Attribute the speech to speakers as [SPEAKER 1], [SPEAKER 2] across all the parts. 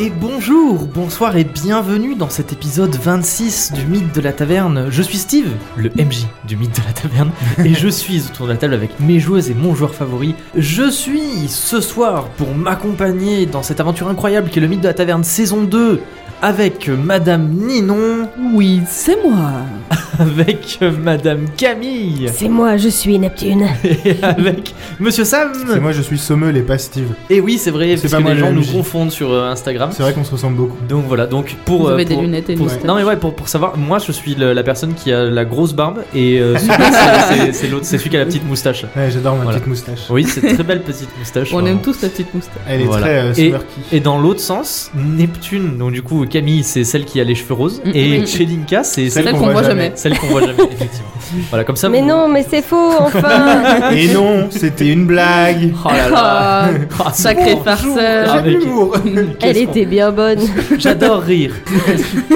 [SPEAKER 1] Et bonjour, bonsoir et bienvenue dans cet épisode 26 du Mythe de la Taverne. Je suis Steve, le MJ du Mythe de la Taverne, et je suis autour de la table avec mes joueuses et mon joueur favori. Je suis ce soir pour m'accompagner dans cette aventure incroyable qui est le Mythe de la Taverne saison 2 avec Madame Ninon,
[SPEAKER 2] Oui, c'est moi.
[SPEAKER 1] avec Madame Camille
[SPEAKER 3] C'est moi, je suis Neptune.
[SPEAKER 1] et avec Monsieur Sam.
[SPEAKER 4] Et moi je suis Sommel et pas Steve.
[SPEAKER 1] Et oui, c'est vrai,
[SPEAKER 4] C'est
[SPEAKER 1] parce
[SPEAKER 4] pas
[SPEAKER 1] que
[SPEAKER 4] moi
[SPEAKER 1] les
[SPEAKER 4] le
[SPEAKER 1] gens nous
[SPEAKER 4] MJ.
[SPEAKER 1] confondent sur euh, Instagram.
[SPEAKER 4] C'est vrai qu'on se ressemble beaucoup.
[SPEAKER 1] Donc voilà, donc pour
[SPEAKER 2] Vous
[SPEAKER 1] euh,
[SPEAKER 2] avez des
[SPEAKER 1] pour-
[SPEAKER 2] lunettes et une
[SPEAKER 1] Pour-
[SPEAKER 2] moustache.
[SPEAKER 1] Non mais ouais pour, pour savoir, moi je suis le- la personne qui a la grosse barbe et euh, celui- c'est- c'est- c'est l'autre, c'est celui qui a la petite moustache.
[SPEAKER 4] Ouais, j'adore ma
[SPEAKER 1] Voilà.
[SPEAKER 4] petite moustache.
[SPEAKER 1] Oui, c'est une très belle petite moustache.
[SPEAKER 2] On
[SPEAKER 1] vraiment.
[SPEAKER 2] aime tous la petite moustache.
[SPEAKER 4] Elle est
[SPEAKER 1] Voilà.
[SPEAKER 4] très euh,
[SPEAKER 1] Et-
[SPEAKER 4] smirky.
[SPEAKER 1] Et dans l'autre sens, Neptune, donc du coup Camille c'est celle qui a les cheveux roses
[SPEAKER 2] Mm,
[SPEAKER 1] et
[SPEAKER 2] mm, mm.
[SPEAKER 1] Chelinka c'est celle,
[SPEAKER 4] Celle
[SPEAKER 2] Celle
[SPEAKER 4] qu'on
[SPEAKER 2] qu'on
[SPEAKER 4] voit
[SPEAKER 2] voit
[SPEAKER 4] jamais.
[SPEAKER 2] jamais.
[SPEAKER 1] celle qu'on voit jamais effectivement. Voilà comme ça.
[SPEAKER 3] Mais
[SPEAKER 1] vous-
[SPEAKER 3] non, mais c'est faux, enfin
[SPEAKER 4] Et non, c'était une blague.
[SPEAKER 1] Oh là là.
[SPEAKER 2] Ah,
[SPEAKER 1] Ah, c'est
[SPEAKER 2] Sacré
[SPEAKER 1] bon.
[SPEAKER 2] farceur.
[SPEAKER 1] Ah,
[SPEAKER 4] J'ai de
[SPEAKER 1] mais-
[SPEAKER 4] l'humour.
[SPEAKER 3] Elle
[SPEAKER 1] Qu'est-ce qu'on-
[SPEAKER 3] était bien bonne.
[SPEAKER 1] J'adore rire.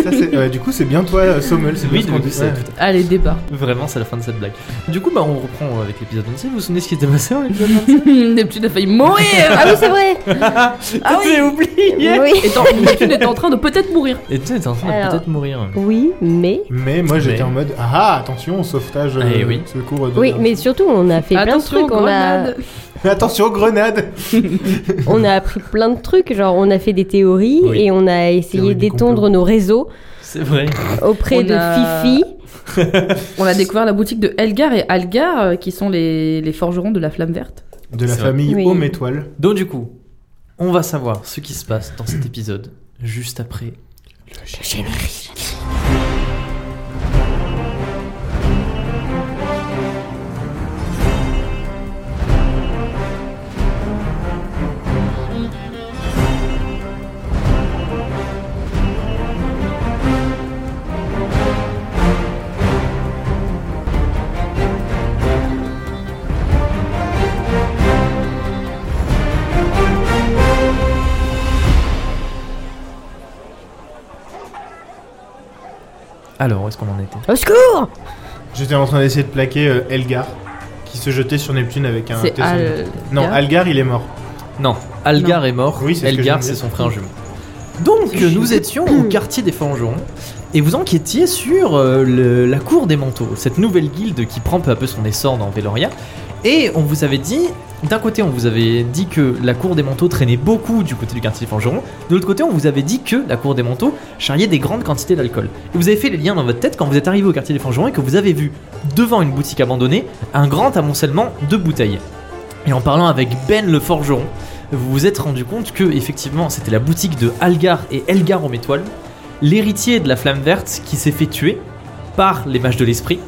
[SPEAKER 4] Ça, c'est- ouais, du coup, c'est bien toi, euh, Sommel. C'est bien
[SPEAKER 1] Oui,
[SPEAKER 4] ce qu'on
[SPEAKER 1] du coup,
[SPEAKER 4] dit.
[SPEAKER 1] c'est
[SPEAKER 4] Ouais.
[SPEAKER 1] tout-
[SPEAKER 2] Allez, débat.
[SPEAKER 1] Vraiment c'est la fin de cette blague. Du coup bah on reprend avec l'épisode 26. Vous vous souvenez ce qui était passé dans l'épisode
[SPEAKER 2] Neptune a failli mourir.
[SPEAKER 3] Ah oui, c'est vrai
[SPEAKER 1] 26
[SPEAKER 3] Ah oui.
[SPEAKER 1] J'ai oublié.
[SPEAKER 3] Oui.
[SPEAKER 2] Étant- Neptune est Ah, en train de peut-être mourir.
[SPEAKER 1] Et tu sais, t'es en train de
[SPEAKER 3] Alors.
[SPEAKER 1] peut-être mourir.
[SPEAKER 3] Oui, mais...
[SPEAKER 4] Mais moi j'étais
[SPEAKER 1] Mais-
[SPEAKER 4] en mode ah ah, attention sauvetage euh,
[SPEAKER 1] Eh oui.
[SPEAKER 4] secours de
[SPEAKER 3] Oui, mais surtout, on a fait plein de
[SPEAKER 2] Attention,
[SPEAKER 3] trucs, on a,
[SPEAKER 2] grenade.
[SPEAKER 4] attention grenade
[SPEAKER 3] on a appris plein de trucs, genre on a fait des théories
[SPEAKER 1] Oui.
[SPEAKER 3] et on a essayé
[SPEAKER 4] Théorie du
[SPEAKER 3] d'étendre
[SPEAKER 4] complot.
[SPEAKER 3] nos réseaux
[SPEAKER 1] C'est vrai.
[SPEAKER 3] auprès
[SPEAKER 2] On
[SPEAKER 3] de
[SPEAKER 2] a-
[SPEAKER 3] Fifi.
[SPEAKER 2] On a découvert la boutique de Elgar et Algar, euh, qui sont les, les forgerons de la flamme verte.
[SPEAKER 4] de la
[SPEAKER 1] C'est vrai.
[SPEAKER 4] famille
[SPEAKER 3] Oui.
[SPEAKER 4] Homme Étoile.
[SPEAKER 1] Donc du coup, on va savoir ce qui se passe dans cet épisode juste après. Alors, où est-ce qu'on en était
[SPEAKER 3] Au secours
[SPEAKER 4] J'étais en train d'essayer de plaquer euh, Elgar qui se jetait sur Neptune avec un.
[SPEAKER 2] C'est
[SPEAKER 4] tesson.
[SPEAKER 2] Al.
[SPEAKER 4] Non, Algar il est mort.
[SPEAKER 1] Non, Algar est mort.
[SPEAKER 4] Oui, c'est ce que
[SPEAKER 1] Algar,
[SPEAKER 4] je
[SPEAKER 1] c'est
[SPEAKER 4] me disais.
[SPEAKER 1] son frère jumeau. Donc nous étions au quartier des forgerons et vous enquêtiez sur euh, le- la cour des manteaux, cette nouvelle guilde qui prend peu à peu son essor dans Veloria. Et on vous avait dit, d'un côté on vous avait dit que la cour des manteaux traînait beaucoup du côté du quartier des forgerons, de l'autre côté on vous avait dit que la cour des manteaux charriait des grandes quantités d'alcool. Et vous avez fait les liens dans votre tête quand vous êtes arrivé au quartier des forgerons et que vous avez vu devant une boutique abandonnée un grand amoncellement de bouteilles. Et en parlant avec Ben le forgeron, vous vous êtes rendu compte que effectivement c'était la boutique de Algar et Elgar en étoile, l'héritier de la flamme verte qui s'est fait tuer par les mages de l'esprit,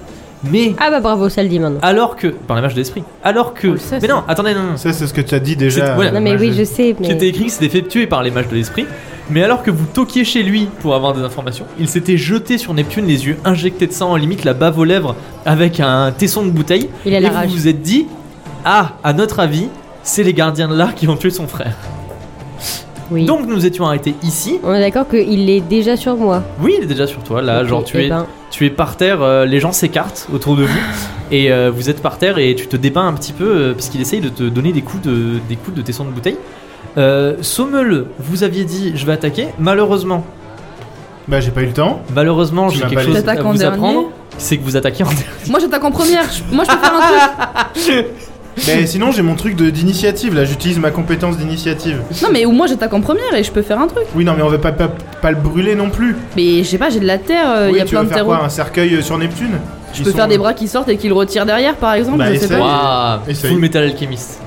[SPEAKER 1] mais
[SPEAKER 3] Ah bah bravo, ça le dit maintenant.
[SPEAKER 1] alors que par les mages de l'esprit, alors que
[SPEAKER 2] On le sait,
[SPEAKER 1] mais
[SPEAKER 2] ça.
[SPEAKER 1] non attendez non, non, non.
[SPEAKER 4] Ça c'est ce que tu as dit
[SPEAKER 1] C'est-
[SPEAKER 4] déjà.
[SPEAKER 1] voilà.
[SPEAKER 4] euh,
[SPEAKER 3] non mais
[SPEAKER 4] moi,
[SPEAKER 3] oui,
[SPEAKER 4] je-
[SPEAKER 3] je sais,
[SPEAKER 1] Ah, qui était
[SPEAKER 3] mais...
[SPEAKER 1] écrit qu'il s'était fait tuer par les mages de l'esprit, mais alors que vous toquiez chez lui pour avoir des informations, il s'était jeté sur Neptune les yeux injectés de sang en limite la bave aux lèvres avec un tesson de bouteille
[SPEAKER 3] Il a
[SPEAKER 1] et
[SPEAKER 3] la
[SPEAKER 1] vous
[SPEAKER 3] rage.
[SPEAKER 1] vous êtes dit ah à notre avis c'est les gardiens de l'art qui ont tué son frère.
[SPEAKER 3] Oui.
[SPEAKER 1] Donc nous étions arrêtés ici.
[SPEAKER 3] On est d'accord qu'il est déjà sur moi.
[SPEAKER 1] Oui, il est déjà sur toi. Là,
[SPEAKER 3] Ok,
[SPEAKER 1] genre tu
[SPEAKER 3] eh
[SPEAKER 1] es,
[SPEAKER 3] ben,
[SPEAKER 1] tu es par terre, euh, les gens s'écartent autour de vous et euh, vous êtes par terre et tu te dépeins un petit peu euh, parce qu'il essaye de te donner des coups de, des coups de tesson de bouteille. Euh, Sommel, vous aviez dit je vais attaquer. Malheureusement,
[SPEAKER 4] Bah j'ai pas eu le temps.
[SPEAKER 1] malheureusement,
[SPEAKER 4] Tu
[SPEAKER 1] j'ai
[SPEAKER 4] m'as
[SPEAKER 1] quelque
[SPEAKER 4] pas
[SPEAKER 1] chose
[SPEAKER 4] laissé.
[SPEAKER 1] à
[SPEAKER 2] T'attaques en
[SPEAKER 1] vous
[SPEAKER 2] dernier.
[SPEAKER 1] apprendre. C'est que vous attaquez en dernier.
[SPEAKER 2] Moi, j'attaque en première. Je- Moi, je peux faire un truc.
[SPEAKER 4] Mais sinon j'ai mon truc de- d'initiative là, j'utilise ma compétence d'initiative.
[SPEAKER 2] Non, mais au moins, j'attaque en première et je peux faire un truc.
[SPEAKER 4] Oui, non, mais on va pas, pas, pas le brûler non plus.
[SPEAKER 2] Mais je sais pas, j'ai de la terre. euh, Il
[SPEAKER 4] oui,
[SPEAKER 2] y a
[SPEAKER 4] tu
[SPEAKER 2] plein
[SPEAKER 4] vas
[SPEAKER 2] de
[SPEAKER 4] faire
[SPEAKER 2] terreaux.
[SPEAKER 4] quoi Un cercueil euh, sur Neptune euh,
[SPEAKER 2] Je peux faire des bras qui sortent et qui le retirent derrière, par exemple.
[SPEAKER 4] Bah,
[SPEAKER 2] je sais
[SPEAKER 4] essaye.
[SPEAKER 2] pas.
[SPEAKER 1] Waouh,
[SPEAKER 4] Essaye.
[SPEAKER 1] full metal alchimiste.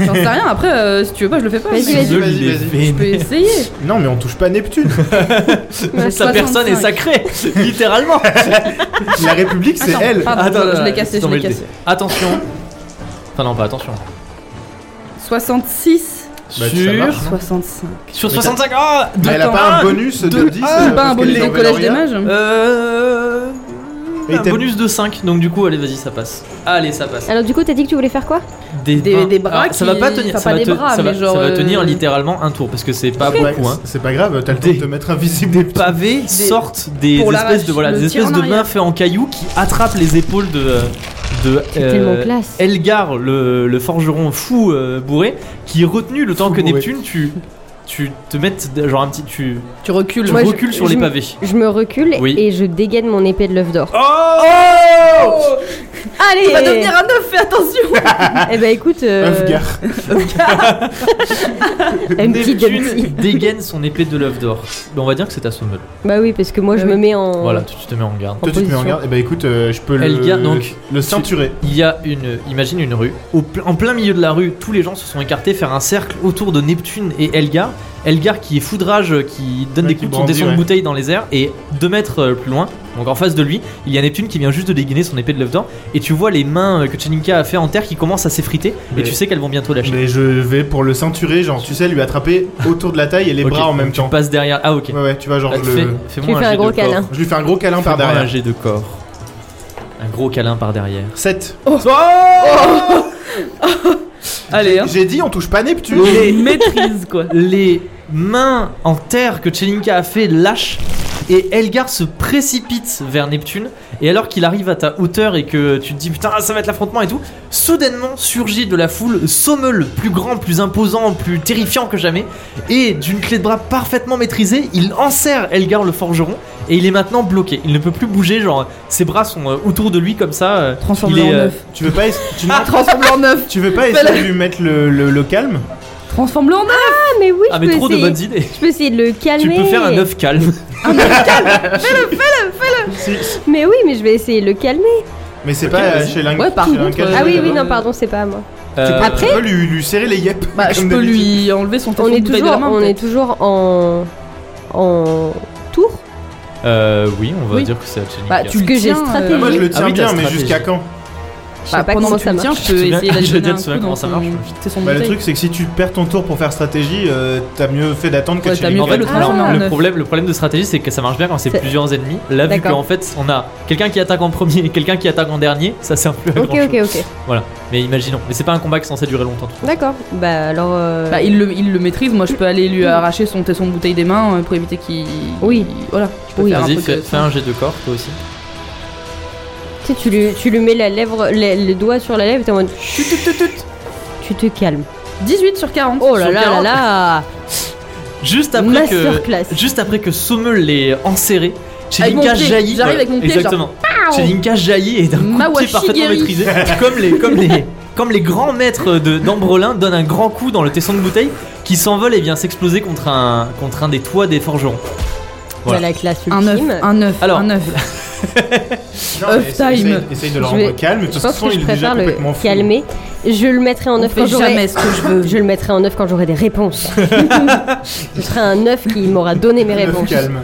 [SPEAKER 2] J'en sais rien. Après, euh, si tu veux pas, je le fais pas.
[SPEAKER 3] Vas-y,
[SPEAKER 2] mais-
[SPEAKER 3] vas-y.
[SPEAKER 1] Sommel,
[SPEAKER 4] vas-y,
[SPEAKER 1] il est
[SPEAKER 4] vas-y.
[SPEAKER 2] Je peux
[SPEAKER 1] vénère.
[SPEAKER 2] essayer.
[SPEAKER 4] Non, mais on touche pas Neptune.
[SPEAKER 1] Sa
[SPEAKER 2] 65.
[SPEAKER 1] personne est sacrée, littéralement.
[SPEAKER 4] La République, c'est
[SPEAKER 2] Attends, Ah,
[SPEAKER 4] elle.
[SPEAKER 2] pardon, je- je l'ai
[SPEAKER 1] attends,
[SPEAKER 2] cassé, je
[SPEAKER 1] attends,
[SPEAKER 2] l'ai
[SPEAKER 1] mais
[SPEAKER 2] cassé.
[SPEAKER 1] Attention. Enfin non, pas attention.
[SPEAKER 2] 66.
[SPEAKER 4] Bah, ça
[SPEAKER 1] Sur-
[SPEAKER 4] marche, non
[SPEAKER 2] 65.
[SPEAKER 1] Sur
[SPEAKER 4] Mais t'as-
[SPEAKER 1] 65 Ah
[SPEAKER 4] Mais elle a
[SPEAKER 1] attends,
[SPEAKER 4] pas
[SPEAKER 1] ah,
[SPEAKER 4] un bonus de
[SPEAKER 1] deux-
[SPEAKER 4] 10
[SPEAKER 1] ah,
[SPEAKER 4] euh,
[SPEAKER 2] C'est pas un
[SPEAKER 4] parce
[SPEAKER 2] bonus
[SPEAKER 4] qu'elle est
[SPEAKER 2] au
[SPEAKER 4] en
[SPEAKER 2] collège des
[SPEAKER 4] Valoria
[SPEAKER 2] mages
[SPEAKER 1] Euh.
[SPEAKER 4] Et
[SPEAKER 1] un
[SPEAKER 4] t'as-
[SPEAKER 1] bonus de 5, donc du coup, allez, vas-y, ça passe. Allez, ça passe.
[SPEAKER 3] Alors du coup, t'as dit que tu voulais faire quoi
[SPEAKER 2] Des-
[SPEAKER 1] bains.
[SPEAKER 2] des bras
[SPEAKER 1] Alors, Ça va
[SPEAKER 2] qui-
[SPEAKER 1] pas tenir,
[SPEAKER 2] enfin,
[SPEAKER 1] ça
[SPEAKER 2] pas
[SPEAKER 1] va,
[SPEAKER 2] des
[SPEAKER 1] te-
[SPEAKER 2] bras,
[SPEAKER 1] ça va-
[SPEAKER 2] mais genre,
[SPEAKER 1] ça va tenir
[SPEAKER 2] euh,
[SPEAKER 1] littéralement un tour, parce que c'est pas
[SPEAKER 4] Ouais,
[SPEAKER 1] beaucoup. Hein.
[SPEAKER 4] C'est pas grave, t'as le temps de
[SPEAKER 1] Des-
[SPEAKER 4] te mettre invisible Neptune.
[SPEAKER 1] Pavés sortent des
[SPEAKER 2] Pour
[SPEAKER 1] espèces
[SPEAKER 2] l'arrache,
[SPEAKER 1] de, voilà,
[SPEAKER 2] le
[SPEAKER 1] des
[SPEAKER 2] tir
[SPEAKER 1] espèces
[SPEAKER 2] en
[SPEAKER 1] de mains
[SPEAKER 2] arrière.
[SPEAKER 1] faites en cailloux qui attrapent les épaules de. de euh,
[SPEAKER 3] C'est tellement classe.
[SPEAKER 1] Elgar, le, le forgeron fou euh, bourré, euh, qui est retenu le temps que
[SPEAKER 4] bourré.
[SPEAKER 1] Neptune, tu tu te mettes genre un petit. Tu,
[SPEAKER 2] Tu recules.
[SPEAKER 1] tu
[SPEAKER 3] Moi, je-
[SPEAKER 1] recules sur les
[SPEAKER 3] me-
[SPEAKER 1] pavés.
[SPEAKER 3] Je me recule
[SPEAKER 1] Oui.
[SPEAKER 3] et je dégaine mon épée de l'œuf d'or.
[SPEAKER 1] Oh
[SPEAKER 3] Allez
[SPEAKER 2] Tu vas devenir un œuf, fais attention
[SPEAKER 1] Ah.
[SPEAKER 3] Eh ben écoute, euh,
[SPEAKER 4] Œuf gare.
[SPEAKER 3] un petit Dumpty.
[SPEAKER 1] Neptune dégaine son épée de l'œuf d'or. Ben, on va dire que c'est à son meule.
[SPEAKER 3] Bah oui, parce que moi je
[SPEAKER 2] Ah
[SPEAKER 3] me
[SPEAKER 2] oui.
[SPEAKER 3] mets en.
[SPEAKER 1] Voilà, tu tu te mets en garde.
[SPEAKER 4] Toi, tu te mets en
[SPEAKER 3] Proposition.
[SPEAKER 4] garde. Eh ben écoute, euh, je peux
[SPEAKER 1] Elgar,
[SPEAKER 4] le,
[SPEAKER 1] donc,
[SPEAKER 4] le ceinturer.
[SPEAKER 1] Il y a une, imagine une rue, Au ple- en plein milieu de la rue, tous les gens se sont écartés, faire un cercle autour de Neptune et Elgar. Elgar qui est foudrage, euh, qui donne des
[SPEAKER 4] Ouais, qui
[SPEAKER 1] coups, qui
[SPEAKER 4] brandit,
[SPEAKER 1] descend de
[SPEAKER 4] ouais.
[SPEAKER 1] bouteille dans les airs, et deux mètres euh, plus loin, donc en face de lui, il y a Neptune qui vient juste de dégainer son épée de l'œuf d'or, et tu vois les mains euh, que Cheninka a fait en terre qui commencent à s'effriter, et
[SPEAKER 4] Mais-
[SPEAKER 1] tu sais qu'elles vont bientôt lâcher.
[SPEAKER 4] Mais je vais pour le ceinturer, genre, tu sais, lui attraper autour de la taille et les
[SPEAKER 1] Ok,
[SPEAKER 4] bras en
[SPEAKER 1] donc
[SPEAKER 4] même
[SPEAKER 1] tu
[SPEAKER 4] temps.
[SPEAKER 1] passes derrière. Ah ok.
[SPEAKER 4] Ouais, ouais, tu vas genre,
[SPEAKER 1] Bah,
[SPEAKER 4] je,
[SPEAKER 1] fais,
[SPEAKER 4] le-
[SPEAKER 1] fais-moi
[SPEAKER 3] Tu lui fais
[SPEAKER 1] jet
[SPEAKER 3] un
[SPEAKER 1] de
[SPEAKER 3] gros
[SPEAKER 1] corps.
[SPEAKER 3] câlin.
[SPEAKER 4] je lui fais un gros câlin par
[SPEAKER 1] Fais-moi un
[SPEAKER 4] derrière.
[SPEAKER 1] jet de corps. Un gros câlin par derrière.
[SPEAKER 4] 7.
[SPEAKER 2] Allez, hein.
[SPEAKER 4] J'ai dit, on touche pas Neptune.
[SPEAKER 1] Les-
[SPEAKER 2] Maîtrise, quoi.
[SPEAKER 1] les mains en terre que Chelinka a fait lâchent et Elgar se précipite vers Neptune et alors qu'il arrive à ta hauteur et que tu te dis putain ça va être l'affrontement et tout soudainement surgit de la foule Sommel plus grand plus imposant plus terrifiant que jamais et d'une clé de bras parfaitement maîtrisée il enserre Elgar le forgeron et il est maintenant bloqué il ne peut plus bouger genre ses bras sont euh, autour de lui comme ça euh,
[SPEAKER 2] Transforme-le
[SPEAKER 1] il est,
[SPEAKER 2] en
[SPEAKER 1] euh,
[SPEAKER 2] œuf.
[SPEAKER 4] Tu veux pas, es- tu,
[SPEAKER 2] Ah, transforme-le en œuf.
[SPEAKER 4] tu veux pas
[SPEAKER 2] Fais-le.
[SPEAKER 4] essayer de lui mettre le, le- le calme
[SPEAKER 2] Transforme-le en œuf.
[SPEAKER 3] Ah, mais oui,
[SPEAKER 1] ah
[SPEAKER 3] je,
[SPEAKER 1] mais
[SPEAKER 3] peux
[SPEAKER 1] trop de
[SPEAKER 3] essayer,
[SPEAKER 1] bonnes idées
[SPEAKER 3] je peux essayer de le calmer.
[SPEAKER 1] tu peux faire un œuf calme
[SPEAKER 4] Si.
[SPEAKER 3] Mais oui, mais je vais essayer de le calmer.
[SPEAKER 4] Mais c'est
[SPEAKER 1] Ok,
[SPEAKER 4] pas euh,
[SPEAKER 1] vas-y.
[SPEAKER 4] chez Link.
[SPEAKER 2] Ouais, par
[SPEAKER 4] chez
[SPEAKER 2] contre,
[SPEAKER 4] Linkage,
[SPEAKER 2] euh,
[SPEAKER 4] je
[SPEAKER 3] ah oui,
[SPEAKER 4] vais
[SPEAKER 3] oui,
[SPEAKER 4] pas.
[SPEAKER 3] non, pardon, c'est pas à moi.
[SPEAKER 4] Tu
[SPEAKER 1] Euh,
[SPEAKER 4] peux-
[SPEAKER 3] Après-
[SPEAKER 4] tu peux lui, lui serrer les yep.
[SPEAKER 2] Bah, je
[SPEAKER 4] comme
[SPEAKER 2] peux
[SPEAKER 4] d'habitude.
[SPEAKER 2] lui enlever son
[SPEAKER 3] On
[SPEAKER 2] tampon
[SPEAKER 3] est
[SPEAKER 2] de bouteille de la
[SPEAKER 3] toujours,
[SPEAKER 2] main.
[SPEAKER 3] on est
[SPEAKER 2] peut-être.
[SPEAKER 3] toujours en. en. tour.
[SPEAKER 1] euh, oui on va
[SPEAKER 2] Oui.
[SPEAKER 1] dire que c'est à Chelinka
[SPEAKER 2] Bah, tu
[SPEAKER 3] Parce
[SPEAKER 2] lui
[SPEAKER 3] que j'ai
[SPEAKER 2] tiens,
[SPEAKER 3] stratégie.
[SPEAKER 2] euh,
[SPEAKER 4] Moi, je le
[SPEAKER 1] Ah
[SPEAKER 4] tiens
[SPEAKER 1] oui, t'as
[SPEAKER 4] bien, mais
[SPEAKER 1] stratégie.
[SPEAKER 4] jusqu'à quand
[SPEAKER 3] Je sais
[SPEAKER 2] Bah,
[SPEAKER 3] pas
[SPEAKER 2] pendant
[SPEAKER 3] comment
[SPEAKER 2] que tu
[SPEAKER 3] ça
[SPEAKER 2] le
[SPEAKER 3] marche.
[SPEAKER 2] tiens, je peux
[SPEAKER 1] Je te
[SPEAKER 2] essayer de la
[SPEAKER 1] dis- je te
[SPEAKER 2] donner
[SPEAKER 1] dis
[SPEAKER 2] un
[SPEAKER 1] de savoir
[SPEAKER 2] coup
[SPEAKER 1] comment
[SPEAKER 2] dans
[SPEAKER 1] ça
[SPEAKER 2] son-
[SPEAKER 1] marche.
[SPEAKER 2] c'est son
[SPEAKER 4] Bah, le
[SPEAKER 2] bouteille.
[SPEAKER 4] truc, c'est que si tu perds ton tour pour faire stratégie, euh, t'as mieux fait d'attendre que
[SPEAKER 2] Ouais,
[SPEAKER 4] tu
[SPEAKER 2] t'as mieux
[SPEAKER 1] En
[SPEAKER 4] libères.
[SPEAKER 1] fait,
[SPEAKER 2] le
[SPEAKER 1] alors,
[SPEAKER 2] transformer en
[SPEAKER 1] le,
[SPEAKER 2] œuf.
[SPEAKER 1] problème, le problème de stratégie, c'est que ça marche bien quand c'est
[SPEAKER 3] C'est-
[SPEAKER 1] plusieurs ennemis. Là, vu
[SPEAKER 3] D'accord.
[SPEAKER 1] qu'en fait, on a quelqu'un qui attaque en premier et quelqu'un qui attaque en dernier, ça sert plus à
[SPEAKER 3] Ok,
[SPEAKER 1] grand
[SPEAKER 3] ok, ok.
[SPEAKER 1] Mais imaginons. Mais c'est pas un combat qui est censé durer longtemps.
[SPEAKER 3] D'accord. Bah alors. euh,
[SPEAKER 2] Bah, il le, il le maîtrise, moi je peux aller lui arracher son tesson de bouteille des mains euh, pour éviter qu'il.
[SPEAKER 3] Oui.
[SPEAKER 2] Voilà, je peux
[SPEAKER 3] Oui.
[SPEAKER 2] faire un
[SPEAKER 1] Vas-y,
[SPEAKER 2] truc,
[SPEAKER 1] fais,
[SPEAKER 2] euh,
[SPEAKER 1] fais un jet de corps, toi aussi.
[SPEAKER 3] Tu sais, tu lui, tu lui mets la lèvre, le, le doigt sur la lèvre, t'es en mode. Chut, chut, chut, chut. Tu te calmes.
[SPEAKER 2] 18 sur 40.
[SPEAKER 3] Oh là
[SPEAKER 2] Sur
[SPEAKER 3] là là
[SPEAKER 2] 40.
[SPEAKER 3] là
[SPEAKER 1] Juste après que,
[SPEAKER 3] Masterclass
[SPEAKER 1] juste après que Sommel l'ait enserré,
[SPEAKER 2] Avec mon
[SPEAKER 1] Chelinka
[SPEAKER 2] pied.
[SPEAKER 1] jaillit.
[SPEAKER 2] J'arrive avec mon pied,
[SPEAKER 1] Exactement. Chelinka jaillit et d'un coup de pied
[SPEAKER 2] Mawashi
[SPEAKER 1] parfaitement
[SPEAKER 2] guéri.
[SPEAKER 1] maîtrisé, comme les, comme les, comme les grands maîtres de- d'Ambrelin donnent un grand coup dans le tesson de bouteille qui s'envole et vient s'exploser contre un, contre un des toits des forgerons. Voilà.
[SPEAKER 3] T'as la classe
[SPEAKER 2] Un œuf,
[SPEAKER 3] ultime.
[SPEAKER 2] un œuf,
[SPEAKER 1] Alors,
[SPEAKER 2] un œuf.
[SPEAKER 4] Non,
[SPEAKER 2] Œuf
[SPEAKER 4] mais essaye-
[SPEAKER 2] time.
[SPEAKER 4] essaye- Essaye de le
[SPEAKER 3] Je
[SPEAKER 4] rendre
[SPEAKER 3] vais-
[SPEAKER 4] calme, de toute
[SPEAKER 3] Je pense
[SPEAKER 4] façon,
[SPEAKER 3] que je
[SPEAKER 4] il est déjà
[SPEAKER 3] préfère
[SPEAKER 4] complètement
[SPEAKER 3] le
[SPEAKER 4] fou.
[SPEAKER 3] calmer. Je le mettrai en
[SPEAKER 2] On
[SPEAKER 3] œuf
[SPEAKER 2] fait
[SPEAKER 3] quand j'aurai.
[SPEAKER 2] jamais ce que je veux.
[SPEAKER 3] Je le mettrai en œuf quand j'aurai des réponses. je serai un œuf qui m'aura donné mes
[SPEAKER 4] Œuf
[SPEAKER 3] réponses.
[SPEAKER 4] calme.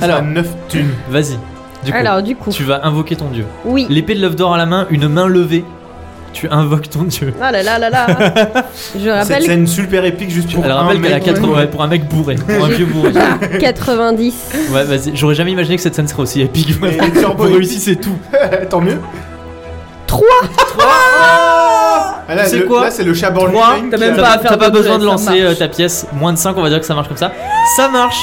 [SPEAKER 1] Alors.
[SPEAKER 4] Alors, 9 thunes.
[SPEAKER 1] Vas-y. Du coup,
[SPEAKER 3] Alors du coup,
[SPEAKER 1] tu vas invoquer ton dieu.
[SPEAKER 3] oui.
[SPEAKER 1] L'épée de l'œuf d'or à la main, une main levée, tu invoques ton dieu.
[SPEAKER 3] Ah là là là là. je
[SPEAKER 4] Cette
[SPEAKER 3] rappelle
[SPEAKER 4] scène super épique, juste pour
[SPEAKER 1] Elle
[SPEAKER 4] un
[SPEAKER 1] rappelle qu'elle a
[SPEAKER 4] mec.
[SPEAKER 1] 80 ouais, pour un mec bourré, pour un vieux bourré.
[SPEAKER 3] 90.
[SPEAKER 1] Ouais, vas-y, j'aurais jamais imaginé que cette scène serait aussi épique.
[SPEAKER 4] Mais
[SPEAKER 1] vraiment.
[SPEAKER 4] turbo
[SPEAKER 1] Vous
[SPEAKER 4] épique.
[SPEAKER 1] réussissez tout.
[SPEAKER 4] Tant mieux.
[SPEAKER 3] 3
[SPEAKER 4] Ah, là,
[SPEAKER 1] C'est
[SPEAKER 4] le-
[SPEAKER 1] quoi
[SPEAKER 4] Là, c'est le chat
[SPEAKER 1] Trois,
[SPEAKER 2] t'as même
[SPEAKER 1] T'as
[SPEAKER 2] pas à
[SPEAKER 1] pas,
[SPEAKER 2] faire
[SPEAKER 1] t'as pas
[SPEAKER 2] de
[SPEAKER 1] besoin
[SPEAKER 2] jet,
[SPEAKER 1] de
[SPEAKER 2] ça
[SPEAKER 1] lancer
[SPEAKER 2] marche.
[SPEAKER 1] euh, ta pièce. Moins de 5, on va dire que ça marche comme ça. Ça marche.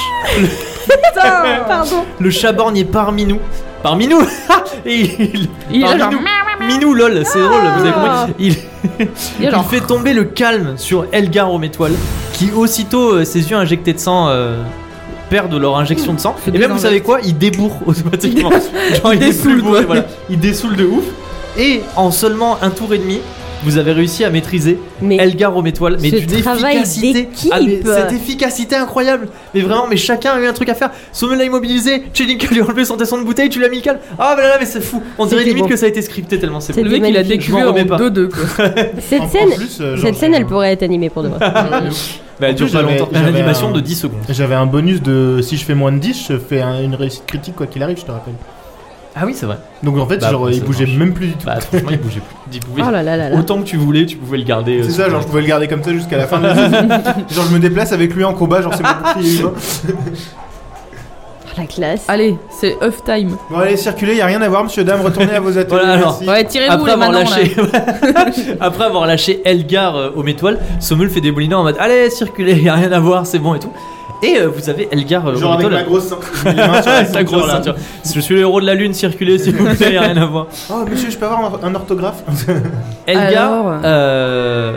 [SPEAKER 3] Pardon.
[SPEAKER 1] Le chat borgne est parmi nous. Parmi nous Et il.
[SPEAKER 2] Il est là,
[SPEAKER 1] parmi
[SPEAKER 2] genre,
[SPEAKER 1] nous. Minou, lol, c'est drôle, vous avez compris. Il,
[SPEAKER 2] Ah. Il est
[SPEAKER 1] il
[SPEAKER 2] genre-
[SPEAKER 1] fait tomber le calme sur Elgar Rométoile, qui aussitôt, euh, ses yeux injectés de sang, euh, perdent leur injection de sang.
[SPEAKER 2] Se
[SPEAKER 1] Et même, vous
[SPEAKER 2] désinjecte.
[SPEAKER 1] savez quoi Ils débourrent automatiquement. Genre, ils
[SPEAKER 2] dessoule,
[SPEAKER 1] dessoulent,
[SPEAKER 2] quoi.
[SPEAKER 1] voilà. Ils dessoulent de ouf. Et en seulement un tour et demi, vous avez réussi à maîtriser
[SPEAKER 3] Mais
[SPEAKER 1] Elgar Rométoile. Mais
[SPEAKER 3] Ce
[SPEAKER 1] d'une
[SPEAKER 3] travail
[SPEAKER 1] efficacité.
[SPEAKER 3] d'équipe.
[SPEAKER 1] Ah, mais cette efficacité incroyable. Mais vraiment, mais chacun a eu un truc à faire. Sommel l'a immobilisé, Chelinka lui a enlevé son tesson de bouteille, tu l'as mis le calme. Ah, bah là, là, mais c'est fou. On dirait
[SPEAKER 3] C'était
[SPEAKER 1] limite
[SPEAKER 3] bon.
[SPEAKER 1] que ça a été scripté tellement c'est
[SPEAKER 3] C'était
[SPEAKER 2] Le
[SPEAKER 1] bon.
[SPEAKER 2] mec il a
[SPEAKER 3] magnifique.
[SPEAKER 1] Je
[SPEAKER 2] décuvé
[SPEAKER 1] m'en
[SPEAKER 2] en
[SPEAKER 1] remets pas.
[SPEAKER 2] 2-2 quoi.
[SPEAKER 3] cette
[SPEAKER 4] En- en
[SPEAKER 3] scène,
[SPEAKER 4] plus, euh, genre,
[SPEAKER 3] cette scène,
[SPEAKER 4] j'ai-
[SPEAKER 3] elle pourrait être animée pour de vrai.
[SPEAKER 1] Bah, elle
[SPEAKER 4] En
[SPEAKER 1] dure
[SPEAKER 4] plus,
[SPEAKER 1] pas
[SPEAKER 4] j'avais-
[SPEAKER 1] longtemps. Une
[SPEAKER 4] j'avais
[SPEAKER 1] animation
[SPEAKER 4] un-
[SPEAKER 1] de 10 secondes.
[SPEAKER 4] J'avais un bonus de si je fais moins de 10, je fais un- une réussite critique quoi qu'il arrive, je te rappelle.
[SPEAKER 1] Ah oui, c'est vrai.
[SPEAKER 4] Donc en fait,
[SPEAKER 1] Bah,
[SPEAKER 4] genre,
[SPEAKER 1] bon,
[SPEAKER 4] il
[SPEAKER 1] ça
[SPEAKER 4] bougeait
[SPEAKER 1] marche.
[SPEAKER 4] même plus du tout.
[SPEAKER 1] Bah, franchement, il bougeait plus. Il pouvait-
[SPEAKER 3] Oh là là là là.
[SPEAKER 1] Autant que tu voulais, tu pouvais le garder. euh,
[SPEAKER 4] C'est
[SPEAKER 1] sur
[SPEAKER 4] ça,
[SPEAKER 1] ton
[SPEAKER 4] genre, je
[SPEAKER 1] écran.
[SPEAKER 4] pouvais le garder comme ça jusqu'à la fin de la saison. genre, je me déplace avec lui en combat, genre, c'est mon bouclier humain.
[SPEAKER 3] Oh, la classe.
[SPEAKER 4] Ah,
[SPEAKER 2] Allez, c'est œuf time.
[SPEAKER 4] Bon, allez, circulez, y a rien à voir, monsieur, dame, retournez à vos ateliers.
[SPEAKER 1] Voilà, alors.
[SPEAKER 4] merci.
[SPEAKER 2] Ouais, tirez-vous
[SPEAKER 1] Après
[SPEAKER 2] les
[SPEAKER 1] avoir,
[SPEAKER 2] manants, là.
[SPEAKER 1] lâché... Après avoir lâché Elgar euh, aux métoiles, Sommel fait des boulinets en mode Allez, circulez, y a rien à voir, c'est bon et tout. Et euh, vous avez Elgar euh,
[SPEAKER 4] Genre,
[SPEAKER 1] aux
[SPEAKER 4] avec
[SPEAKER 1] métoiles.
[SPEAKER 4] ma grosse ceinture. je mets les mains sur la
[SPEAKER 1] Avec sa grosse
[SPEAKER 4] là.
[SPEAKER 1] ceinture. Je suis le héros de la lune, circulez s'il vous plaît, y a rien à voir.
[SPEAKER 4] Oh, monsieur, je peux avoir un, un orthographe
[SPEAKER 1] Elgar
[SPEAKER 2] Alors
[SPEAKER 1] euh, euh,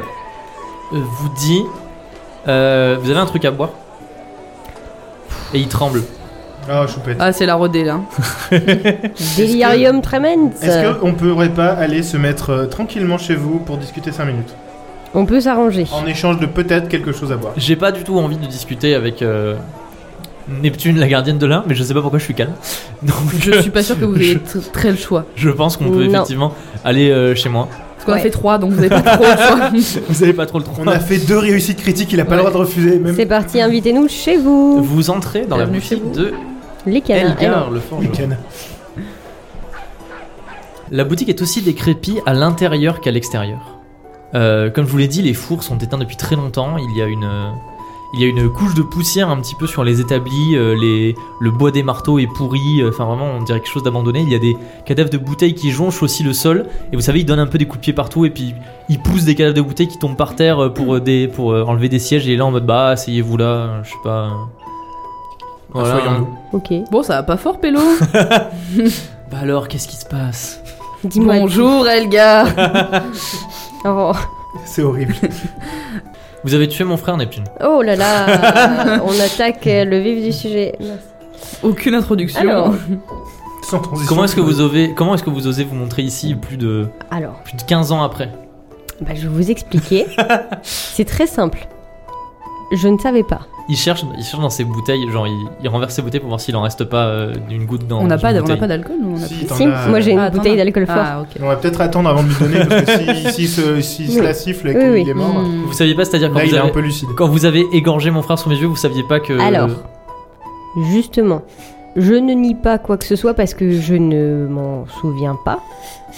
[SPEAKER 1] vous dit Euh, vous avez un truc à boire Et il tremble.
[SPEAKER 4] Ah, choupette.
[SPEAKER 2] Ah, c'est la rodée là.
[SPEAKER 3] Delirium tremens.
[SPEAKER 4] Est-ce qu'on pourrait pas aller se mettre euh, tranquillement chez vous pour discuter 5 minutes
[SPEAKER 3] On peut s'arranger.
[SPEAKER 4] En échange de peut-être quelque chose à boire.
[SPEAKER 1] J'ai pas du tout envie de discuter avec euh, Neptune, la gardienne de l'un, mais je sais pas pourquoi je suis calme. Donc
[SPEAKER 2] Je suis pas sûr que vous ayez tr- très le choix.
[SPEAKER 1] je pense qu'on peut
[SPEAKER 3] Non.
[SPEAKER 1] effectivement aller euh, chez moi.
[SPEAKER 2] Parce qu'on a
[SPEAKER 3] Ouais.
[SPEAKER 2] fait trois, donc vous avez pas trop le choix.
[SPEAKER 1] Vous avez pas trop le
[SPEAKER 4] On a
[SPEAKER 1] droit.
[SPEAKER 4] fait deux réussites critiques, il a pas le
[SPEAKER 2] Ouais.
[SPEAKER 4] droit de refuser. Même...
[SPEAKER 3] C'est parti, invitez-nous chez vous.
[SPEAKER 1] Vous entrez dans la
[SPEAKER 2] Bienvenue chez
[SPEAKER 1] boutique
[SPEAKER 2] vous.
[SPEAKER 1] de
[SPEAKER 3] Les canards.
[SPEAKER 1] Elgar le forgeron.
[SPEAKER 4] Ken.
[SPEAKER 1] La boutique est aussi décrépie à l'intérieur qu'à l'extérieur. Euh, comme je vous l'ai dit, les fours sont éteints depuis très longtemps. Il y a une, euh, il y a une couche de poussière un petit peu sur les établis. euh, les, le bois des marteaux est pourri. euh, Enfin, vraiment, on dirait quelque chose d'abandonné. Il y a des cadavres de bouteilles qui jonchent aussi le sol. Et vous savez, ils donnent un peu des coups de pied partout. Et puis, ils poussent des cadavres de bouteilles qui tombent par terre euh, pour, euh, des, pour euh, enlever des sièges. Et là, en mode, bah, asseyez-vous là. euh, Je sais pas. euh. Voilà.
[SPEAKER 4] Asseyons-nous.
[SPEAKER 3] Ok.
[SPEAKER 2] Bon, ça va pas fort, Pélo.
[SPEAKER 1] Bah alors, qu'est-ce qui se passe
[SPEAKER 3] Dis-moi.
[SPEAKER 2] Bonjour, Elgar.
[SPEAKER 3] Oh,
[SPEAKER 4] C'est horrible.
[SPEAKER 1] Vous avez tué mon frère Neptune.
[SPEAKER 3] oh là là, on attaque euh, le vif du sujet. Merci.
[SPEAKER 2] Aucune introduction.
[SPEAKER 3] Alors.
[SPEAKER 4] Sans transition.
[SPEAKER 1] Comment est-ce que vous osez, comment est-ce que vous osez vous montrer ici plus de
[SPEAKER 3] Alors,
[SPEAKER 1] plus de 15 ans après
[SPEAKER 3] bah, je vais vous expliquer. C'est très simple. Je ne savais pas.
[SPEAKER 1] Il cherche, il cherche dans ses bouteilles, genre il, il renverse ses bouteilles pour voir s'il en reste pas euh, d'une goutte dans.
[SPEAKER 2] on n'a
[SPEAKER 1] une
[SPEAKER 2] pas, d- on n'a
[SPEAKER 1] bouteille.
[SPEAKER 2] pas d'alcool, nous. On a...
[SPEAKER 4] Si, t'en
[SPEAKER 3] Si,
[SPEAKER 4] as-
[SPEAKER 3] moi j'ai une
[SPEAKER 2] Ah, attends,
[SPEAKER 3] bouteille
[SPEAKER 2] non.
[SPEAKER 3] d'alcool fort.
[SPEAKER 2] Ah, ok.
[SPEAKER 4] On va peut-être attendre avant de lui donner, parce que si, si, se, si se
[SPEAKER 3] Oui.
[SPEAKER 4] la siffle et
[SPEAKER 3] Oui,
[SPEAKER 4] qu'il
[SPEAKER 3] oui.
[SPEAKER 4] est mort,
[SPEAKER 2] Hmm.
[SPEAKER 1] Vous saviez pas, c'est-à-dire quand,
[SPEAKER 4] là
[SPEAKER 1] vous
[SPEAKER 4] il est un
[SPEAKER 1] avez-
[SPEAKER 4] peu lucide.
[SPEAKER 1] quand vous avez égorgé mon frère sous mes yeux, vous saviez pas que.
[SPEAKER 3] Alors. Justement, je ne nie pas quoi que ce soit parce que je ne m'en souviens pas.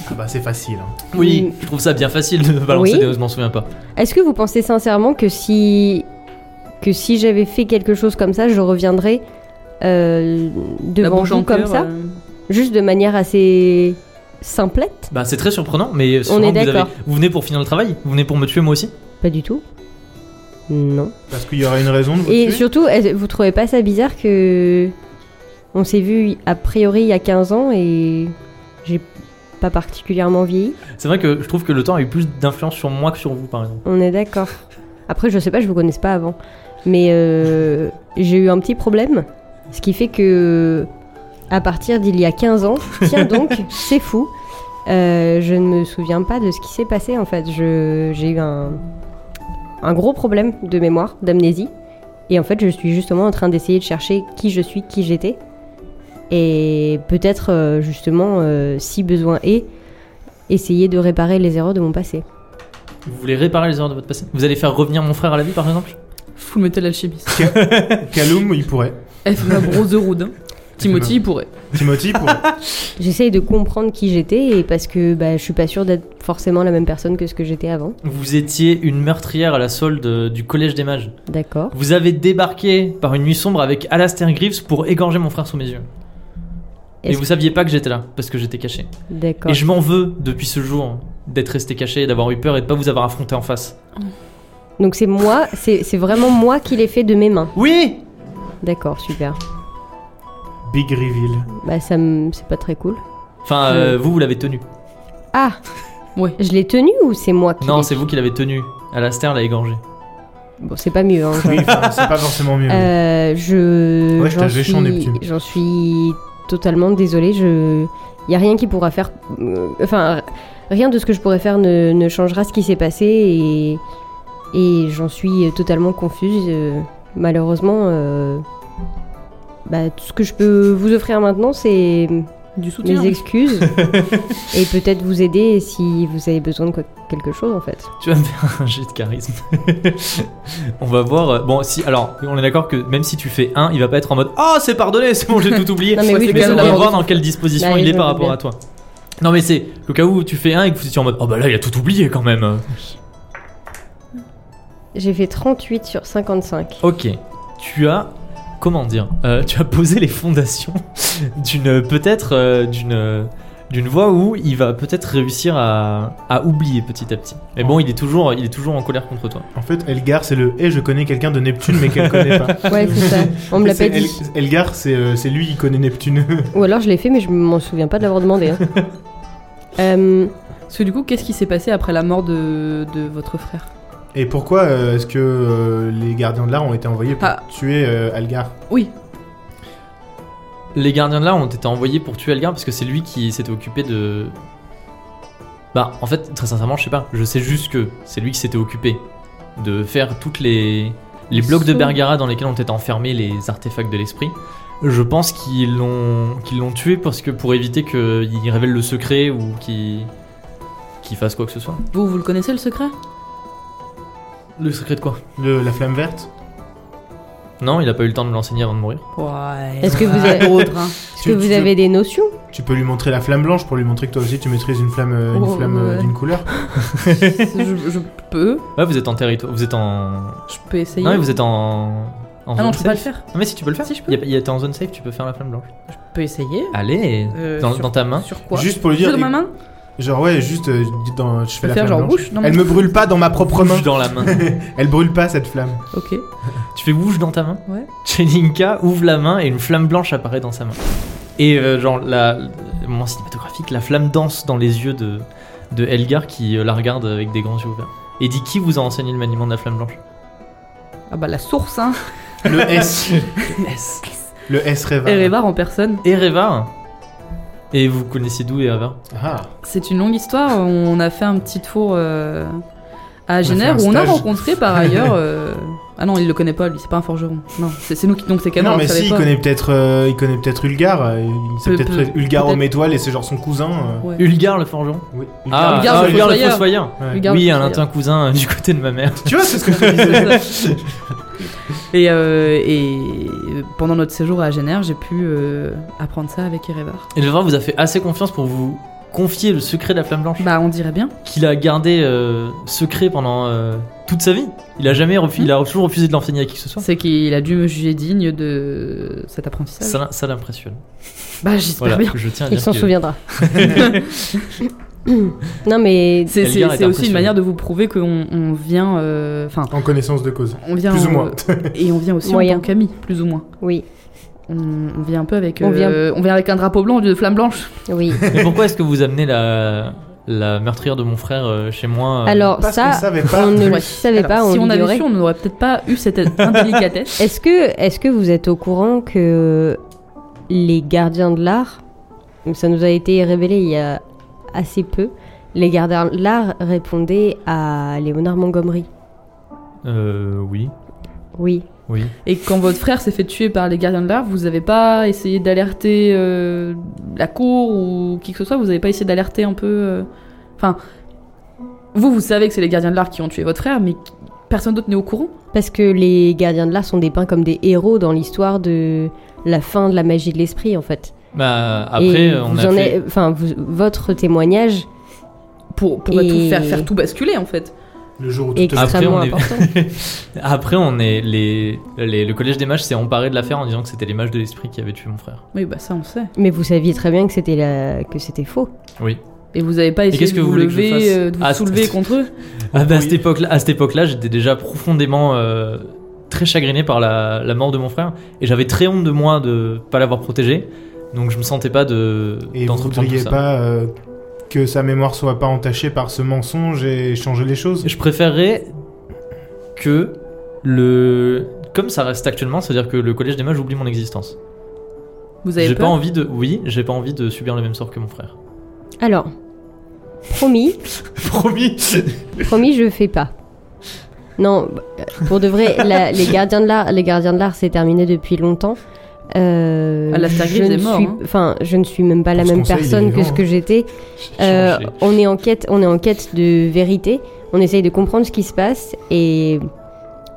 [SPEAKER 4] Ah bah c'est facile. hein.
[SPEAKER 1] oui, je trouve ça bien facile de balancer
[SPEAKER 3] Oui.
[SPEAKER 1] des je m'en souviens pas.
[SPEAKER 3] Est-ce que vous pensez sincèrement que si que si j'avais fait quelque chose comme ça, je reviendrais euh,
[SPEAKER 2] La
[SPEAKER 3] devant
[SPEAKER 2] bouche en
[SPEAKER 3] vous comme
[SPEAKER 2] cœur,
[SPEAKER 3] ça,
[SPEAKER 2] euh,
[SPEAKER 3] juste de manière assez simplette
[SPEAKER 1] Bah c'est très surprenant, mais souvent,
[SPEAKER 3] est
[SPEAKER 1] vous, avez-
[SPEAKER 3] d'accord.
[SPEAKER 1] vous venez pour finir le travail, vous venez pour me tuer moi aussi.
[SPEAKER 3] Pas du tout. Non.
[SPEAKER 4] Parce qu'il y aura une raison de vous
[SPEAKER 3] Et
[SPEAKER 4] tuer.
[SPEAKER 3] surtout, est-ce- vous trouvez pas ça bizarre que on s'est vu a priori il y a 15 ans et j'ai pas particulièrement vieilli
[SPEAKER 1] C'est vrai que je trouve que le temps a eu plus d'influence sur moi que sur vous, par exemple.
[SPEAKER 3] On est d'accord. Après, je sais pas, je vous connaisse pas avant. Mais euh, j'ai eu un petit problème. Ce qui fait que, à partir d'il y a 15 ans, tiens donc, c'est fou. euh, je ne me souviens pas de ce qui s'est passé en fait. Je- J'ai eu un, un gros problème de mémoire, d'amnésie. Et en fait, je suis justement en train d'essayer de chercher qui je suis, qui j'étais. Et peut-être, euh, justement, euh, si besoin est, essayer de réparer les erreurs de mon passé.
[SPEAKER 1] Vous voulez réparer les erreurs de votre passé Vous allez faire revenir mon frère à la vie, par exemple
[SPEAKER 2] Full Metal Alchemist.
[SPEAKER 4] Kaloum, il pourrait.
[SPEAKER 2] F.A. Brotherhood. Timothy, il pourrait.
[SPEAKER 4] Timothy pourrait.
[SPEAKER 3] J'essaye de comprendre qui j'étais et parce que bah, je suis pas sûre d'être forcément la même personne que ce que j'étais avant.
[SPEAKER 1] Vous étiez une meurtrière à la solde euh, du collège des mages.
[SPEAKER 3] D'accord.
[SPEAKER 1] Vous avez débarqué par une nuit sombre avec Alastair Griffiths pour égorger mon frère sous mes yeux. Et
[SPEAKER 3] Est-ce-
[SPEAKER 1] vous saviez pas que j'étais là, parce que j'étais caché.
[SPEAKER 3] D'accord.
[SPEAKER 1] Et je m'en veux depuis ce jour d'être resté caché, d'avoir eu peur et de pas vous avoir affronté en face.
[SPEAKER 3] Donc c'est moi, c'est c'est vraiment moi qui l'ai fait de mes mains.
[SPEAKER 1] Oui
[SPEAKER 3] D'accord, super.
[SPEAKER 4] Big reveal.
[SPEAKER 3] Bah ça me- c'est pas très cool.
[SPEAKER 1] Enfin, euh, vous, vous l'avez tenu.
[SPEAKER 3] Ah
[SPEAKER 2] Ouais.
[SPEAKER 3] Je l'ai tenu ou c'est moi qui
[SPEAKER 1] Non,
[SPEAKER 3] l'ai-
[SPEAKER 1] c'est vous qui l'avez tenu. Alastair l'a égorgé.
[SPEAKER 3] Bon, c'est pas mieux. Hein.
[SPEAKER 4] Oui, enfin, c'est pas forcément mieux.
[SPEAKER 3] Euh, je.
[SPEAKER 4] Ouais, je
[SPEAKER 3] j'en
[SPEAKER 4] t'avais
[SPEAKER 3] suis-
[SPEAKER 4] chant, Neptune.
[SPEAKER 3] J'en suis totalement désolée. Je. Y a rien qui pourra faire. euh, Enfin, rien de ce que je pourrais faire ne, ne changera ce qui s'est passé et. Et j'en suis totalement confuse. euh, Malheureusement, euh, bah, tout ce que je peux vous offrir maintenant, c'est
[SPEAKER 2] Du soutien.
[SPEAKER 3] mes excuses et peut-être vous aider si vous avez besoin de quoi- quelque chose en fait.
[SPEAKER 1] Tu vas me faire un jet de charisme. on va voir. euh, Bon, si, alors, on est d'accord que même si tu fais un, il va pas être en mode Ah, c'est pardonné, c'est bon, j'ai tout oublié.
[SPEAKER 3] Non mais
[SPEAKER 2] Ouais,
[SPEAKER 3] oui, mais
[SPEAKER 2] c'est
[SPEAKER 1] Mais
[SPEAKER 2] Quel
[SPEAKER 1] on
[SPEAKER 3] c'est
[SPEAKER 1] va
[SPEAKER 2] labeur
[SPEAKER 3] vrai.
[SPEAKER 1] voir dans quelle disposition
[SPEAKER 3] Bah,
[SPEAKER 1] il est
[SPEAKER 3] je
[SPEAKER 1] par
[SPEAKER 3] veux
[SPEAKER 1] rapport
[SPEAKER 3] bien.
[SPEAKER 1] à toi. Non mais c'est le cas où tu fais un et que vous étiez en mode oh bah là il a tout oublié quand même.
[SPEAKER 3] J'ai fait 38 sur 55.
[SPEAKER 1] Ok, tu as comment dire, euh, tu as posé les fondations d'une peut-être euh, d'une d'une voie où il va peut-être réussir à, à oublier petit à petit. Mais bon il est toujours il est toujours en colère contre
[SPEAKER 3] Euh.
[SPEAKER 1] toi.
[SPEAKER 4] En fait, Elgar, c'est le. Eh, je connais quelqu'un de Neptune, mais qu'elle connaît pas.
[SPEAKER 3] Ouais, c'est ça. On me l'a pas
[SPEAKER 4] Oh. C'est
[SPEAKER 3] dit.
[SPEAKER 4] El- Elgar, c'est euh, c'est lui, il connaît Neptune.
[SPEAKER 3] Ou alors je l'ai fait, mais je m'en souviens pas de l'avoir demandé. hein. Euh,
[SPEAKER 2] Parce que du coup, qu'est-ce qui s'est passé après la mort de, de votre frère
[SPEAKER 4] Et pourquoi euh, est-ce que euh, les gardiens de l'art ont été envoyés pour
[SPEAKER 2] Ah.
[SPEAKER 4] tuer euh, Algar
[SPEAKER 2] Oui,
[SPEAKER 1] Les gardiens de l'art ont été envoyés pour tuer Algar parce que c'est lui qui s'était occupé de. Bah, en fait, très sincèrement, je sais pas. Je sais juste que c'est lui qui s'était occupé de faire toutes les les blocs de
[SPEAKER 2] Sous-
[SPEAKER 1] Bergara dans lesquels ont été enfermés les artefacts de l'esprit. Je pense qu'ils l'ont qu'ils l'ont tué parce que pour éviter qu'il révèle le secret ou qu'il qu'il fasse quoi que ce soit.
[SPEAKER 2] vous, vous le connaissez le secret
[SPEAKER 1] Le secret de quoi
[SPEAKER 4] Le- La flamme verte
[SPEAKER 1] Non, il a pas eu le temps de me l'enseigner avant de mourir.
[SPEAKER 2] Ouais.
[SPEAKER 3] Est-ce que vous avez-
[SPEAKER 2] autre hein.
[SPEAKER 3] Est-ce
[SPEAKER 4] Tu-
[SPEAKER 3] que vous
[SPEAKER 4] tu-
[SPEAKER 3] avez des notions
[SPEAKER 4] Tu peux lui montrer la flamme blanche pour lui montrer que toi aussi tu maîtrises une flamme, euh, une
[SPEAKER 2] Oh,
[SPEAKER 4] flamme euh,
[SPEAKER 2] ouais.
[SPEAKER 4] d'une couleur.
[SPEAKER 2] je, je peux,
[SPEAKER 1] Ouais, vous êtes en territoire, vous êtes en
[SPEAKER 2] je peux essayer.
[SPEAKER 1] Non, mais vous êtes en, en
[SPEAKER 2] Ah non,
[SPEAKER 1] zone
[SPEAKER 2] je peux pas le
[SPEAKER 1] safe.
[SPEAKER 2] faire.
[SPEAKER 1] Non, mais si tu peux le faire,
[SPEAKER 2] Si, je peux.
[SPEAKER 1] Il y a- il y a- T'es en zone safe, tu peux faire la flamme blanche.
[SPEAKER 2] Je peux essayer.
[SPEAKER 1] Allez,
[SPEAKER 2] Euh,
[SPEAKER 1] dans,
[SPEAKER 2] sur-
[SPEAKER 1] dans ta main.
[SPEAKER 2] Sur quoi
[SPEAKER 4] Juste pour lui
[SPEAKER 2] Juste
[SPEAKER 4] dire.
[SPEAKER 2] dans ma main
[SPEAKER 4] Genre ouais, juste euh, dans, je fais
[SPEAKER 2] Je
[SPEAKER 4] la
[SPEAKER 2] peux faire
[SPEAKER 4] flamme
[SPEAKER 2] genre
[SPEAKER 4] blanche.
[SPEAKER 2] bouche dans ma
[SPEAKER 4] Elle me brûle pas dans ma propre main.
[SPEAKER 1] Wouche dans la main.
[SPEAKER 4] Elle brûle pas cette flamme.
[SPEAKER 2] Ok.
[SPEAKER 1] tu fais wouche dans ta main.
[SPEAKER 2] Ouais.
[SPEAKER 1] Chelinka ouvre la main et une flamme blanche apparaît dans sa main. Et euh, genre, la, le moment cinématographique, la flamme danse dans les yeux de, de Elgar qui euh, la regarde avec des grands yeux ouverts. Et dit qui vous a enseigné le maniement de la flamme blanche
[SPEAKER 2] Ah bah la source, hein.
[SPEAKER 4] Le S,
[SPEAKER 1] S.
[SPEAKER 4] le S Reva.
[SPEAKER 2] Erevar en personne.
[SPEAKER 1] Erevar Et vous connaissez d'où Erevar
[SPEAKER 4] Ah,
[SPEAKER 2] C'est une longue histoire. On a fait un petit tour euh, à
[SPEAKER 4] fait
[SPEAKER 2] Génère
[SPEAKER 4] un
[SPEAKER 2] où on a
[SPEAKER 4] stage.
[SPEAKER 2] rencontré par ailleurs. euh, Ah non, il le connaît pas, lui, c'est pas un forgeron. Non, c'est c'est nous qui. Donc c'est Canon,
[SPEAKER 4] non
[SPEAKER 2] on le
[SPEAKER 4] mais
[SPEAKER 2] savait
[SPEAKER 4] si, il
[SPEAKER 2] pas.
[SPEAKER 4] connaît peut-être, euh, il connaît peut-être Ulgar. euh, il- C'est
[SPEAKER 2] Peu-
[SPEAKER 4] peut-être
[SPEAKER 2] peu-
[SPEAKER 4] Ulgar
[SPEAKER 2] peut-être.
[SPEAKER 4] homme étoile et c'est genre son cousin. euh,
[SPEAKER 2] Ouais.
[SPEAKER 1] Ulgar le forgeron
[SPEAKER 4] Oui.
[SPEAKER 1] Ah,
[SPEAKER 2] Ulgar,
[SPEAKER 1] ah,
[SPEAKER 2] le
[SPEAKER 1] Ulgar le
[SPEAKER 2] fossoyeur.
[SPEAKER 1] fossoyeur
[SPEAKER 4] Ouais.
[SPEAKER 2] Regarde,
[SPEAKER 1] Oui,
[SPEAKER 2] je
[SPEAKER 1] un
[SPEAKER 2] sais.
[SPEAKER 1] latin cousin euh, du côté de ma mère.
[SPEAKER 4] Tu vois, c'est ce que je te disais.
[SPEAKER 2] Et, euh, et pendant notre séjour à Génère, j'ai pu euh, apprendre ça avec Erevar.
[SPEAKER 1] Et le Vivant vous a fait assez confiance pour vous confier le secret de la flamme blanche
[SPEAKER 2] Bah, on dirait bien.
[SPEAKER 1] qu'il a gardé euh, secret pendant euh, toute sa vie. Il a jamais refu- il a toujours refusé de l'enseigner à qui que ce soit.
[SPEAKER 2] C'est qu'il a dû me juger digne de cet apprentissage.
[SPEAKER 1] Ça, ça l'impressionne.
[SPEAKER 2] Bah, j'espère
[SPEAKER 1] Voilà,
[SPEAKER 2] bien.
[SPEAKER 1] je tiens à
[SPEAKER 3] Il
[SPEAKER 1] dire.
[SPEAKER 3] s'en
[SPEAKER 1] que-
[SPEAKER 3] souviendra. non, mais
[SPEAKER 2] C'est c'est-
[SPEAKER 1] Elgar est
[SPEAKER 2] c'est aussi
[SPEAKER 1] impressionnant.
[SPEAKER 2] une manière de vous prouver qu'on on vient. euh, Enfin,
[SPEAKER 4] En connaissance de cause.
[SPEAKER 2] on vient.
[SPEAKER 4] Plus ou
[SPEAKER 2] en-
[SPEAKER 4] moins.
[SPEAKER 2] et on vient aussi
[SPEAKER 3] Moyen.
[SPEAKER 2] en tant qu'amis, plus ou moins.
[SPEAKER 3] oui,
[SPEAKER 2] On, on vient un peu avec.
[SPEAKER 3] On
[SPEAKER 2] euh,
[SPEAKER 3] vient-
[SPEAKER 2] on vient avec un drapeau blanc de flamme blanche.
[SPEAKER 3] oui.
[SPEAKER 1] Mais pourquoi est-ce que vous amenez la, la meurtrière de mon frère euh, chez moi euh,
[SPEAKER 3] Alors
[SPEAKER 4] Parce qu'on
[SPEAKER 3] ça,
[SPEAKER 4] savait pas.
[SPEAKER 3] on ne le
[SPEAKER 2] Ouais.
[SPEAKER 3] savait
[SPEAKER 2] Alors,
[SPEAKER 3] pas.
[SPEAKER 2] si on avait
[SPEAKER 3] l'ignorait.
[SPEAKER 2] su, on n'aurait peut-être pas eu cette indélicatesse.
[SPEAKER 3] Est-ce que, est-ce que vous êtes au courant que les gardiens de l'art, ça nous a été révélé il y a assez peu, les gardiens de l'art répondaient à Léonard Montgomery.
[SPEAKER 1] Euh, oui,
[SPEAKER 3] Oui.
[SPEAKER 1] oui.
[SPEAKER 2] Et quand votre frère s'est fait tuer par les gardiens de l'art, vous avez pas essayé d'alerter euh, la cour ou qui que ce soit Vous avez pas essayé d'alerter un peu euh, Enfin, vous, vous savez que c'est les gardiens de l'art qui ont tué votre frère, mais qui- personne d'autre n'est au courant
[SPEAKER 3] Parce que les gardiens de l'art sont dépeints comme des héros dans l'histoire de la fin de la magie de l'esprit, en fait.
[SPEAKER 1] Bah,
[SPEAKER 3] Et
[SPEAKER 1] après, euh, on
[SPEAKER 3] vous
[SPEAKER 1] a
[SPEAKER 3] en
[SPEAKER 1] fait...
[SPEAKER 3] êtes- enfin, vous- votre témoignage
[SPEAKER 2] Pour, pour
[SPEAKER 3] Et-
[SPEAKER 2] tout faire, faire tout basculer, en fait.
[SPEAKER 4] Le jour où
[SPEAKER 3] est
[SPEAKER 4] tout te-
[SPEAKER 3] extrêmement
[SPEAKER 1] on est-
[SPEAKER 3] important.
[SPEAKER 1] Après, on est les, les- le collège des mages s'est emparé de l'affaire en disant que c'était les mages de l'esprit qui avaient tué mon frère.
[SPEAKER 2] Oui, bah ça, on sait.
[SPEAKER 3] Mais vous saviez très bien que c'était la... que c'était faux.
[SPEAKER 1] Oui.
[SPEAKER 2] Et vous avez pas essayé
[SPEAKER 1] qu'est-ce
[SPEAKER 2] de
[SPEAKER 1] que
[SPEAKER 2] vous,
[SPEAKER 1] vous voulez que je
[SPEAKER 2] lever,
[SPEAKER 1] fasse
[SPEAKER 2] euh, de vous
[SPEAKER 1] Ah,
[SPEAKER 2] soulever
[SPEAKER 1] c'est-
[SPEAKER 2] contre eux
[SPEAKER 1] Ah bah, à
[SPEAKER 4] Oui.
[SPEAKER 1] cette époque-là, à cette époque-là, j'étais déjà profondément euh, très chagriné par la, la mort de mon frère et j'avais très honte de moi de pas l'avoir protégé. Donc je me sentais pas de
[SPEAKER 4] Et vous
[SPEAKER 1] d'entreprendre tout
[SPEAKER 4] voudriez
[SPEAKER 1] ça.
[SPEAKER 4] pas euh, que sa mémoire soit pas entachée par ce mensonge et changer les choses
[SPEAKER 1] Je préférerais que le comme ça reste actuellement, c'est-à-dire que le collège des mages oublie mon existence.
[SPEAKER 2] Vous avez
[SPEAKER 1] J'ai pas
[SPEAKER 2] peur
[SPEAKER 1] envie de oui, j'ai pas envie de subir le même sort que mon frère.
[SPEAKER 3] Alors, promis,
[SPEAKER 4] Promis
[SPEAKER 3] Promis, je fais pas. Non, bah, pour de vrai, la- les gardiens de l'art, les gardiens de l'art, c'est terminé depuis longtemps. Euh,
[SPEAKER 2] Ah, l'Astargrid
[SPEAKER 3] je ne
[SPEAKER 2] est mort,
[SPEAKER 3] suis,
[SPEAKER 2] hein.
[SPEAKER 3] enfin, je ne suis même pas la
[SPEAKER 4] Parce
[SPEAKER 3] même
[SPEAKER 4] qu'on sait, il est
[SPEAKER 3] personne que
[SPEAKER 4] vivant,
[SPEAKER 3] ce que j'étais. Euh,
[SPEAKER 1] Changé.
[SPEAKER 3] on est en quête, on est en quête de vérité. On essaye de comprendre ce qui se passe et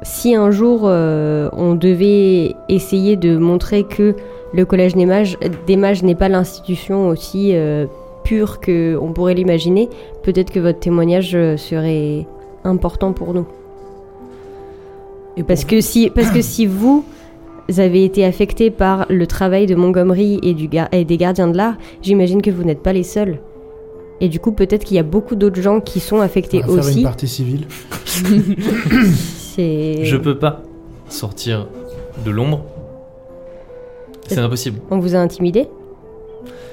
[SPEAKER 3] si un jour euh, on devait essayer de montrer que le collège des mages, des mages n'est pas l'institution aussi euh, pure que on pourrait l'imaginer, peut-être que votre témoignage euh, serait important pour nous.
[SPEAKER 2] Et pour
[SPEAKER 3] Parce que si, parce que si vous avez été affecté par le travail de Montgomery et, du gar- et des gardiens de l'art, j'imagine que vous n'êtes pas les seuls. Et du coup, peut-être qu'il y a beaucoup d'autres gens qui sont affectés
[SPEAKER 4] On va faire une
[SPEAKER 3] aussi.
[SPEAKER 4] partie civile.
[SPEAKER 3] C'est...
[SPEAKER 1] Je peux pas sortir de l'ombre. C'est impossible.
[SPEAKER 3] On vous a intimidé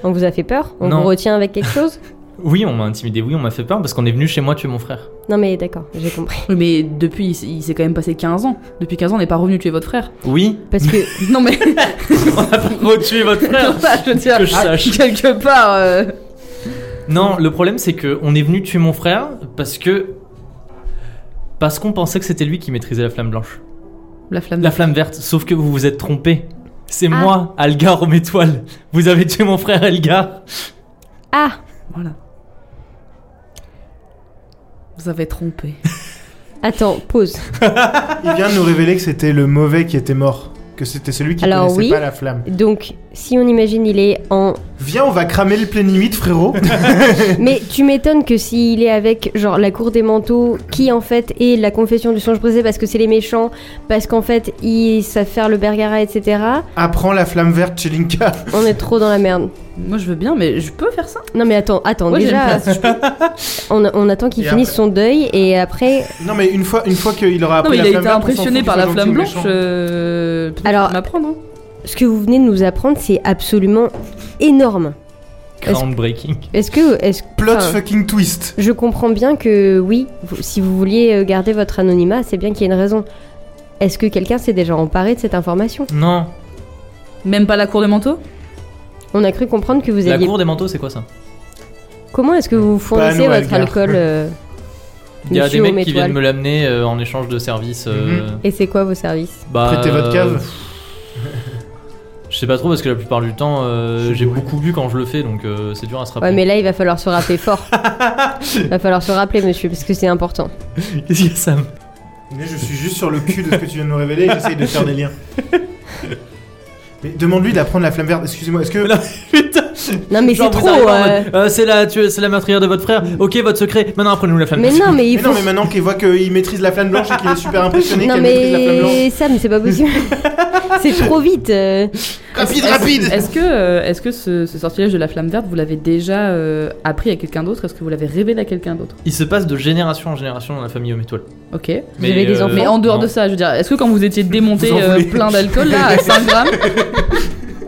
[SPEAKER 3] On vous a fait peur On
[SPEAKER 1] Non.
[SPEAKER 3] vous retient avec quelque chose
[SPEAKER 1] Oui, on m'a intimidé, oui, on m'a fait peur parce qu'on est venu chez moi tuer mon frère.
[SPEAKER 3] Non, mais d'accord, j'ai compris.
[SPEAKER 2] Oui, mais depuis, il s- il s'est quand même passé 15 ans. Depuis 15 ans, on n'est pas revenu tuer votre frère.
[SPEAKER 1] Oui,
[SPEAKER 3] Parce que
[SPEAKER 2] Non, mais.
[SPEAKER 1] on a pas tuer votre frère.
[SPEAKER 2] Enfin, je veux dire,
[SPEAKER 1] Que je sache.
[SPEAKER 2] quelque part. euh,
[SPEAKER 1] Non, le problème c'est que on est venu tuer mon frère parce que parce qu'on pensait que c'était lui qui maîtrisait la flamme blanche,
[SPEAKER 2] La flamme.
[SPEAKER 1] la flamme verte. Sauf que vous vous êtes trompé. C'est
[SPEAKER 3] Ah.
[SPEAKER 1] moi, Algar Homme Étoile. Vous avez tué mon frère Algar.
[SPEAKER 3] ah
[SPEAKER 2] Voilà. Vous avez trompé.
[SPEAKER 3] attends pause.
[SPEAKER 4] Il vient de nous révéler que c'était le mauvais qui était mort. Que c'était celui qui
[SPEAKER 3] Alors,
[SPEAKER 4] connaissait
[SPEAKER 3] oui.
[SPEAKER 4] pas la flamme.
[SPEAKER 3] Donc si on imagine il est en
[SPEAKER 4] Viens, on va cramer le plein limite, frérot.
[SPEAKER 3] Mais tu m'étonnes que s'il est avec genre la cour des manteaux, qui en fait est la confession du songe brisé parce que c'est les méchants, parce qu'en fait ils savent faire le bergara, etc.
[SPEAKER 4] Apprends la flamme verte chez Linka.
[SPEAKER 3] On est trop dans la merde.
[SPEAKER 2] Moi, je veux bien, mais je peux faire ça
[SPEAKER 3] Non mais attends, attends
[SPEAKER 2] Ouais,
[SPEAKER 3] déjà,
[SPEAKER 2] j'aime bien.
[SPEAKER 3] on, on attend qu'il
[SPEAKER 4] Et
[SPEAKER 3] finisse son deuil et après.
[SPEAKER 4] Non, mais une fois, une fois qu'il aura
[SPEAKER 2] Non,
[SPEAKER 4] appris
[SPEAKER 2] mais il
[SPEAKER 4] la
[SPEAKER 2] a
[SPEAKER 4] flamme
[SPEAKER 2] été
[SPEAKER 4] verte, on s'en
[SPEAKER 2] impressionné
[SPEAKER 4] fout
[SPEAKER 2] par
[SPEAKER 4] qu'il
[SPEAKER 2] la
[SPEAKER 4] soit
[SPEAKER 2] flamme
[SPEAKER 4] gentil ou
[SPEAKER 2] blanche.
[SPEAKER 4] méchant.
[SPEAKER 2] euh, peut-être
[SPEAKER 3] Alors-
[SPEAKER 2] qu'il va m'apprendre. hein.
[SPEAKER 3] Ce que vous venez de nous apprendre, c'est absolument énorme. Est-ce-
[SPEAKER 1] Groundbreaking.
[SPEAKER 3] Est-ce que, est-ce
[SPEAKER 4] Plot
[SPEAKER 3] enfin,
[SPEAKER 4] fucking twist.
[SPEAKER 3] je comprends bien que oui, vous- si vous vouliez euh, garder votre anonymat, c'est bien qu'il y ait une raison. Est-ce que quelqu'un s'est déjà emparé de cette information
[SPEAKER 1] Non,
[SPEAKER 2] Même pas la cour des manteaux
[SPEAKER 3] On a cru comprendre que vous
[SPEAKER 1] la
[SPEAKER 3] aviez
[SPEAKER 1] cour des manteaux, c'est quoi ça
[SPEAKER 3] Comment est-ce que vous fournissez
[SPEAKER 4] Bah, nous,
[SPEAKER 3] votre
[SPEAKER 4] Algar.
[SPEAKER 3] alcool euh,
[SPEAKER 1] Il y a
[SPEAKER 3] monsieur
[SPEAKER 1] des mecs
[SPEAKER 3] homme
[SPEAKER 1] qui
[SPEAKER 3] étoile
[SPEAKER 1] viennent me l'amener euh, en échange de services. euh,
[SPEAKER 3] Et c'est quoi vos services
[SPEAKER 1] bah,
[SPEAKER 4] Prêtez votre
[SPEAKER 1] euh,
[SPEAKER 4] cave.
[SPEAKER 1] Je sais pas trop parce que la plupart du temps, euh,
[SPEAKER 4] Je suis
[SPEAKER 1] j'ai
[SPEAKER 4] bourré.
[SPEAKER 1] beaucoup bu quand je le fais, donc euh, c'est dur à se rappeler.
[SPEAKER 3] Ouais, mais là, il va falloir se rappeler fort. il va falloir se rappeler, monsieur, parce que c'est important.
[SPEAKER 1] Qu'est-ce qu'il y a, Sam
[SPEAKER 4] Mais je suis juste sur le cul de ce que tu viens de nous révéler et j'essaye de faire des liens. Mais demande-lui d'apprendre la flamme verte. Excusez-moi, est-ce que.
[SPEAKER 1] Non, Putain
[SPEAKER 3] Non, mais c'est
[SPEAKER 1] Genre, vous
[SPEAKER 3] trop.
[SPEAKER 1] arrivez en
[SPEAKER 3] euh, Mm.
[SPEAKER 1] mode, euh, c'est la, tu- c'est la meurtrière de votre frère. Ok, votre secret. Maintenant, apprenez-nous la flamme.
[SPEAKER 3] Mais non, mais il
[SPEAKER 4] Mais
[SPEAKER 3] faut.
[SPEAKER 4] non, mais maintenant qu'il voit qu'il maîtrise la flamme blanche et qu'il est super impressionné
[SPEAKER 3] Non,
[SPEAKER 4] qu'elle maîtrise la flamme blanche.
[SPEAKER 3] mais Sam, c'est pas possible. c'est trop vite. euh.
[SPEAKER 4] Rapide,
[SPEAKER 2] Est-ce-
[SPEAKER 4] rapide
[SPEAKER 2] Est-ce que, euh, est-ce que ce, ce sortilège de la flamme verte, vous l'avez déjà euh, appris à quelqu'un d'autre Est-ce que vous l'avez révélé à quelqu'un d'autre
[SPEAKER 1] Il se passe de génération en génération dans la famille Homme Étoile.
[SPEAKER 2] Ok.
[SPEAKER 3] Vous avez des enfants
[SPEAKER 2] Mais en dehors
[SPEAKER 1] non.
[SPEAKER 2] de ça, je veux dire, est-ce que quand vous étiez démonté
[SPEAKER 1] Vous en
[SPEAKER 2] euh,
[SPEAKER 1] voulez
[SPEAKER 2] plein d'alcool, là, à 5 grammes,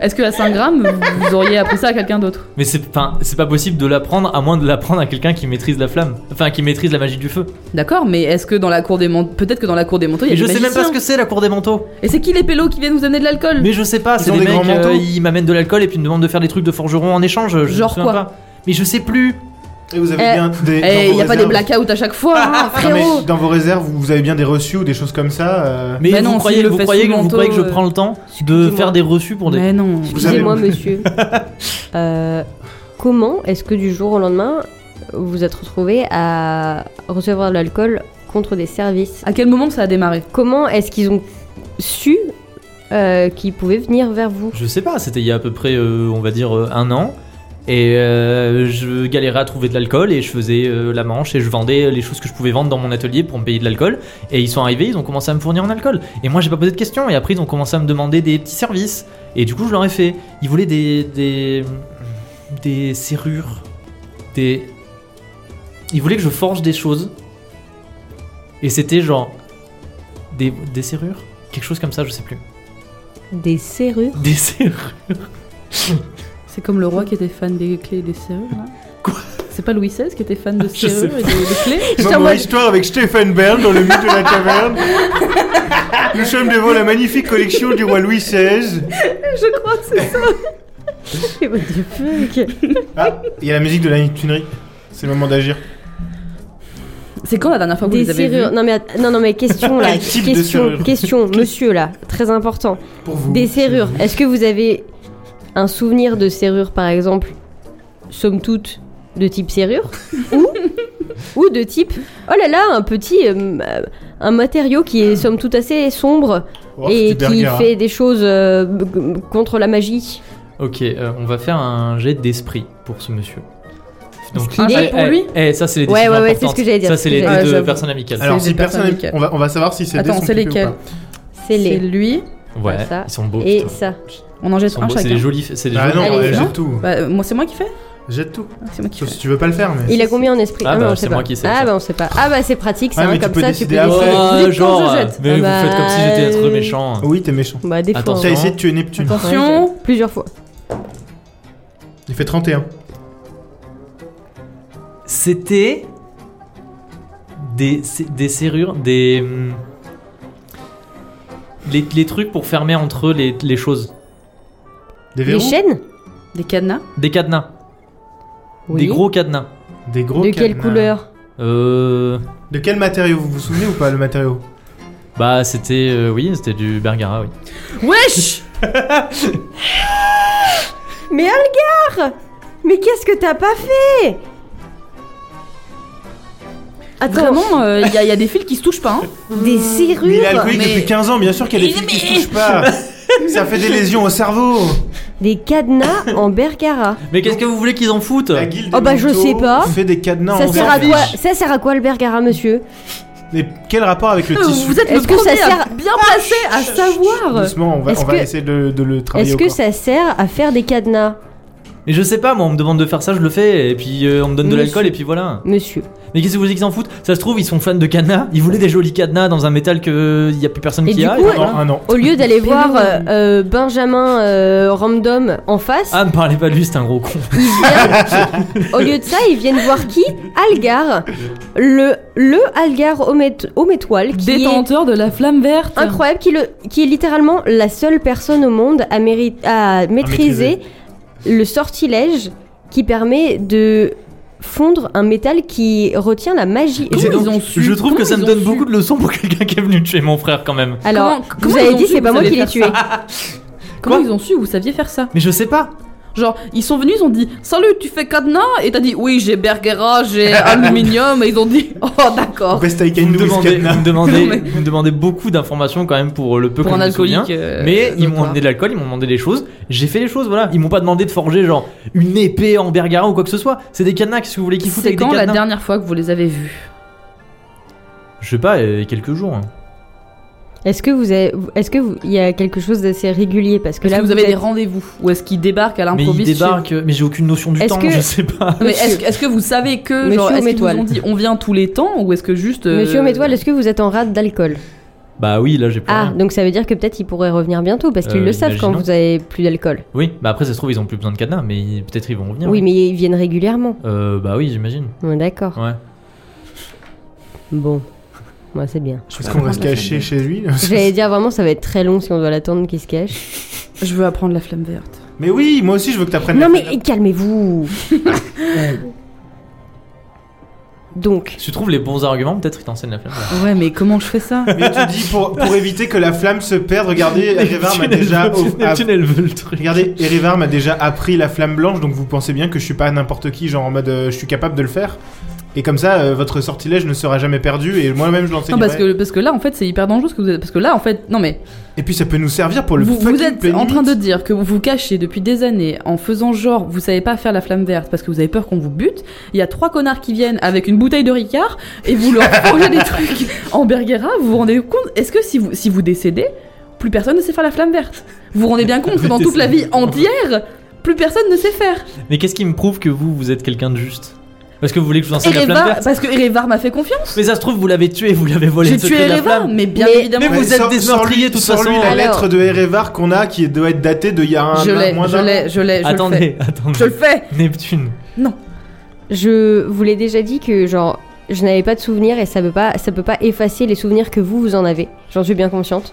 [SPEAKER 2] est-ce que à 5 grammes, vous auriez appris ça à quelqu'un d'autre
[SPEAKER 1] Mais c'est enfin, c'est pas possible de l'apprendre à moins de l'apprendre à quelqu'un qui maîtrise la flamme. Enfin, qui maîtrise la magie du feu.
[SPEAKER 2] D'accord, mais est-ce que dans la cour des manteaux, peut-être que dans la cour des manteaux, il y a
[SPEAKER 1] Et je
[SPEAKER 2] des
[SPEAKER 1] sais même pas ce
[SPEAKER 2] magiciens
[SPEAKER 1] que c'est la cour des manteaux.
[SPEAKER 2] Et c'est qui les pélos qui viennent vous amener de
[SPEAKER 3] Mm.
[SPEAKER 2] l'alcool
[SPEAKER 1] Mais je sais pas,
[SPEAKER 4] Ils
[SPEAKER 1] c'est
[SPEAKER 4] ont
[SPEAKER 1] des,
[SPEAKER 4] des
[SPEAKER 1] mecs,
[SPEAKER 4] grands manteaux
[SPEAKER 1] euh, ils m'amènent de l'alcool et puis ils me demandent de faire des trucs de forgeron en échange. Je
[SPEAKER 2] Genre
[SPEAKER 1] me souviens
[SPEAKER 2] quoi
[SPEAKER 1] pas. Mais je sais plus.
[SPEAKER 4] Et vous avez
[SPEAKER 3] Eh,
[SPEAKER 4] bien des. dans
[SPEAKER 2] Eh,
[SPEAKER 4] vos
[SPEAKER 2] il y a pas
[SPEAKER 4] réserves-
[SPEAKER 2] des blackouts à chaque fois,
[SPEAKER 1] Ah,
[SPEAKER 2] hein,
[SPEAKER 4] Non, mais
[SPEAKER 2] frérot
[SPEAKER 4] dans vos réserves, vous avez bien des reçus ou des choses comme ça. euh,
[SPEAKER 1] Mais
[SPEAKER 2] Bah non,
[SPEAKER 1] vous
[SPEAKER 2] s'il
[SPEAKER 1] croyez,
[SPEAKER 2] le
[SPEAKER 1] vous
[SPEAKER 2] fait sous
[SPEAKER 1] croyez
[SPEAKER 2] le
[SPEAKER 1] que, vous
[SPEAKER 2] manteau,
[SPEAKER 1] croyez que je
[SPEAKER 2] euh,
[SPEAKER 1] prends le temps de
[SPEAKER 3] excusez-moi.
[SPEAKER 1] faire des reçus pour des.
[SPEAKER 2] Mais non.
[SPEAKER 4] Vous avez-
[SPEAKER 3] Excusez-moi, monsieur. Euh, comment est-ce que du jour au lendemain, vous vous êtes retrouvé à recevoir de l'alcool contre des services
[SPEAKER 2] À quel moment ça a démarré
[SPEAKER 3] Comment est-ce qu'ils ont su euh, qu'ils pouvaient venir vers vous
[SPEAKER 1] Je sais pas, c'était il y a à peu près, euh, on va dire, euh, un an. Et euh, je galérais à trouver de l'alcool et je faisais euh, la manche et je vendais les choses que je pouvais vendre dans mon atelier pour me payer de l'alcool. Et ils sont arrivés, ils ont commencé à me fournir en alcool. Et moi j'ai pas posé de questions et après ils ont commencé à me demander des petits services. Et du coup je leur ai fait. Ils voulaient des. des. des serrures. Des. Ils voulaient que je forge des choses. Et c'était genre. Des, des serrures Quelque chose comme ça, je sais plus.
[SPEAKER 3] Des serrures
[SPEAKER 1] Des serrures.
[SPEAKER 2] C'est comme le roi qui était fan des clés et des serrures. là.
[SPEAKER 1] Quoi
[SPEAKER 2] C'est pas Louis XVI qui était fan de
[SPEAKER 1] Je sais
[SPEAKER 2] serrures et de, de clés
[SPEAKER 4] Moi,
[SPEAKER 3] Putain,
[SPEAKER 4] mon
[SPEAKER 3] moi,
[SPEAKER 4] histoire avec Stéphane Bern dans le mythe de la caverne. Nous sommes devant la magnifique collection du roi Louis XVI.
[SPEAKER 2] Je crois que c'est ça.
[SPEAKER 3] Et what the fuck
[SPEAKER 4] Ah, il y a la musique de la tunerie. C'est le moment d'agir.
[SPEAKER 2] C'est quand la dernière fois que vous
[SPEAKER 3] Des
[SPEAKER 2] les avez
[SPEAKER 3] serrures.
[SPEAKER 2] vus
[SPEAKER 3] Non mais, att- non, non, mais question là.
[SPEAKER 4] Quel type de
[SPEAKER 3] question,
[SPEAKER 4] serrure
[SPEAKER 3] question, monsieur là, très important.
[SPEAKER 4] Pour vous.
[SPEAKER 3] Des serrures. Est-ce que vous avez un souvenir de serrure par exemple, somme toute, de type serrure ou, ou de type, oh là là, un petit. euh, euh, un matériau qui est somme toute assez sombre
[SPEAKER 4] Oh,
[SPEAKER 3] et
[SPEAKER 4] c'était
[SPEAKER 3] qui
[SPEAKER 4] Bergara.
[SPEAKER 3] fait des choses euh, b- b- contre la magie.
[SPEAKER 1] Ok, euh, on va faire un jet d'esprit pour ce monsieur. Donc,
[SPEAKER 3] qu'il est pour
[SPEAKER 1] eh,
[SPEAKER 3] lui
[SPEAKER 1] eh, ça c'est les décisions
[SPEAKER 3] Ouais, ouais, ouais,
[SPEAKER 1] importantes.
[SPEAKER 3] c'est ce que j'allais dire,
[SPEAKER 1] Ça c'est
[SPEAKER 3] c'est ce
[SPEAKER 1] les
[SPEAKER 3] que
[SPEAKER 2] j'allais
[SPEAKER 1] deux
[SPEAKER 2] dire.
[SPEAKER 1] de personnes amicales.
[SPEAKER 4] Alors,
[SPEAKER 2] C'est
[SPEAKER 4] si
[SPEAKER 2] des personnes
[SPEAKER 4] personne.
[SPEAKER 2] amicales.
[SPEAKER 4] On va, on va savoir si c'est
[SPEAKER 2] Attends,
[SPEAKER 4] des
[SPEAKER 2] c'est lesquels
[SPEAKER 3] C'est
[SPEAKER 2] C'est
[SPEAKER 3] les.
[SPEAKER 2] lui.
[SPEAKER 1] Ouais,
[SPEAKER 3] ça.
[SPEAKER 1] ils sont beaux.
[SPEAKER 3] Et
[SPEAKER 1] Oh, putain.
[SPEAKER 3] ça.
[SPEAKER 2] On en
[SPEAKER 1] Ils
[SPEAKER 2] jette
[SPEAKER 1] sont
[SPEAKER 2] un
[SPEAKER 1] beaux, c'est
[SPEAKER 2] chacun.
[SPEAKER 1] des jolis. C'est des
[SPEAKER 4] Ah
[SPEAKER 1] jolis-
[SPEAKER 4] non,
[SPEAKER 3] Allez,
[SPEAKER 4] euh,
[SPEAKER 2] non
[SPEAKER 4] jette tout.
[SPEAKER 2] Bah, euh, moi, c'est moi qui fais
[SPEAKER 4] Jette tout.
[SPEAKER 2] Ah, C'est moi qui
[SPEAKER 4] Sauf
[SPEAKER 2] fais.
[SPEAKER 4] si tu veux pas le faire, mais.
[SPEAKER 3] Il a combien en esprit
[SPEAKER 1] Ah bah,
[SPEAKER 3] non, on
[SPEAKER 1] c'est
[SPEAKER 3] sait
[SPEAKER 1] moi
[SPEAKER 3] pas.
[SPEAKER 1] qui sais
[SPEAKER 3] Ah
[SPEAKER 1] ça.
[SPEAKER 3] bah on sait pas. Ah bah c'est pratique, c'est
[SPEAKER 4] Ah,
[SPEAKER 3] un
[SPEAKER 4] mais tu
[SPEAKER 3] comme
[SPEAKER 4] peux
[SPEAKER 3] ça
[SPEAKER 4] décider
[SPEAKER 3] tu peux
[SPEAKER 4] après.
[SPEAKER 3] décider.
[SPEAKER 1] Oh,
[SPEAKER 2] Vous dites quand
[SPEAKER 1] genre,
[SPEAKER 2] je
[SPEAKER 1] euh,
[SPEAKER 2] jette.
[SPEAKER 1] mais
[SPEAKER 3] Ah
[SPEAKER 1] vous
[SPEAKER 3] bah,
[SPEAKER 1] faites comme si j'étais trop
[SPEAKER 3] euh,
[SPEAKER 1] méchant.
[SPEAKER 4] Ah Oui, t'es méchant.
[SPEAKER 3] Bah des fois.
[SPEAKER 1] Attends,
[SPEAKER 3] hein.
[SPEAKER 4] T'as essayé de tuer Neptune.
[SPEAKER 3] Ouais,
[SPEAKER 2] Attention
[SPEAKER 3] j'ai- Plusieurs fois.
[SPEAKER 4] Il fait 31.
[SPEAKER 1] C'était des, c'est- des serrures, des. hum, Les, les trucs pour fermer entre eux les, les choses.
[SPEAKER 4] Des
[SPEAKER 3] Des
[SPEAKER 4] verrous
[SPEAKER 3] chaînes
[SPEAKER 2] Des cadenas
[SPEAKER 1] Des cadenas.
[SPEAKER 3] Oui.
[SPEAKER 1] Des gros cadenas.
[SPEAKER 4] Des gros
[SPEAKER 3] De quelle
[SPEAKER 4] cadenas.
[SPEAKER 3] couleur
[SPEAKER 1] Euh.
[SPEAKER 4] De quel matériau Vous vous souvenez ou pas le matériau
[SPEAKER 1] Bah, c'était. euh, oui, c'était du Bergara, oui.
[SPEAKER 2] Wesh
[SPEAKER 3] Mais Algar Mais qu'est-ce que t'as pas fait Attends,
[SPEAKER 2] Vraiment, euh, il y, a- il y a des fils qui se touchent pas. hein.
[SPEAKER 3] des serrures
[SPEAKER 4] Mais il est alcoolique
[SPEAKER 2] mais-
[SPEAKER 4] depuis 15 ans, bien sûr qu'elle est
[SPEAKER 2] Il-
[SPEAKER 4] fille qui se touche pas Ça fait des lésions au cerveau
[SPEAKER 3] Des cadenas en Bergara.
[SPEAKER 1] Mais qu'est-ce que vous voulez qu'ils en foutent
[SPEAKER 4] La guilde
[SPEAKER 3] Oh
[SPEAKER 4] des
[SPEAKER 3] bah, je
[SPEAKER 4] manteaux
[SPEAKER 3] sais pas.
[SPEAKER 4] fait des cadenas
[SPEAKER 3] ça,
[SPEAKER 4] en
[SPEAKER 3] sert à
[SPEAKER 4] verre.
[SPEAKER 3] quoi, ça sert à quoi le Bergara, monsieur
[SPEAKER 4] Mais quel rapport avec le
[SPEAKER 2] Euh,
[SPEAKER 4] tissu
[SPEAKER 2] Vous êtes le
[SPEAKER 3] Est-ce que ça
[SPEAKER 2] premier à
[SPEAKER 3] sert- Ah,
[SPEAKER 2] bien placé à savoir.
[SPEAKER 4] Doucement, on va,
[SPEAKER 3] Est-ce
[SPEAKER 4] on va
[SPEAKER 3] que-
[SPEAKER 4] essayer de, de le travailler
[SPEAKER 3] Est-ce
[SPEAKER 4] au
[SPEAKER 3] que
[SPEAKER 4] corps.
[SPEAKER 3] ça sert à faire des cadenas
[SPEAKER 1] Mais je sais pas, moi, on me demande de faire ça, je le fais, et puis euh, on me donne de
[SPEAKER 3] Monsieur.
[SPEAKER 1] l'alcool, et puis voilà.
[SPEAKER 3] Monsieur,
[SPEAKER 1] Mais qu'est-ce que vous voulez qu'ils en foutent Ça se trouve, ils sont fans de cadenas, ils voulaient des jolis cadenas dans un métal que il y a plus personne
[SPEAKER 3] Et
[SPEAKER 1] qui
[SPEAKER 3] du
[SPEAKER 1] a.
[SPEAKER 3] coup,
[SPEAKER 1] et
[SPEAKER 4] Non,
[SPEAKER 1] voilà.
[SPEAKER 4] un an.
[SPEAKER 3] au lieu d'aller
[SPEAKER 2] Mais
[SPEAKER 3] voir
[SPEAKER 2] non.
[SPEAKER 3] euh, euh, Benjamin euh, Random en face,
[SPEAKER 1] Ah, me parlez pas de lui, c'est un gros con.
[SPEAKER 3] ils viennent- au lieu de ça, ils viennent voir qui Algar. Le, le Algar Omet- Ométoile qui est
[SPEAKER 2] Détenteur de la flamme verte.
[SPEAKER 3] incroyable, qui, le- qui est littéralement la seule personne au monde à, méri- à maîtriser le sortilège qui permet de fondre un métal qui retient la magie.
[SPEAKER 2] Comment
[SPEAKER 1] C'est
[SPEAKER 2] ils ont su
[SPEAKER 1] je trouve
[SPEAKER 2] Comment
[SPEAKER 1] que ça
[SPEAKER 2] ils
[SPEAKER 1] me
[SPEAKER 2] ont
[SPEAKER 1] donne
[SPEAKER 2] su
[SPEAKER 1] beaucoup de leçons pour quelqu'un qui est venu tuer mon frère quand même.
[SPEAKER 3] Alors,
[SPEAKER 2] Comment-
[SPEAKER 3] vous
[SPEAKER 2] comment ils
[SPEAKER 3] avez
[SPEAKER 2] ont
[SPEAKER 3] dit,
[SPEAKER 2] su
[SPEAKER 3] c'est
[SPEAKER 2] que
[SPEAKER 3] pas
[SPEAKER 2] vous
[SPEAKER 3] moi qui
[SPEAKER 2] allez
[SPEAKER 3] l'ai tué.
[SPEAKER 2] faire Comment
[SPEAKER 1] Quoi
[SPEAKER 2] ils ont su Vous saviez faire ça
[SPEAKER 1] Mais je sais pas.
[SPEAKER 2] Genre, ils sont venus, ils ont dit Salut, tu fais cadenas Et t'as dit Oui, j'ai Bergera, j'ai aluminium. Et ils ont dit Oh, d'accord.
[SPEAKER 4] Best I can
[SPEAKER 1] Vous me
[SPEAKER 4] do with
[SPEAKER 1] demandez,
[SPEAKER 4] cadenas.
[SPEAKER 1] vous me demandez,
[SPEAKER 2] Non, mais-
[SPEAKER 1] vous me demandez beaucoup d'informations quand même pour le peu
[SPEAKER 2] Pour
[SPEAKER 1] qu'on
[SPEAKER 2] un
[SPEAKER 1] me souvient.
[SPEAKER 2] alcoolique. euh,
[SPEAKER 1] Mais ils m'ont
[SPEAKER 2] notoire.
[SPEAKER 1] demandé de l'alcool, ils m'ont demandé des choses, j'ai fait les choses, voilà. Ils m'ont pas demandé de forger genre une épée en bergara ou quoi que ce soit. C'est des cadenas, qu'est-ce que vous voulez qu'ils foutent
[SPEAKER 2] C'est
[SPEAKER 1] avec
[SPEAKER 2] quand
[SPEAKER 1] des
[SPEAKER 2] la
[SPEAKER 1] cadenas
[SPEAKER 2] dernière fois que vous les avez vus
[SPEAKER 1] Je sais pas, euh, quelques jours. hein.
[SPEAKER 3] Est-ce que vous avez, est-ce que vous, il y a quelque chose d'assez régulier parce que
[SPEAKER 2] Est-ce
[SPEAKER 3] là
[SPEAKER 2] que vous avez
[SPEAKER 3] êtes-
[SPEAKER 2] des rendez-vous Ou est-ce qu'ils débarquent à
[SPEAKER 1] Mais ils
[SPEAKER 2] l'improviste chez vous
[SPEAKER 1] débarquent, euh, mais j'ai aucune notion du
[SPEAKER 3] Est-ce
[SPEAKER 1] temps,
[SPEAKER 3] que-
[SPEAKER 1] je sais pas.
[SPEAKER 2] Non, mais est-ce que- est-ce que vous savez que genre,
[SPEAKER 3] Monsieur
[SPEAKER 2] est-ce qu'ils vous
[SPEAKER 3] Métoile.
[SPEAKER 2] ont dit on vient tous les temps ou est-ce que juste euh,
[SPEAKER 3] Monsieur Métoile, est-ce que vous êtes en rade d'alcool
[SPEAKER 1] Bah oui, là j'ai pas.
[SPEAKER 3] Ah,
[SPEAKER 1] rien.
[SPEAKER 3] donc ça veut dire que peut-être ils pourraient revenir bientôt parce qu'ils
[SPEAKER 1] Euh,
[SPEAKER 3] le savent quand
[SPEAKER 1] imaginons.
[SPEAKER 3] vous avez plus d'alcool.
[SPEAKER 1] Oui, bah après ça se trouve ils ont plus besoin de cadenas, mais ils- peut-être ils vont revenir.
[SPEAKER 3] Oui, mais ils viennent régulièrement.
[SPEAKER 1] Euh, bah oui, j'imagine.
[SPEAKER 3] Ouais, D'accord.
[SPEAKER 1] Ouais.
[SPEAKER 3] Bon, moi c'est bien.
[SPEAKER 4] Est-ce qu'on va se cacher chez lui
[SPEAKER 3] J'allais dire vraiment, ça va être très long si on doit l'attendre qu'il se cache.
[SPEAKER 2] Je veux apprendre la flamme verte.
[SPEAKER 4] Mais oui, moi aussi je veux que t'apprennes.
[SPEAKER 3] Non
[SPEAKER 4] la-
[SPEAKER 3] mais eh, calmez-vous. donc,
[SPEAKER 1] Si tu trouves les bons arguments, peut-être ils t'enseignent la flamme.
[SPEAKER 2] Ouais, mais comment je fais ça
[SPEAKER 4] Mais tu dis pour, pour éviter que la flamme se perde, regardez, Erevar m'a
[SPEAKER 1] Neptune, elle
[SPEAKER 4] déjà.
[SPEAKER 1] veut-
[SPEAKER 4] a-
[SPEAKER 1] Neptune, elle veut le truc.
[SPEAKER 4] Regardez, Erevar m'a déjà appris la flamme blanche, donc vous pensez bien que je suis pas n'importe qui, genre en mode euh, je suis capable de le faire. Et comme ça, euh, votre sortilège ne sera jamais perdu et moi-même je
[SPEAKER 2] Non,
[SPEAKER 4] l'enseignerai.
[SPEAKER 2] parce que, parce que là, en fait, c'est hyper dangereux ce que vous êtes. Parce que là, en fait, non, mais
[SPEAKER 4] Et puis ça peut nous servir pour le
[SPEAKER 2] vous,
[SPEAKER 4] fucking
[SPEAKER 2] vous êtes
[SPEAKER 4] play
[SPEAKER 2] en train de
[SPEAKER 4] limit.
[SPEAKER 2] dire que vous vous cachez depuis des années en faisant genre vous savez pas faire la flamme verte parce que vous avez peur qu'on vous bute. Il y a trois connards qui viennent avec une bouteille de Ricard et vous leur forgez des trucs en Bergera. Vous vous rendez compte Est-ce que si vous, si vous décédez, plus personne ne sait faire la flamme verte Vous vous rendez bien compte que dans toute la vie entière, plus personne ne sait faire
[SPEAKER 1] Mais qu'est-ce qui me prouve que vous, vous êtes quelqu'un de juste Parce que vous voulez que je vous enseigne la flamme
[SPEAKER 2] Erevar,
[SPEAKER 1] verte
[SPEAKER 2] parce que Erevar m'a fait confiance.
[SPEAKER 1] Mais ça se trouve, vous l'avez tué, vous l'avez volé
[SPEAKER 2] J'ai
[SPEAKER 1] le secret
[SPEAKER 2] tué
[SPEAKER 1] de la
[SPEAKER 2] Erevar,
[SPEAKER 1] flamme.
[SPEAKER 2] mais bien
[SPEAKER 3] Mais-
[SPEAKER 2] évidemment.
[SPEAKER 1] Mais vous
[SPEAKER 4] sors-
[SPEAKER 1] êtes des
[SPEAKER 4] sors-lui-
[SPEAKER 1] meurtriers, de toute
[SPEAKER 4] sors-lui
[SPEAKER 1] façon.
[SPEAKER 4] la
[SPEAKER 3] Alors-
[SPEAKER 4] lettre de Erevar qu'on a qui doit être datée de il y a un
[SPEAKER 2] Je
[SPEAKER 4] un-
[SPEAKER 2] l'ai,
[SPEAKER 4] moins
[SPEAKER 2] je
[SPEAKER 4] d'un an.
[SPEAKER 2] l'ai, je l'ai, je le fais.
[SPEAKER 1] Attendez, attendez.
[SPEAKER 2] Je le fais
[SPEAKER 1] Neptune.
[SPEAKER 3] je vous l'ai déjà dit que genre, je n'avais pas de souvenirs et ça peut pas, ça peut pas effacer les souvenirs que vous vous en avez. J'en suis bien consciente.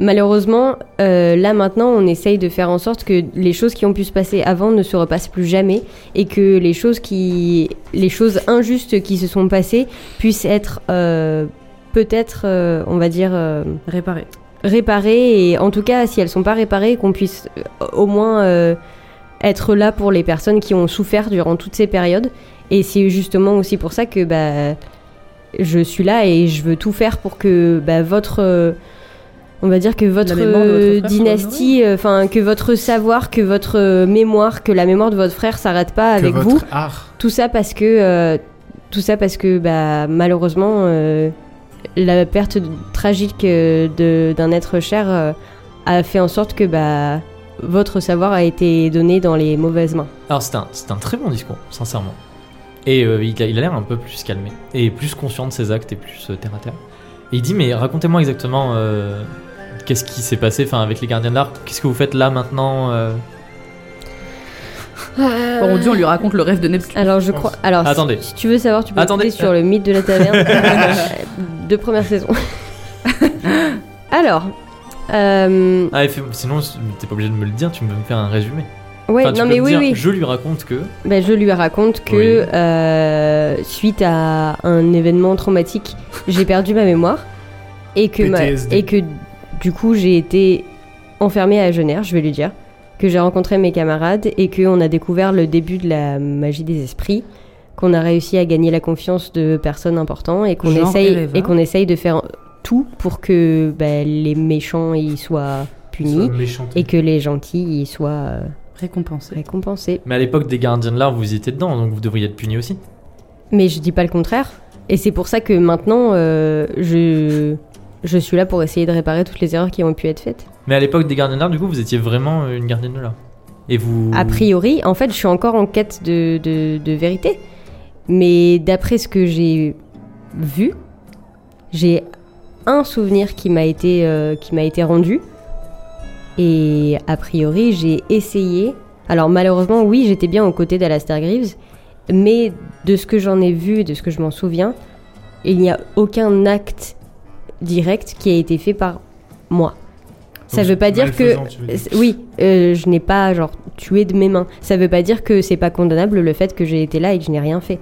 [SPEAKER 3] Malheureusement, euh, là maintenant, on essaye de faire en sorte que les choses qui ont pu se passer avant ne se repassent plus jamais et que les choses qui, les choses injustes qui se sont passées puissent être euh, peut-être, euh, on va dire. euh,
[SPEAKER 2] Réparé.
[SPEAKER 3] réparées et en tout cas si elles sont pas réparées qu'on puisse euh, au moins euh, être là pour les personnes qui ont souffert durant toutes ces périodes et c'est justement aussi pour ça que bah je suis là et je veux tout faire pour que bah, votre euh, on va dire que votre
[SPEAKER 2] mémoire de votre
[SPEAKER 3] euh,
[SPEAKER 2] frère soit
[SPEAKER 3] dynastie enfin que votre savoir que votre euh, mémoire que la mémoire de votre frère s'arrête pas
[SPEAKER 4] Que
[SPEAKER 3] avec
[SPEAKER 4] votre
[SPEAKER 3] vous
[SPEAKER 4] art.
[SPEAKER 3] tout ça parce que euh, tout ça parce que bah malheureusement euh, la perte de- tragique euh, de- d'un être cher euh, a fait en sorte que bah votre savoir a été donné dans les mauvaises mains.
[SPEAKER 1] Alors, c'est un, c'est un très bon discours, sincèrement. Et euh, il a il a l'air un peu plus calmé, et plus conscient de ses actes, et plus euh, terre à terre. Et il dit Mais racontez-moi exactement euh, qu'est-ce qui s'est passé enfin, avec les gardiens de l'art, qu'est-ce que vous faites là maintenant euh,
[SPEAKER 2] Bon, on dit, on lui raconte le rêve de Nebs.
[SPEAKER 3] Alors je crois. Alors si-
[SPEAKER 1] Attendez.
[SPEAKER 3] Si tu veux savoir, tu peux
[SPEAKER 1] Attendez.
[SPEAKER 3] cliquer sur le mythe de la taverne de première saison. Alors, euh,
[SPEAKER 1] Ah, et fais- sinon, t'es pas obligé de me le dire, tu me fais un résumé.
[SPEAKER 3] ouais,
[SPEAKER 1] Enfin, tu
[SPEAKER 3] non
[SPEAKER 1] peux
[SPEAKER 3] mais
[SPEAKER 1] me
[SPEAKER 3] oui,
[SPEAKER 1] dire,
[SPEAKER 3] oui.
[SPEAKER 1] Je lui raconte que.
[SPEAKER 3] Ben, je lui raconte que
[SPEAKER 1] Oui.
[SPEAKER 3] euh, suite à un événement traumatique, j'ai perdu ma mémoire et que ma-
[SPEAKER 4] PTSD.
[SPEAKER 3] et que du coup j'ai été enfermée à Genève, je vais lui dire, que j'ai rencontré mes camarades et qu'on a découvert le début de la magie des esprits, qu'on a réussi à gagner la confiance de personnes importantes et qu'on
[SPEAKER 2] Genre
[SPEAKER 3] essaye
[SPEAKER 2] Eleva.
[SPEAKER 3] et qu'on essaye de faire tout pour que ben, les méchants y soient punis
[SPEAKER 4] Méchante.
[SPEAKER 3] et que les gentils y soient euh,
[SPEAKER 2] Récompensé.
[SPEAKER 3] récompensés.
[SPEAKER 1] Mais à l'époque des gardiens de l'art, vous étiez dedans, donc vous devriez être puni aussi.
[SPEAKER 3] Mais je dis pas le contraire. Et c'est pour ça que maintenant, euh, je, je suis là pour essayer de réparer toutes les erreurs qui ont pu être faites.
[SPEAKER 1] Mais à l'époque des gardiens de l'art, du coup, vous étiez vraiment euh, une gardienne de l'art. Et vous.
[SPEAKER 3] A priori, en fait, je suis encore en quête de, de- de vérité. Mais d'après ce que j'ai vu, j'ai un souvenir qui m'a été, euh, qui m'a été rendu. Et a priori, j'ai essayé. Alors malheureusement, oui, j'étais bien aux côtés d'Alastair Greaves. Mais de ce que j'en ai vu et de ce que je m'en souviens, il n'y a aucun acte direct qui a été fait par moi. Ça
[SPEAKER 4] Donc,
[SPEAKER 3] veut pas dire que
[SPEAKER 4] malfaisant, tu veux dire.
[SPEAKER 3] c'est- Oui, euh, je n'ai pas genre tué de mes mains. Ça veut pas dire que c'est pas condamnable le fait que j'ai été là et que je n'ai rien fait.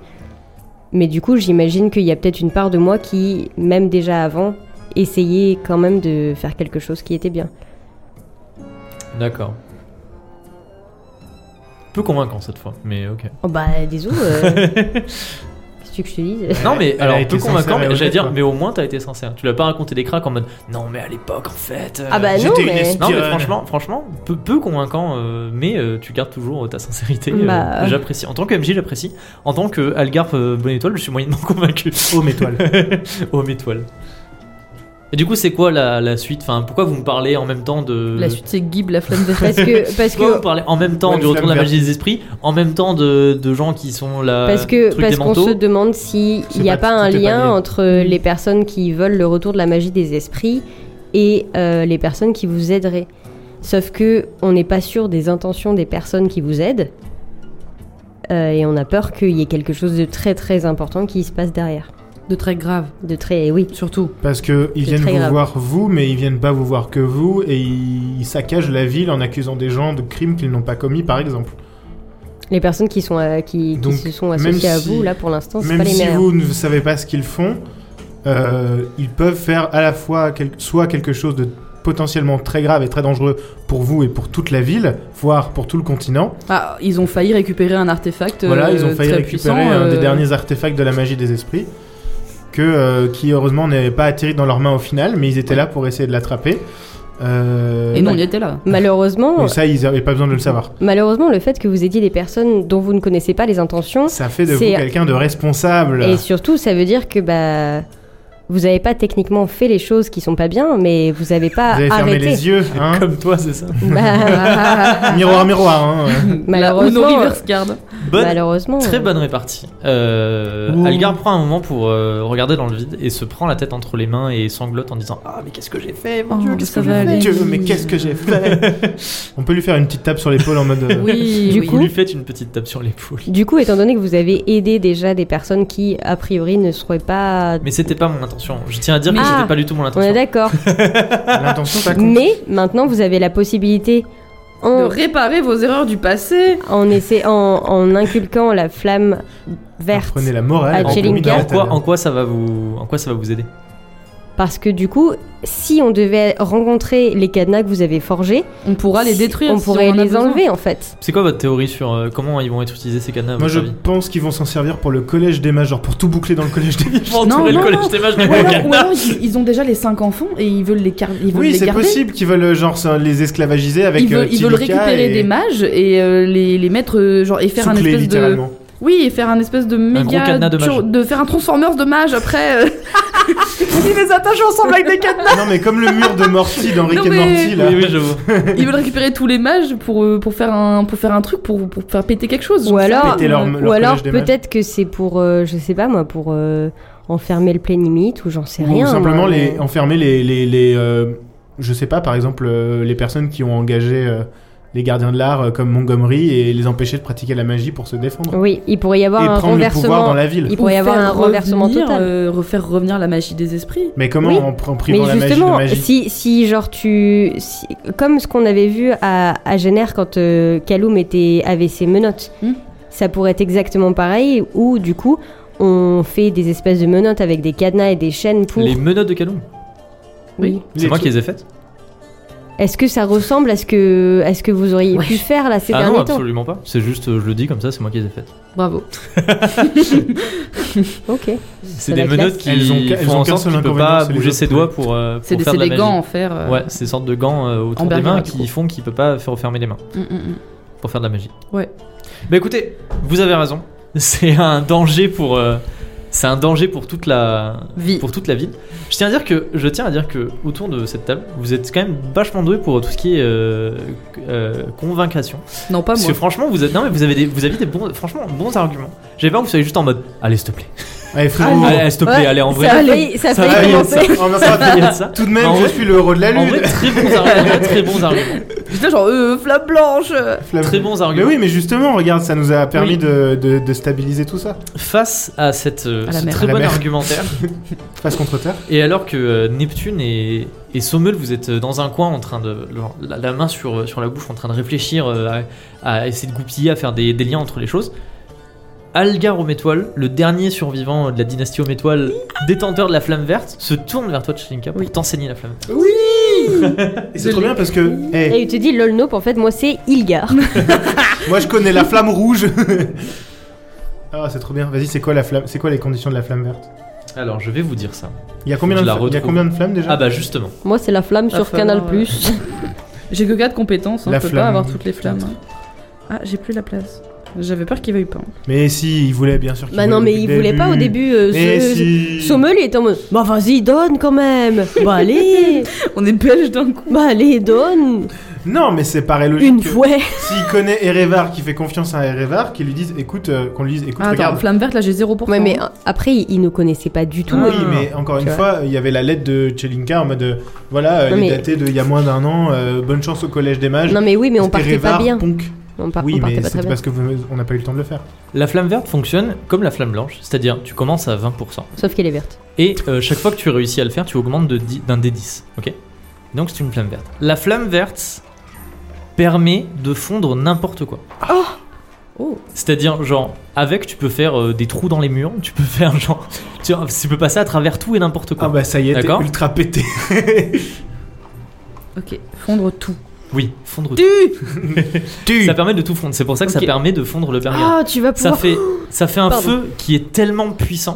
[SPEAKER 3] Mais du coup, j'imagine qu'il y a peut-être une part de moi qui, même déjà avant, essayait quand même de faire quelque chose qui était bien.
[SPEAKER 1] D'accord. Peu convaincant cette fois, mais ok.
[SPEAKER 3] Oh bah, désolé. euh, Qu'est-ce que tu veux que je te dise
[SPEAKER 1] Non, mais
[SPEAKER 4] elle a
[SPEAKER 1] alors,
[SPEAKER 4] été
[SPEAKER 1] peu convaincant,
[SPEAKER 4] sincère et
[SPEAKER 1] mais j'allais
[SPEAKER 4] honnête,
[SPEAKER 1] dire,
[SPEAKER 4] quoi.
[SPEAKER 1] mais au moins t'as été sincère. Tu l'as pas raconté des cracks en mode non, mais à l'époque en fait. euh,
[SPEAKER 3] Ah bah non,
[SPEAKER 4] J'étais une
[SPEAKER 3] mais.
[SPEAKER 4] espèce-
[SPEAKER 1] Non, mais
[SPEAKER 4] Pionne.
[SPEAKER 1] franchement, franchement peu, peu convaincant, euh, mais euh, tu gardes toujours euh, ta sincérité. euh,
[SPEAKER 3] Bah, euh.
[SPEAKER 1] J'apprécie. En tant que MJ, j'apprécie. En tant que Algarve euh, Bonne Étoile, je suis moyennement convaincu.
[SPEAKER 4] Oh, mes toiles.
[SPEAKER 1] oh, mes toiles. Et du coup, c'est quoi la, la suite enfin, Pourquoi vous me parlez en même temps
[SPEAKER 4] Euh.
[SPEAKER 1] de.
[SPEAKER 2] La suite, c'est Gib, la flamme verte.
[SPEAKER 3] Parce que, parce
[SPEAKER 1] Pourquoi vous
[SPEAKER 3] que,
[SPEAKER 1] parlez en même temps
[SPEAKER 4] Une
[SPEAKER 1] du retour de la
[SPEAKER 4] flamme
[SPEAKER 1] magie des esprits, en même temps de, de gens qui sont
[SPEAKER 4] Euh,
[SPEAKER 1] là.
[SPEAKER 3] parce que,
[SPEAKER 1] truc
[SPEAKER 3] parce
[SPEAKER 1] des
[SPEAKER 3] qu'on
[SPEAKER 1] manteaux
[SPEAKER 3] se demande s'il
[SPEAKER 4] C'est
[SPEAKER 3] n'y a
[SPEAKER 4] pas-
[SPEAKER 3] pas un
[SPEAKER 4] tout est Mmh. pas
[SPEAKER 3] lien
[SPEAKER 4] lié.
[SPEAKER 3] entre les personnes qui veulent le retour de la magie des esprits et euh, les personnes qui vous aideraient. Sauf que on n'est pas sûr des intentions des personnes qui vous aident euh, et on a peur qu'il y ait quelque chose de très très important qui se passe derrière.
[SPEAKER 2] De très grave,
[SPEAKER 3] De très eh oui.
[SPEAKER 2] surtout.
[SPEAKER 4] Parce que ils
[SPEAKER 3] C'est
[SPEAKER 4] viennent
[SPEAKER 3] très
[SPEAKER 4] vous
[SPEAKER 3] grave.
[SPEAKER 4] voir vous, mais ils viennent pas vous voir que vous, et ils saccagent la ville en accusant des gens de crimes qu'ils n'ont pas commis, par exemple.
[SPEAKER 3] Les personnes qui sont euh, qui, qui
[SPEAKER 4] Donc,
[SPEAKER 3] se sont
[SPEAKER 4] même
[SPEAKER 3] associées à
[SPEAKER 4] si-
[SPEAKER 3] vous là pour l'instant, c'est
[SPEAKER 4] Même
[SPEAKER 3] pas les
[SPEAKER 4] si
[SPEAKER 3] meilleurs.
[SPEAKER 4] vous ne savez pas ce qu'ils font, euh, ils peuvent faire à la fois quel- soit quelque chose de potentiellement très grave et très dangereux pour vous et pour toute la ville, voire pour tout le continent.
[SPEAKER 2] Ah, ils ont failli récupérer un artefact.
[SPEAKER 4] Voilà,
[SPEAKER 2] euh,
[SPEAKER 4] ils ont failli
[SPEAKER 2] très
[SPEAKER 4] récupérer
[SPEAKER 2] puissant,
[SPEAKER 4] un des
[SPEAKER 2] euh,
[SPEAKER 4] derniers artefacts de la magie des esprits, que, euh, qui heureusement n'avait pas atterri dans leurs mains au final, mais ils étaient là pour essayer de l'attraper. Euh,
[SPEAKER 2] Et nous, on y était là.
[SPEAKER 3] Malheureusement,
[SPEAKER 4] donc ça, ils n'avaient pas besoin de le savoir.
[SPEAKER 3] malheureusement, le fait que vous aidiez des personnes dont vous ne connaissez pas les intentions,
[SPEAKER 4] Ça fait de vous
[SPEAKER 3] C'est-
[SPEAKER 4] quelqu'un de responsable.
[SPEAKER 3] Et surtout, ça veut dire que bah, vous n'avez pas techniquement fait les choses qui sont pas bien, mais vous n'avez pas
[SPEAKER 4] vous avez fermé
[SPEAKER 3] arrêté.
[SPEAKER 4] les yeux, hein
[SPEAKER 1] Comme toi, c'est ça.
[SPEAKER 3] Bah,
[SPEAKER 4] Miroir, miroir, hein
[SPEAKER 3] Malheureusement,
[SPEAKER 2] Ou nos reverse card.
[SPEAKER 1] Bonne
[SPEAKER 3] malheureusement.
[SPEAKER 1] Très bonne répartie. Euh,
[SPEAKER 4] Ouh.
[SPEAKER 1] Algar prend un moment pour euh, regarder dans le vide et se prend la tête entre les mains et sanglote en disant Ah, mais qu'est-ce que j'ai fait, mon
[SPEAKER 2] Oh,
[SPEAKER 1] Dieu, qu'est-ce
[SPEAKER 2] ça
[SPEAKER 1] que j'ai
[SPEAKER 2] va
[SPEAKER 1] fait
[SPEAKER 2] aller.
[SPEAKER 4] Dieu, mais qu'est-ce que j'ai fait On peut lui faire une petite tape sur l'épaule en mode... euh,
[SPEAKER 2] Oui,
[SPEAKER 3] Du
[SPEAKER 2] oui.
[SPEAKER 1] Vous lui faites une petite tape sur l'épaule.
[SPEAKER 3] Du coup, étant donné que vous avez aidé déjà des personnes qui, a priori, ne seraient pas.
[SPEAKER 1] Mais c'était pas mon intention. Je tiens à dire que
[SPEAKER 3] Mais-
[SPEAKER 1] c'était
[SPEAKER 3] Ah.
[SPEAKER 1] pas du tout mon
[SPEAKER 3] On
[SPEAKER 1] intention.
[SPEAKER 3] est d'accord.
[SPEAKER 4] L'intention, ça compte.
[SPEAKER 3] mais maintenant, vous avez la possibilité,
[SPEAKER 2] De
[SPEAKER 3] en,
[SPEAKER 2] réparer vos erreurs du passé.
[SPEAKER 3] en, essa- en, en inculquant la flamme verte,
[SPEAKER 4] Prenez la morale.
[SPEAKER 3] À
[SPEAKER 4] et
[SPEAKER 3] Chilling
[SPEAKER 4] vous mettez
[SPEAKER 1] en,
[SPEAKER 4] à
[SPEAKER 3] Gap.
[SPEAKER 1] quoi,
[SPEAKER 4] table.
[SPEAKER 1] en quoi ça va vous, en quoi ça va vous aider
[SPEAKER 3] parce que du coup, si on devait rencontrer les cadenas que vous avez forgés,
[SPEAKER 2] On pourra les détruire.
[SPEAKER 3] on
[SPEAKER 2] si
[SPEAKER 3] pourrait
[SPEAKER 2] en a
[SPEAKER 3] les
[SPEAKER 2] besoin.
[SPEAKER 3] enlever en fait.
[SPEAKER 1] C'est quoi votre théorie sur euh, comment ils vont être utilisés ces cadenas à
[SPEAKER 4] Moi,
[SPEAKER 1] votre
[SPEAKER 4] je
[SPEAKER 1] avis
[SPEAKER 4] pense qu'ils vont s'en servir pour le collège des mages, genre pour tout boucler dans le collège des mages.
[SPEAKER 1] Pour entourer
[SPEAKER 2] non,
[SPEAKER 1] le collège
[SPEAKER 2] non.
[SPEAKER 1] des mages de
[SPEAKER 2] Ou alors,
[SPEAKER 1] Wakanda.
[SPEAKER 2] ou alors, ils, ils ont déjà les 5 enfants et ils veulent les, car- ils veulent
[SPEAKER 4] Oui,
[SPEAKER 2] les
[SPEAKER 4] c'est
[SPEAKER 2] garder.
[SPEAKER 4] possible qu'ils veulent euh, genre se- les esclavagiser avec euh,
[SPEAKER 2] ils veulent, ils veulent récupérer des mages et euh, les, les mettre euh, genre et faire un espèce de
[SPEAKER 4] littéralement.
[SPEAKER 2] oui et faire un espèce de méga
[SPEAKER 1] gros cadenas de
[SPEAKER 2] tur-
[SPEAKER 1] mages.
[SPEAKER 2] faire un transformers de mages après euh, ils les attachent ensemble avec des cadenas
[SPEAKER 4] non, mais comme le mur de Morty dans Rick
[SPEAKER 2] Non,
[SPEAKER 4] et
[SPEAKER 2] mais-
[SPEAKER 4] Morty, là.
[SPEAKER 1] Oui, oui, je vois.
[SPEAKER 2] ils veulent récupérer tous les mages pour euh, pour faire un pour faire un truc pour pour faire péter quelque chose
[SPEAKER 3] Ou alors- euh,
[SPEAKER 4] Péter leur- leur
[SPEAKER 3] Ou alors
[SPEAKER 4] collège des mages.
[SPEAKER 3] peut-être que c'est pour, euh, je sais pas moi, pour euh, enfermer le plein limite ou j'en sais
[SPEAKER 4] Ou
[SPEAKER 3] rien.
[SPEAKER 4] simplement
[SPEAKER 3] moi, mais-
[SPEAKER 4] euh, les, enfermer les. les, les, euh, je sais pas, par exemple, euh, les personnes qui ont engagé euh, les gardiens de l'art euh, comme Montgomery et les empêcher de pratiquer la magie pour se défendre.
[SPEAKER 3] Oui, il pourrait y avoir
[SPEAKER 4] et
[SPEAKER 3] un
[SPEAKER 4] prendre le pouvoir dans
[SPEAKER 3] renversement.
[SPEAKER 4] la ville.
[SPEAKER 3] Il pourrait y
[SPEAKER 2] Ou
[SPEAKER 3] avoir
[SPEAKER 2] faire
[SPEAKER 3] un renversement
[SPEAKER 2] revenir,
[SPEAKER 3] total.
[SPEAKER 2] euh, refaire revenir la magie des esprits.
[SPEAKER 4] Mais comment
[SPEAKER 3] Oui.
[SPEAKER 4] en, pr- en
[SPEAKER 3] Mais
[SPEAKER 4] privant la magie de
[SPEAKER 3] justement,
[SPEAKER 4] magie
[SPEAKER 3] si, si genre tu, si- comme ce qu'on avait vu à, à Génère quand euh, Kaloum était avait ses menottes,
[SPEAKER 2] Hmm.
[SPEAKER 3] ça pourrait être exactement pareil. Ou du coup, on fait des espèces de menottes avec des cadenas et des chaînes pour.
[SPEAKER 1] Les menottes de Calum.
[SPEAKER 3] Oui.
[SPEAKER 1] C'est moi
[SPEAKER 4] trucs-
[SPEAKER 1] qui les ai faites
[SPEAKER 3] Est-ce que ça ressemble à ce que, à ce que vous auriez pu faire là ces
[SPEAKER 1] Ah non,
[SPEAKER 3] derniers temps
[SPEAKER 1] absolument pas. C'est juste, euh, je le dis comme ça, c'est moi qui les ai faites.
[SPEAKER 2] Bravo.
[SPEAKER 3] Ok.
[SPEAKER 1] C'est des
[SPEAKER 3] la classe.
[SPEAKER 1] menottes qui
[SPEAKER 4] Elles ont-
[SPEAKER 1] font
[SPEAKER 4] elles ont
[SPEAKER 1] en
[SPEAKER 4] qu'un
[SPEAKER 1] sorte
[SPEAKER 4] seul
[SPEAKER 1] qu'il ne peut
[SPEAKER 4] inconvénient,
[SPEAKER 1] pas
[SPEAKER 4] c'est les
[SPEAKER 1] bouger
[SPEAKER 4] autres
[SPEAKER 1] ses doigts pour, euh,
[SPEAKER 2] C'est
[SPEAKER 1] pour
[SPEAKER 2] des,
[SPEAKER 1] faire
[SPEAKER 2] c'est
[SPEAKER 1] de la
[SPEAKER 2] des
[SPEAKER 1] magie.
[SPEAKER 2] gants en fer. euh,
[SPEAKER 1] Ouais, ces sortes de gants euh, autour
[SPEAKER 2] En
[SPEAKER 1] des
[SPEAKER 2] berlin,
[SPEAKER 1] mains
[SPEAKER 2] du
[SPEAKER 1] qui
[SPEAKER 2] coup.
[SPEAKER 1] font qu'il peut pas faire refermer les mains
[SPEAKER 2] mm, mm, mm.
[SPEAKER 1] pour faire de la magie.
[SPEAKER 2] Ouais.
[SPEAKER 1] Bah écoutez, vous avez raison. C'est un danger pour, euh, c'est un danger pour toute la,
[SPEAKER 2] Vie.
[SPEAKER 1] pour toute la ville. Je tiens à dire que, je tiens à dire que autour de cette table, vous êtes quand même vachement doué pour tout ce qui est euh, euh, convaincration.
[SPEAKER 2] Non, pas
[SPEAKER 1] Parce
[SPEAKER 2] moi.
[SPEAKER 1] que franchement, vous êtes, non mais vous avez des, vous avez des bons, franchement bons arguments. J'ai pas que vous soyez juste en mode, allez s'il te plaît,
[SPEAKER 4] Allez, Eh,
[SPEAKER 3] Ah,
[SPEAKER 4] frérot,
[SPEAKER 1] allez, allez, s'il te plaît,
[SPEAKER 3] Ouais,
[SPEAKER 1] allez en vrai.
[SPEAKER 3] Ça a failli, ça a
[SPEAKER 1] Ça
[SPEAKER 3] failli
[SPEAKER 1] va,
[SPEAKER 4] allez,
[SPEAKER 1] il y a
[SPEAKER 3] commencer.
[SPEAKER 1] ça.
[SPEAKER 4] on va faire-
[SPEAKER 1] Il y a de ça.
[SPEAKER 4] Tout de même,
[SPEAKER 1] En
[SPEAKER 4] je
[SPEAKER 1] vrai-
[SPEAKER 4] suis le héros de la
[SPEAKER 1] En vrai,
[SPEAKER 4] lune.
[SPEAKER 1] très bons arguments, très bons arguments,
[SPEAKER 2] Putain, genre, euh, flamme blanche euh.
[SPEAKER 1] très bons
[SPEAKER 4] Mais
[SPEAKER 1] arguments.
[SPEAKER 4] oui, mais justement, regarde, ça nous a permis
[SPEAKER 1] Oui.
[SPEAKER 4] de, de- de stabiliser tout ça.
[SPEAKER 1] Face à cette euh,
[SPEAKER 2] À la
[SPEAKER 1] ce
[SPEAKER 2] mer.
[SPEAKER 1] très
[SPEAKER 4] À la
[SPEAKER 1] bon
[SPEAKER 4] mer.
[SPEAKER 1] argumentaire,
[SPEAKER 4] Face contre terre.
[SPEAKER 1] Et alors que euh, Neptune et, et Sommel, vous êtes euh, dans un coin en train de. la, la main sur, euh, sur la bouche, en train de réfléchir euh, à, à essayer de goupiller, à faire des, des liens entre les choses. Algar Ométoile, le dernier survivant de la dynastie Ométoile, détenteur de la flamme verte, se tourne vers toi, Tchelinka, pour t'enseigner la flamme verte.
[SPEAKER 4] Oui Et c'est trop bien parce que, eh, hey,
[SPEAKER 3] Et il te dit, lol, nope, en fait, moi c'est Ilgar.
[SPEAKER 4] moi je connais la flamme rouge. ah, c'est trop bien. Vas-y, c'est quoi la flamme C'est quoi les conditions de la flamme verte
[SPEAKER 1] Alors, je vais vous dire ça.
[SPEAKER 4] Il y a combien,
[SPEAKER 1] Je
[SPEAKER 4] de,
[SPEAKER 1] la
[SPEAKER 4] fl- il y a
[SPEAKER 1] retrouve.
[SPEAKER 4] combien de flammes déjà
[SPEAKER 1] Ah bah, justement.
[SPEAKER 3] moi c'est la flamme
[SPEAKER 2] Ah,
[SPEAKER 3] sur
[SPEAKER 2] flamme,
[SPEAKER 3] Canal+.
[SPEAKER 2] ouais. J'ai que 4 compétences, hein,
[SPEAKER 4] La
[SPEAKER 2] je peux
[SPEAKER 4] flamme.
[SPEAKER 2] pas avoir toutes les flammes. Ah, j'ai plus la place. J'avais peur qu'il veuille pas. hein.
[SPEAKER 4] Mais si, il voulait bien sûr. qu'il
[SPEAKER 3] Bah non, mais
[SPEAKER 4] depuis
[SPEAKER 3] il
[SPEAKER 4] le
[SPEAKER 3] voulait pas au début. euh,
[SPEAKER 4] Mais
[SPEAKER 3] ce-
[SPEAKER 4] si.
[SPEAKER 3] Sommel il est en mode Bah vas-y, donne quand même Bah allez
[SPEAKER 2] On est belge d'un coup.
[SPEAKER 3] Bah allez, donne
[SPEAKER 4] Non, mais c'est pareil logique.
[SPEAKER 3] Une
[SPEAKER 4] que
[SPEAKER 3] fois
[SPEAKER 4] S'il connaît Erevar, qui fait confiance à Erevar, qu'il lui dise, écoute, euh, qu'on lui dise, écoute,
[SPEAKER 2] Ah, attends,
[SPEAKER 4] regarde.
[SPEAKER 2] flamme verte, là j'ai 0%.
[SPEAKER 3] Ouais, mais euh, après, il il nous connaissait pas du tout.
[SPEAKER 4] Oui,
[SPEAKER 2] Ah.
[SPEAKER 4] mais encore une
[SPEAKER 3] Tu
[SPEAKER 4] fois, il y avait la lettre de Chelinka en mode, euh, voilà, euh,
[SPEAKER 3] Non,
[SPEAKER 4] elle
[SPEAKER 3] mais-
[SPEAKER 4] est datée d'il y a moins d'un an, euh, bonne chance au collège des mages.
[SPEAKER 3] Non, mais oui, mais on partait pas
[SPEAKER 4] Erevar,
[SPEAKER 3] bien.
[SPEAKER 4] Ponk.
[SPEAKER 3] On, par-
[SPEAKER 4] Oui,
[SPEAKER 3] on partait
[SPEAKER 4] mais
[SPEAKER 3] pas très
[SPEAKER 4] c'est
[SPEAKER 3] bien.
[SPEAKER 4] parce que vous- on n'a pas eu le temps de le faire.
[SPEAKER 1] La flamme verte fonctionne comme la flamme blanche, c'est-à-dire tu commences à 20%.
[SPEAKER 3] Sauf qu'elle est verte.
[SPEAKER 1] Et euh, chaque fois que tu réussis à le faire, tu augmentes de dix- d'un D10. Ok Donc c'est une flamme verte. La flamme verte permet de fondre n'importe quoi.
[SPEAKER 2] Oh.
[SPEAKER 1] C'est-à-dire, genre, avec, tu peux faire euh, des trous dans les murs, tu peux faire, genre, tu, tu peux passer à travers tout et n'importe quoi.
[SPEAKER 4] Ah bah ça y est, t'es
[SPEAKER 1] D'accord.
[SPEAKER 4] ultra pété.
[SPEAKER 2] Ok, fondre tout.
[SPEAKER 1] Oui, fondre tout.
[SPEAKER 2] Tu
[SPEAKER 4] tu
[SPEAKER 1] Ça permet de tout fondre. C'est pour ça que
[SPEAKER 2] Ok.
[SPEAKER 1] ça permet de fondre le berger.
[SPEAKER 3] Ah, tu vas
[SPEAKER 1] ça,
[SPEAKER 3] pouvoir.
[SPEAKER 1] fait, ça fait un
[SPEAKER 3] Pardon.
[SPEAKER 1] feu qui est tellement puissant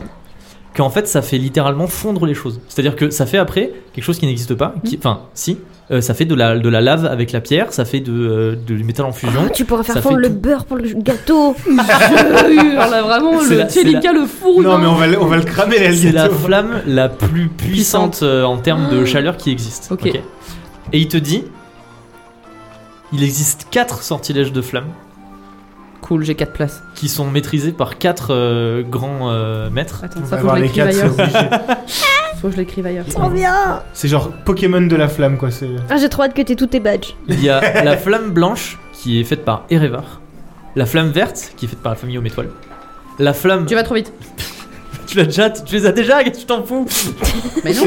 [SPEAKER 1] qu'en fait, ça fait littéralement fondre les choses. C'est-à-dire que ça fait après quelque chose qui n'existe pas, qui-
[SPEAKER 3] Mm.
[SPEAKER 1] enfin, si. euh, ça fait de la, de la lave avec la pierre, ça fait de, euh, de- du métal en fusion.
[SPEAKER 3] Ah, tu pourras faire
[SPEAKER 1] ça
[SPEAKER 3] fondre
[SPEAKER 1] fait
[SPEAKER 3] le
[SPEAKER 1] tout.
[SPEAKER 3] beurre pour le gâteau.
[SPEAKER 2] hurles, là vraiment,
[SPEAKER 1] C'est
[SPEAKER 2] le
[SPEAKER 1] la- c'est
[SPEAKER 2] Tchelinka le fourre.
[SPEAKER 4] Non mais on va, le- on va le cramer là,
[SPEAKER 1] C'est
[SPEAKER 4] le
[SPEAKER 1] la
[SPEAKER 4] gâteau.
[SPEAKER 1] flamme la plus puissante euh, en termes
[SPEAKER 3] Ah.
[SPEAKER 1] de chaleur qui existe.
[SPEAKER 2] Ok.
[SPEAKER 1] ok Et il te dit il existe quatre sortilèges de flammes
[SPEAKER 2] Cool, j'ai 4 places.
[SPEAKER 1] qui sont maîtrisés par quatre euh, grands euh, maîtres.
[SPEAKER 2] Attends,
[SPEAKER 4] On
[SPEAKER 2] ça
[SPEAKER 4] va
[SPEAKER 2] faut que
[SPEAKER 4] avoir
[SPEAKER 2] je
[SPEAKER 4] les
[SPEAKER 2] l'écrive
[SPEAKER 4] quatre, c'est
[SPEAKER 2] ailleurs.
[SPEAKER 4] obligé.
[SPEAKER 2] Faut que je l'écrive ailleurs.
[SPEAKER 4] C'est genre Pokémon de la flamme quoi. C'est
[SPEAKER 3] Ah, j'ai trop hâte que t'aies tous tes badges.
[SPEAKER 1] Il y a la flamme blanche qui est faite par Erevar, la flamme verte qui est faite par la famille Homme Étoile, la flamme.
[SPEAKER 2] Tu vas trop vite.
[SPEAKER 1] Tu, l'as déjà, tu les as déjà, tu t'en fous
[SPEAKER 2] Mais non.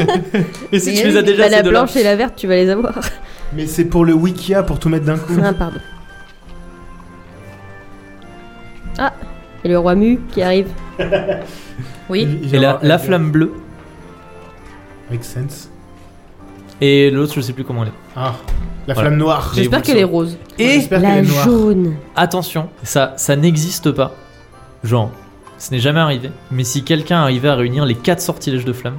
[SPEAKER 1] Et si
[SPEAKER 2] Mais
[SPEAKER 1] tu les as
[SPEAKER 2] oui,
[SPEAKER 1] déjà,
[SPEAKER 3] Bah,
[SPEAKER 1] c'est
[SPEAKER 3] la
[SPEAKER 1] de là.
[SPEAKER 3] blanche et la verte, tu vas les avoir.
[SPEAKER 4] Mais c'est pour le Wikia pour tout mettre d'un coup.
[SPEAKER 3] Ah, pardon. Ah, et le roi Mu qui arrive.
[SPEAKER 2] Oui.
[SPEAKER 4] Il- il
[SPEAKER 1] Et la,
[SPEAKER 4] aura-
[SPEAKER 1] la flamme bleue
[SPEAKER 4] Make sense.
[SPEAKER 1] et l'autre, je sais plus comment elle est.
[SPEAKER 4] Ah, la
[SPEAKER 1] Voilà.
[SPEAKER 4] flamme noire.
[SPEAKER 1] J'ai-
[SPEAKER 2] J'espère
[SPEAKER 1] vous le
[SPEAKER 2] qu'elle est
[SPEAKER 1] saurez.
[SPEAKER 2] rose.
[SPEAKER 1] Et
[SPEAKER 4] J'espère qu'elle
[SPEAKER 3] La
[SPEAKER 4] est noire.
[SPEAKER 3] jaune.
[SPEAKER 1] Attention, ça, ça n'existe pas. Genre, ce n'est jamais arrivé. Mais si quelqu'un arrivait à réunir les quatre sortilèges de flammes,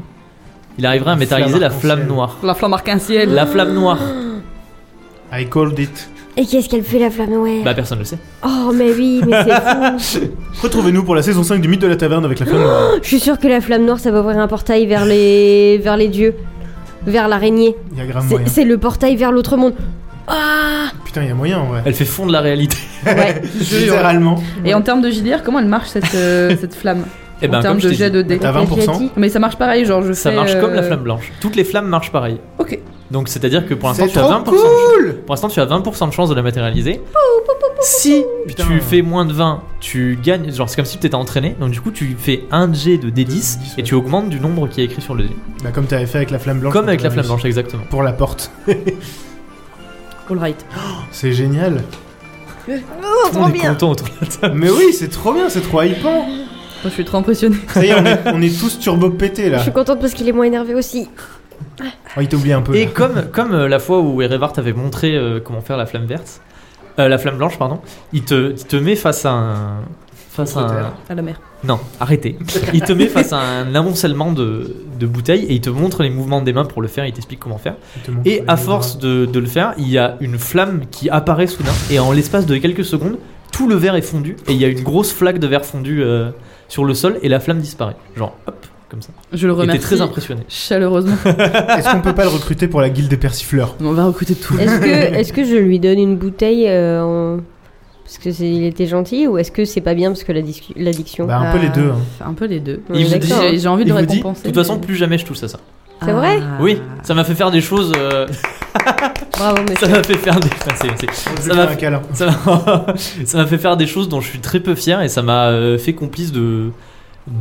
[SPEAKER 1] il arriverait à
[SPEAKER 4] Une
[SPEAKER 1] métalliser
[SPEAKER 4] flamme
[SPEAKER 1] la
[SPEAKER 4] arc-en-ciel.
[SPEAKER 1] flamme noire.
[SPEAKER 2] La flamme arc-en-ciel.
[SPEAKER 1] La flamme noire
[SPEAKER 4] I called it.
[SPEAKER 3] Et qu'est-ce qu'elle fait la flamme
[SPEAKER 2] Mm.
[SPEAKER 3] noire
[SPEAKER 1] Bah personne ne le sait.
[SPEAKER 3] Oh mais oui, mais c'est fou.
[SPEAKER 4] Retrouvez-nous pour la saison 5 du mythe de la taverne avec la flamme noire.
[SPEAKER 3] Je suis sûre que la flamme noire, ça va ouvrir un portail vers les, vers les dieux, vers l'araignée.
[SPEAKER 4] Il y a grave
[SPEAKER 3] C'est-
[SPEAKER 4] moyen.
[SPEAKER 3] C'est le portail vers l'autre monde. Ah
[SPEAKER 4] Putain, il y a moyen en vrai.
[SPEAKER 1] Elle fait fondre la réalité.
[SPEAKER 3] Ouais.
[SPEAKER 4] Littéralement.
[SPEAKER 2] Et en termes de JDR, comment elle marche cette, euh, cette flamme
[SPEAKER 1] Et ben,
[SPEAKER 2] en termes
[SPEAKER 1] comme je
[SPEAKER 2] de
[SPEAKER 1] t'ai
[SPEAKER 2] jet
[SPEAKER 1] dit,
[SPEAKER 2] de dés.
[SPEAKER 4] T'as 20%
[SPEAKER 2] Mais ça marche pareil, genre je
[SPEAKER 1] ça
[SPEAKER 2] fais,
[SPEAKER 1] marche comme la
[SPEAKER 2] euh,
[SPEAKER 1] flamme blanche. Toutes les flammes marchent pareil.
[SPEAKER 2] Ok.
[SPEAKER 1] Donc c'est-à-dire que pour l'instant
[SPEAKER 4] C'est
[SPEAKER 1] tu as
[SPEAKER 4] trop
[SPEAKER 1] 20% de chance-
[SPEAKER 4] cool
[SPEAKER 1] pour l'instant tu as 20% de chance de la matérialiser. Si
[SPEAKER 4] Putain.
[SPEAKER 1] tu fais moins de 20, tu gagnes genre c'est comme si tu t'étais entraîné. Donc du coup tu fais un jet de D10
[SPEAKER 4] De D10,
[SPEAKER 1] et tu augmentes du nombre qui est écrit sur le dé.
[SPEAKER 4] Bah, comme t'avais fait avec la flamme blanche.
[SPEAKER 1] Comme
[SPEAKER 4] quand
[SPEAKER 1] avec la
[SPEAKER 4] t'avais
[SPEAKER 1] flamme
[SPEAKER 4] réussi.
[SPEAKER 1] blanche exactement.
[SPEAKER 4] Pour la porte.
[SPEAKER 2] All right.
[SPEAKER 4] C'est génial. Oh,
[SPEAKER 1] Tout le monde est content autour de la table.
[SPEAKER 4] Mais oui, c'est trop bien, c'est trop hypant.
[SPEAKER 2] Moi, je suis trop impressionnée.
[SPEAKER 4] Ça y est, on est, on est tous turbo pétés
[SPEAKER 3] Je
[SPEAKER 4] là.
[SPEAKER 3] suis contente parce qu'il est moins énervé aussi.
[SPEAKER 4] Oh, il t'a oublié un peu.
[SPEAKER 1] Et
[SPEAKER 4] là.
[SPEAKER 1] comme, comme euh, la fois où Erevart t'avait montré euh, comment faire la flamme verte, euh, la flamme blanche, pardon, il te, il te met face à un. Face à un.
[SPEAKER 2] À la mer.
[SPEAKER 1] Non, arrêtez. Il te met face à un amoncellement de, de bouteilles et il te montre les mouvements des mains pour le faire, il t'explique comment faire.
[SPEAKER 4] Il te montre
[SPEAKER 1] Et
[SPEAKER 4] les
[SPEAKER 1] à
[SPEAKER 4] bras.
[SPEAKER 1] force de, de le faire, il y a une flamme qui apparaît soudain et en l'espace de quelques secondes, tout le verre est fondu et il y a une grosse flaque de verre fondu euh, sur le sol et la flamme disparaît. Genre, hop, comme ça.
[SPEAKER 2] Je le
[SPEAKER 1] Et t'es
[SPEAKER 2] remercie.
[SPEAKER 1] très impressionné.
[SPEAKER 2] Chaleureusement.
[SPEAKER 4] Est-ce qu'on peut pas le recruter pour la guilde des persifleurs
[SPEAKER 2] On va recruter tout.
[SPEAKER 3] Est-ce que, est-ce que je lui donne une bouteille euh, en- parce que c'est- il était gentil ou est-ce que c'est pas bien parce que la discu- l'addiction
[SPEAKER 4] Bah, un peu les deux. hein.
[SPEAKER 2] Un peu les deux.
[SPEAKER 3] Ouais,
[SPEAKER 1] Il vous
[SPEAKER 3] d'accord.
[SPEAKER 1] dit-
[SPEAKER 2] J'ai j'ai envie de
[SPEAKER 1] Il vous dit, de
[SPEAKER 2] récompenser.
[SPEAKER 1] toute façon,
[SPEAKER 2] mais-
[SPEAKER 1] plus jamais je touche à ça.
[SPEAKER 3] C'est vrai
[SPEAKER 2] Ah.
[SPEAKER 1] Oui, ça m'a fait faire des choses. euh,
[SPEAKER 3] Bravo
[SPEAKER 1] ça
[SPEAKER 3] monsieur.
[SPEAKER 1] m'a fait faire des. Enfin, c'est- c'est-
[SPEAKER 4] Je
[SPEAKER 1] Ça
[SPEAKER 4] lui fais
[SPEAKER 1] va-
[SPEAKER 4] un câlin.
[SPEAKER 1] ça m'a ça m'a fait faire des choses dont je suis très peu fier et ça m'a euh, fait complice de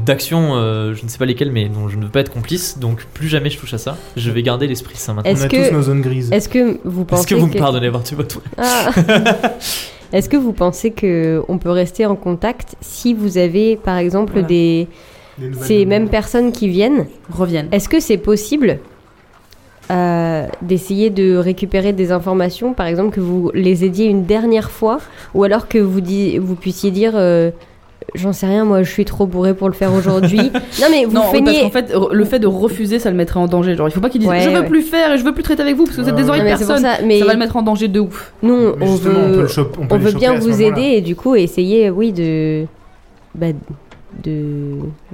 [SPEAKER 1] d'actions, euh, je ne sais pas lesquelles, mais dont je ne veux pas être complice. Donc plus jamais je touche à ça. Je vais garder l'esprit sain maintenant.
[SPEAKER 3] Est-ce
[SPEAKER 4] On a
[SPEAKER 3] que-
[SPEAKER 4] tous nos zones grises.
[SPEAKER 3] Est-ce que vous pensez
[SPEAKER 1] Est-ce que vous me pardonnez avoir tué votre
[SPEAKER 3] Ah. Est-ce que vous pensez que on peut rester en contact si vous avez par exemple
[SPEAKER 2] Voilà.
[SPEAKER 3] des
[SPEAKER 4] Des nouvelles
[SPEAKER 3] ces
[SPEAKER 4] demandes.
[SPEAKER 3] mêmes personnes qui viennent
[SPEAKER 2] Reviennent.
[SPEAKER 3] Est-ce que c'est possible euh, d'essayer de récupérer des informations, par exemple que vous les aidiez une dernière fois, ou alors que vous, di- vous puissiez dire euh, j'en sais rien, moi je suis trop bourré pour le faire aujourd'hui. non mais vous
[SPEAKER 2] non, parce
[SPEAKER 3] feignez.
[SPEAKER 2] qu'en fait, re- le fait de refuser, ça le mettrait en danger. Genre, il faut pas qu'il dise
[SPEAKER 3] Ouais,
[SPEAKER 2] Je veux
[SPEAKER 3] ouais.
[SPEAKER 2] plus faire et je veux plus traiter avec vous parce que vous êtes
[SPEAKER 4] Ouais,
[SPEAKER 2] des
[SPEAKER 4] ouais.
[SPEAKER 2] horribles
[SPEAKER 3] Non, mais c'est pour
[SPEAKER 2] personnes.
[SPEAKER 3] ça, mais
[SPEAKER 2] Ça va le mettre en danger de ouf.
[SPEAKER 3] nous on
[SPEAKER 4] Mais justement, on peut,
[SPEAKER 3] veut,
[SPEAKER 4] le choper- on peut
[SPEAKER 3] on
[SPEAKER 4] les
[SPEAKER 3] veut
[SPEAKER 4] choper
[SPEAKER 3] bien
[SPEAKER 4] à ce
[SPEAKER 3] vous
[SPEAKER 4] moment-là.
[SPEAKER 3] aider et du coup essayer, oui, de. Bah, de.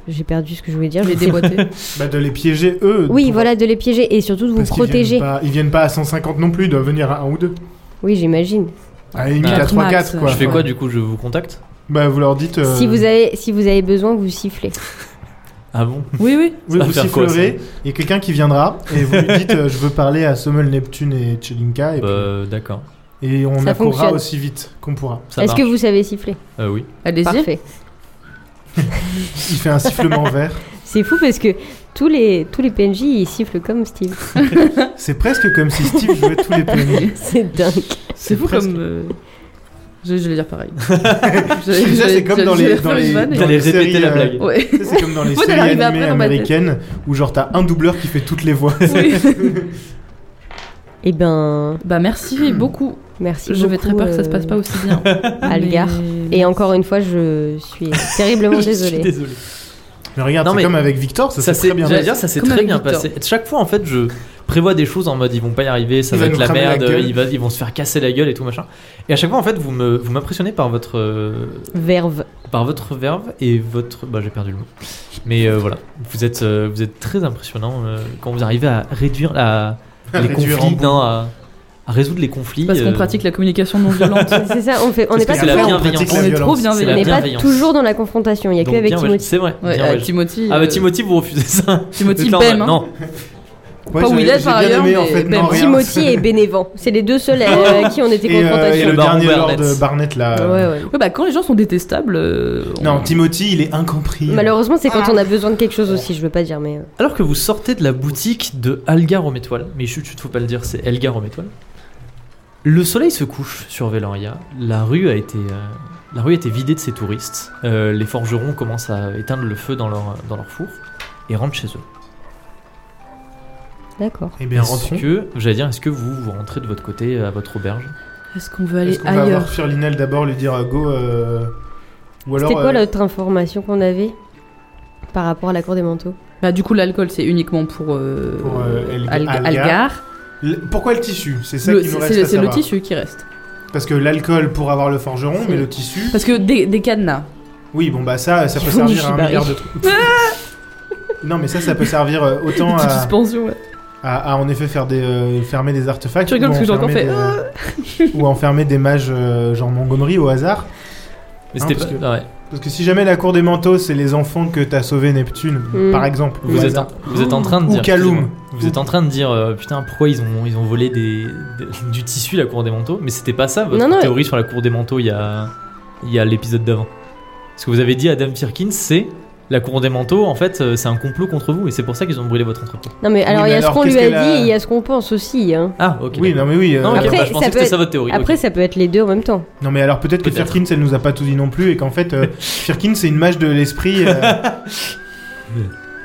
[SPEAKER 3] J'ai perdu ce que je voulais dire.
[SPEAKER 2] Je
[SPEAKER 3] je
[SPEAKER 2] vais
[SPEAKER 3] sais pas.
[SPEAKER 2] déboîter.
[SPEAKER 4] Bah, de les piéger eux.
[SPEAKER 3] Oui,
[SPEAKER 4] pour-
[SPEAKER 3] voilà, de les piéger et surtout de vous
[SPEAKER 4] parce qu'ils
[SPEAKER 3] protéger.
[SPEAKER 4] Viennent pas, ils viennent pas à 150 non plus, ils doivent venir à un ou deux.
[SPEAKER 3] Oui, j'imagine.
[SPEAKER 4] À la limite,
[SPEAKER 1] Bah,
[SPEAKER 4] à
[SPEAKER 2] quatre
[SPEAKER 4] 3
[SPEAKER 2] max,
[SPEAKER 4] 4 quoi.
[SPEAKER 1] Je fais quoi du coup Je vous contacte
[SPEAKER 4] Bah, vous leur dites. euh,
[SPEAKER 3] Si, vous avez, si vous avez besoin, vous sifflez.
[SPEAKER 1] Ah bon
[SPEAKER 2] oui, oui.
[SPEAKER 4] Oui,
[SPEAKER 1] Ça va
[SPEAKER 4] vous
[SPEAKER 1] faire quoi,
[SPEAKER 4] sifflerez, il y a quelqu'un qui viendra et vous lui dites euh, je veux parler à Sommel, Neptune et Chelinka et, puis-
[SPEAKER 1] Euh, D'accord.
[SPEAKER 4] et on
[SPEAKER 3] ça
[SPEAKER 4] accourra
[SPEAKER 3] fonctionne.
[SPEAKER 4] aussi vite qu'on pourra.
[SPEAKER 1] Ça
[SPEAKER 3] Est-ce
[SPEAKER 1] marche.
[SPEAKER 3] que vous savez siffler
[SPEAKER 1] Euh, oui.
[SPEAKER 2] Allez-y.
[SPEAKER 3] Parfait.
[SPEAKER 4] Il fait un sifflement vert.
[SPEAKER 3] C'est fou parce que tous les, tous les PNJ ils sifflent comme Steve.
[SPEAKER 4] C'est presque comme si Steve jouait tous les PNJ.
[SPEAKER 3] C'est dingue.
[SPEAKER 2] C'est fou
[SPEAKER 4] presque-
[SPEAKER 2] comme. euh, Je, je vais dire pareil.
[SPEAKER 4] Ça, c'est comme dans les- dans les- dans
[SPEAKER 1] T'allais
[SPEAKER 4] les
[SPEAKER 1] répéter
[SPEAKER 4] séries,
[SPEAKER 1] la
[SPEAKER 4] euh,
[SPEAKER 1] blague.
[SPEAKER 2] Ouais.
[SPEAKER 4] Tu sais, C'est comme dans les
[SPEAKER 2] Ouais,
[SPEAKER 4] séries
[SPEAKER 2] d'arriver
[SPEAKER 4] animées
[SPEAKER 2] après dans ma tête.
[SPEAKER 4] américaines où genre t'as un doubleur qui fait toutes les voix.
[SPEAKER 2] Oui.
[SPEAKER 3] Eh ben,
[SPEAKER 2] bah merci beaucoup.
[SPEAKER 3] merci.
[SPEAKER 2] Je vais
[SPEAKER 3] beaucoup,
[SPEAKER 2] très peur que ça se passe pas
[SPEAKER 3] euh,
[SPEAKER 2] aussi bien.
[SPEAKER 3] Algar.
[SPEAKER 2] Mais-
[SPEAKER 3] Et encore une fois, je suis
[SPEAKER 1] Je
[SPEAKER 3] terriblement
[SPEAKER 1] suis
[SPEAKER 3] désolée.
[SPEAKER 1] désolé.
[SPEAKER 4] Mais regarde,
[SPEAKER 1] Non,
[SPEAKER 4] c'est
[SPEAKER 1] mais-
[SPEAKER 4] comme avec Victor, ça,
[SPEAKER 1] Ça
[SPEAKER 4] s'est
[SPEAKER 1] s'est
[SPEAKER 4] très bien
[SPEAKER 1] j'allais
[SPEAKER 4] passé.
[SPEAKER 1] dire, ça s'est
[SPEAKER 2] Comme
[SPEAKER 1] très
[SPEAKER 2] avec
[SPEAKER 1] bien
[SPEAKER 2] Victor.
[SPEAKER 3] hein.
[SPEAKER 1] passé. Chaque fois en fait, je prévois des choses en mode ils vont pas y arriver, ça
[SPEAKER 4] Il
[SPEAKER 1] va
[SPEAKER 4] va
[SPEAKER 1] être
[SPEAKER 4] nous
[SPEAKER 1] la
[SPEAKER 4] cramer la
[SPEAKER 1] merde,
[SPEAKER 4] gueule.
[SPEAKER 1] ils, va- ils vont se faire casser la gueule et tout machin. Et à chaque fois en fait, vous me vous m'impressionnez par votre euh,
[SPEAKER 3] Verve.
[SPEAKER 1] par votre verve et votre bah j'ai perdu le mot. Mais euh, voilà, vous êtes euh, vous êtes très impressionnant euh, quand vous arrivez à réduire la
[SPEAKER 4] À
[SPEAKER 1] les
[SPEAKER 4] réduire
[SPEAKER 1] conflits,
[SPEAKER 4] en-
[SPEAKER 1] non, à, à résoudre les conflits
[SPEAKER 2] Parce qu'on
[SPEAKER 1] euh,
[SPEAKER 2] pratique la communication non violente.
[SPEAKER 3] C'est ça, on fait, on
[SPEAKER 1] Parce
[SPEAKER 3] n'est
[SPEAKER 1] que
[SPEAKER 3] pas,
[SPEAKER 1] c'est la
[SPEAKER 3] toujours-
[SPEAKER 1] bienveillance.
[SPEAKER 4] pratique
[SPEAKER 2] On
[SPEAKER 4] la
[SPEAKER 2] est trop
[SPEAKER 4] violence.
[SPEAKER 1] C'est
[SPEAKER 3] on
[SPEAKER 1] la
[SPEAKER 2] bienveillants.
[SPEAKER 3] n'est pas
[SPEAKER 1] bienveillance.
[SPEAKER 3] toujours dans la confrontation. Il n'y a que
[SPEAKER 1] donc
[SPEAKER 3] avec
[SPEAKER 1] bien, ouais,
[SPEAKER 3] Timothy.
[SPEAKER 1] C'est vrai.
[SPEAKER 2] Ouais,
[SPEAKER 1] bien,
[SPEAKER 2] ah,
[SPEAKER 1] ouais.
[SPEAKER 2] Timothy.
[SPEAKER 1] Ah
[SPEAKER 2] euh,
[SPEAKER 1] bah Timothy vous refusez ça.
[SPEAKER 2] Timothy
[SPEAKER 1] Dites-leur
[SPEAKER 2] Pem, hein.
[SPEAKER 1] maintenant.
[SPEAKER 4] Ouais,
[SPEAKER 2] Pas où
[SPEAKER 4] j'ai-
[SPEAKER 2] il est,
[SPEAKER 4] j'ai
[SPEAKER 2] par
[SPEAKER 4] bien
[SPEAKER 2] ailleurs,
[SPEAKER 4] aimé, en
[SPEAKER 2] mais
[SPEAKER 4] fait, non,
[SPEAKER 2] même
[SPEAKER 4] rien.
[SPEAKER 3] Timothy et Bénévent, c'est les deux seuls euh, à- à qui on était
[SPEAKER 4] Et, euh, et
[SPEAKER 3] confrontation.
[SPEAKER 4] le
[SPEAKER 1] Le baron
[SPEAKER 4] dernier lord
[SPEAKER 1] Barnett.
[SPEAKER 4] Barnett là. euh,
[SPEAKER 3] Ouais, ouais.
[SPEAKER 2] Ouais, bah quand les gens sont détestables. euh, on-
[SPEAKER 4] Non, Timothy, il est incompris.
[SPEAKER 3] Malheureusement, c'est quand on a besoin de quelque chose aussi. Je veux pas dire, mais euh,
[SPEAKER 1] Alors que vous sortez de la boutique de Algar aux étoiles, mais chut, chut, faut pas le dire, c'est Elgar aux étoiles. Le soleil se couche sur Veloria. La rue a été, euh, la rue a été vidée de ses touristes. Euh, les forgerons commencent à éteindre le feu dans leur, dans leur four et rentrent chez eux.
[SPEAKER 3] d'accord.
[SPEAKER 4] Eh bien,
[SPEAKER 1] est-ce
[SPEAKER 4] rentrons.
[SPEAKER 1] que, j'allais dire, est-ce que vous vous rentrez de votre côté euh, à votre auberge
[SPEAKER 2] Est-ce qu'on veut aller
[SPEAKER 4] Est-ce qu'on va voir
[SPEAKER 2] ailleurs
[SPEAKER 4] Firlinel d'abord, lui dire euh, go euh, Ou alors.
[SPEAKER 3] C'était quoi
[SPEAKER 4] euh,
[SPEAKER 3] l'autre information qu'on avait par rapport à la cour des manteaux
[SPEAKER 2] Bah du coup l'alcool c'est uniquement pour, euh,
[SPEAKER 4] Pour, euh, Elg-
[SPEAKER 2] Alga-
[SPEAKER 4] Algar.
[SPEAKER 2] Algar.
[SPEAKER 4] le- Pourquoi le tissu C'est ça
[SPEAKER 2] Le-
[SPEAKER 4] qui nous
[SPEAKER 2] c'est-
[SPEAKER 4] reste à
[SPEAKER 2] C'est c'est le
[SPEAKER 4] savoir.
[SPEAKER 2] tissu qui reste.
[SPEAKER 4] Parce que l'alcool pour avoir le forgeron, mais le tissu.
[SPEAKER 2] Parce que des, des cadenas.
[SPEAKER 4] Oui, bon bah ça, ça peut
[SPEAKER 3] font du
[SPEAKER 4] servir à un
[SPEAKER 3] shibari.
[SPEAKER 4] milliard de trucs. non, mais ça, ça peut servir euh, autant
[SPEAKER 2] Des
[SPEAKER 4] à,
[SPEAKER 2] suspensions. ouais.
[SPEAKER 4] à- à, en effet faire des euh, fermer des artefacts.
[SPEAKER 2] Tu rigoles
[SPEAKER 4] ou
[SPEAKER 2] parce que j'ai encore
[SPEAKER 4] enfermer euh, des- ou enfermer des mages euh, genre Montgomery au hasard.
[SPEAKER 1] Mais
[SPEAKER 4] Non,
[SPEAKER 1] c'était
[SPEAKER 4] parce
[SPEAKER 1] pas- Ah ouais.
[SPEAKER 4] Parce que si jamais la cour des manteaux, c'est les enfants que t'as sauvé Neptune,
[SPEAKER 2] Hmm.
[SPEAKER 3] Mm.
[SPEAKER 4] par exemple.
[SPEAKER 1] Vous,
[SPEAKER 4] au
[SPEAKER 1] êtes en,
[SPEAKER 4] hasard.
[SPEAKER 1] vous êtes en train de
[SPEAKER 4] Ou
[SPEAKER 1] dire.
[SPEAKER 4] Kaloum.
[SPEAKER 1] excusez-moi, Vous êtes en train de dire euh, putain pourquoi ils ont ils ont volé des, des- du tissu la cour des manteaux mais c'était pas ça votre
[SPEAKER 3] Non, non,
[SPEAKER 1] théorie sur la cour des manteaux il y a il y a l'épisode d'avant. Ce que vous avez dit à Adam Firkin c'est la cour des manteaux en fait euh, c'est un complot contre vous et c'est pour ça qu'ils ont brûlé votre entreprise.
[SPEAKER 3] Non, mais alors,
[SPEAKER 4] mais
[SPEAKER 3] il y a ce
[SPEAKER 4] alors,
[SPEAKER 3] qu'on lui
[SPEAKER 4] qu'est-ce
[SPEAKER 3] a dit
[SPEAKER 4] qu'elle a-
[SPEAKER 3] et il y a ce qu'on pense aussi. hein.
[SPEAKER 1] Ah ok.
[SPEAKER 4] Oui, non mais oui. euh,
[SPEAKER 1] Non, ok,
[SPEAKER 4] après-
[SPEAKER 1] bah, je pensais
[SPEAKER 3] ça
[SPEAKER 1] que
[SPEAKER 3] peut
[SPEAKER 1] c'était ça votre théorie.
[SPEAKER 3] Après,
[SPEAKER 1] ok.
[SPEAKER 3] ça peut être les deux en même temps.
[SPEAKER 4] non, mais alors peut-être que
[SPEAKER 1] Peut-être.
[SPEAKER 4] Firkins, elle nous a pas tout dit non plus et qu'en fait, euh, Firkins, c'est une mage de l'esprit. euh,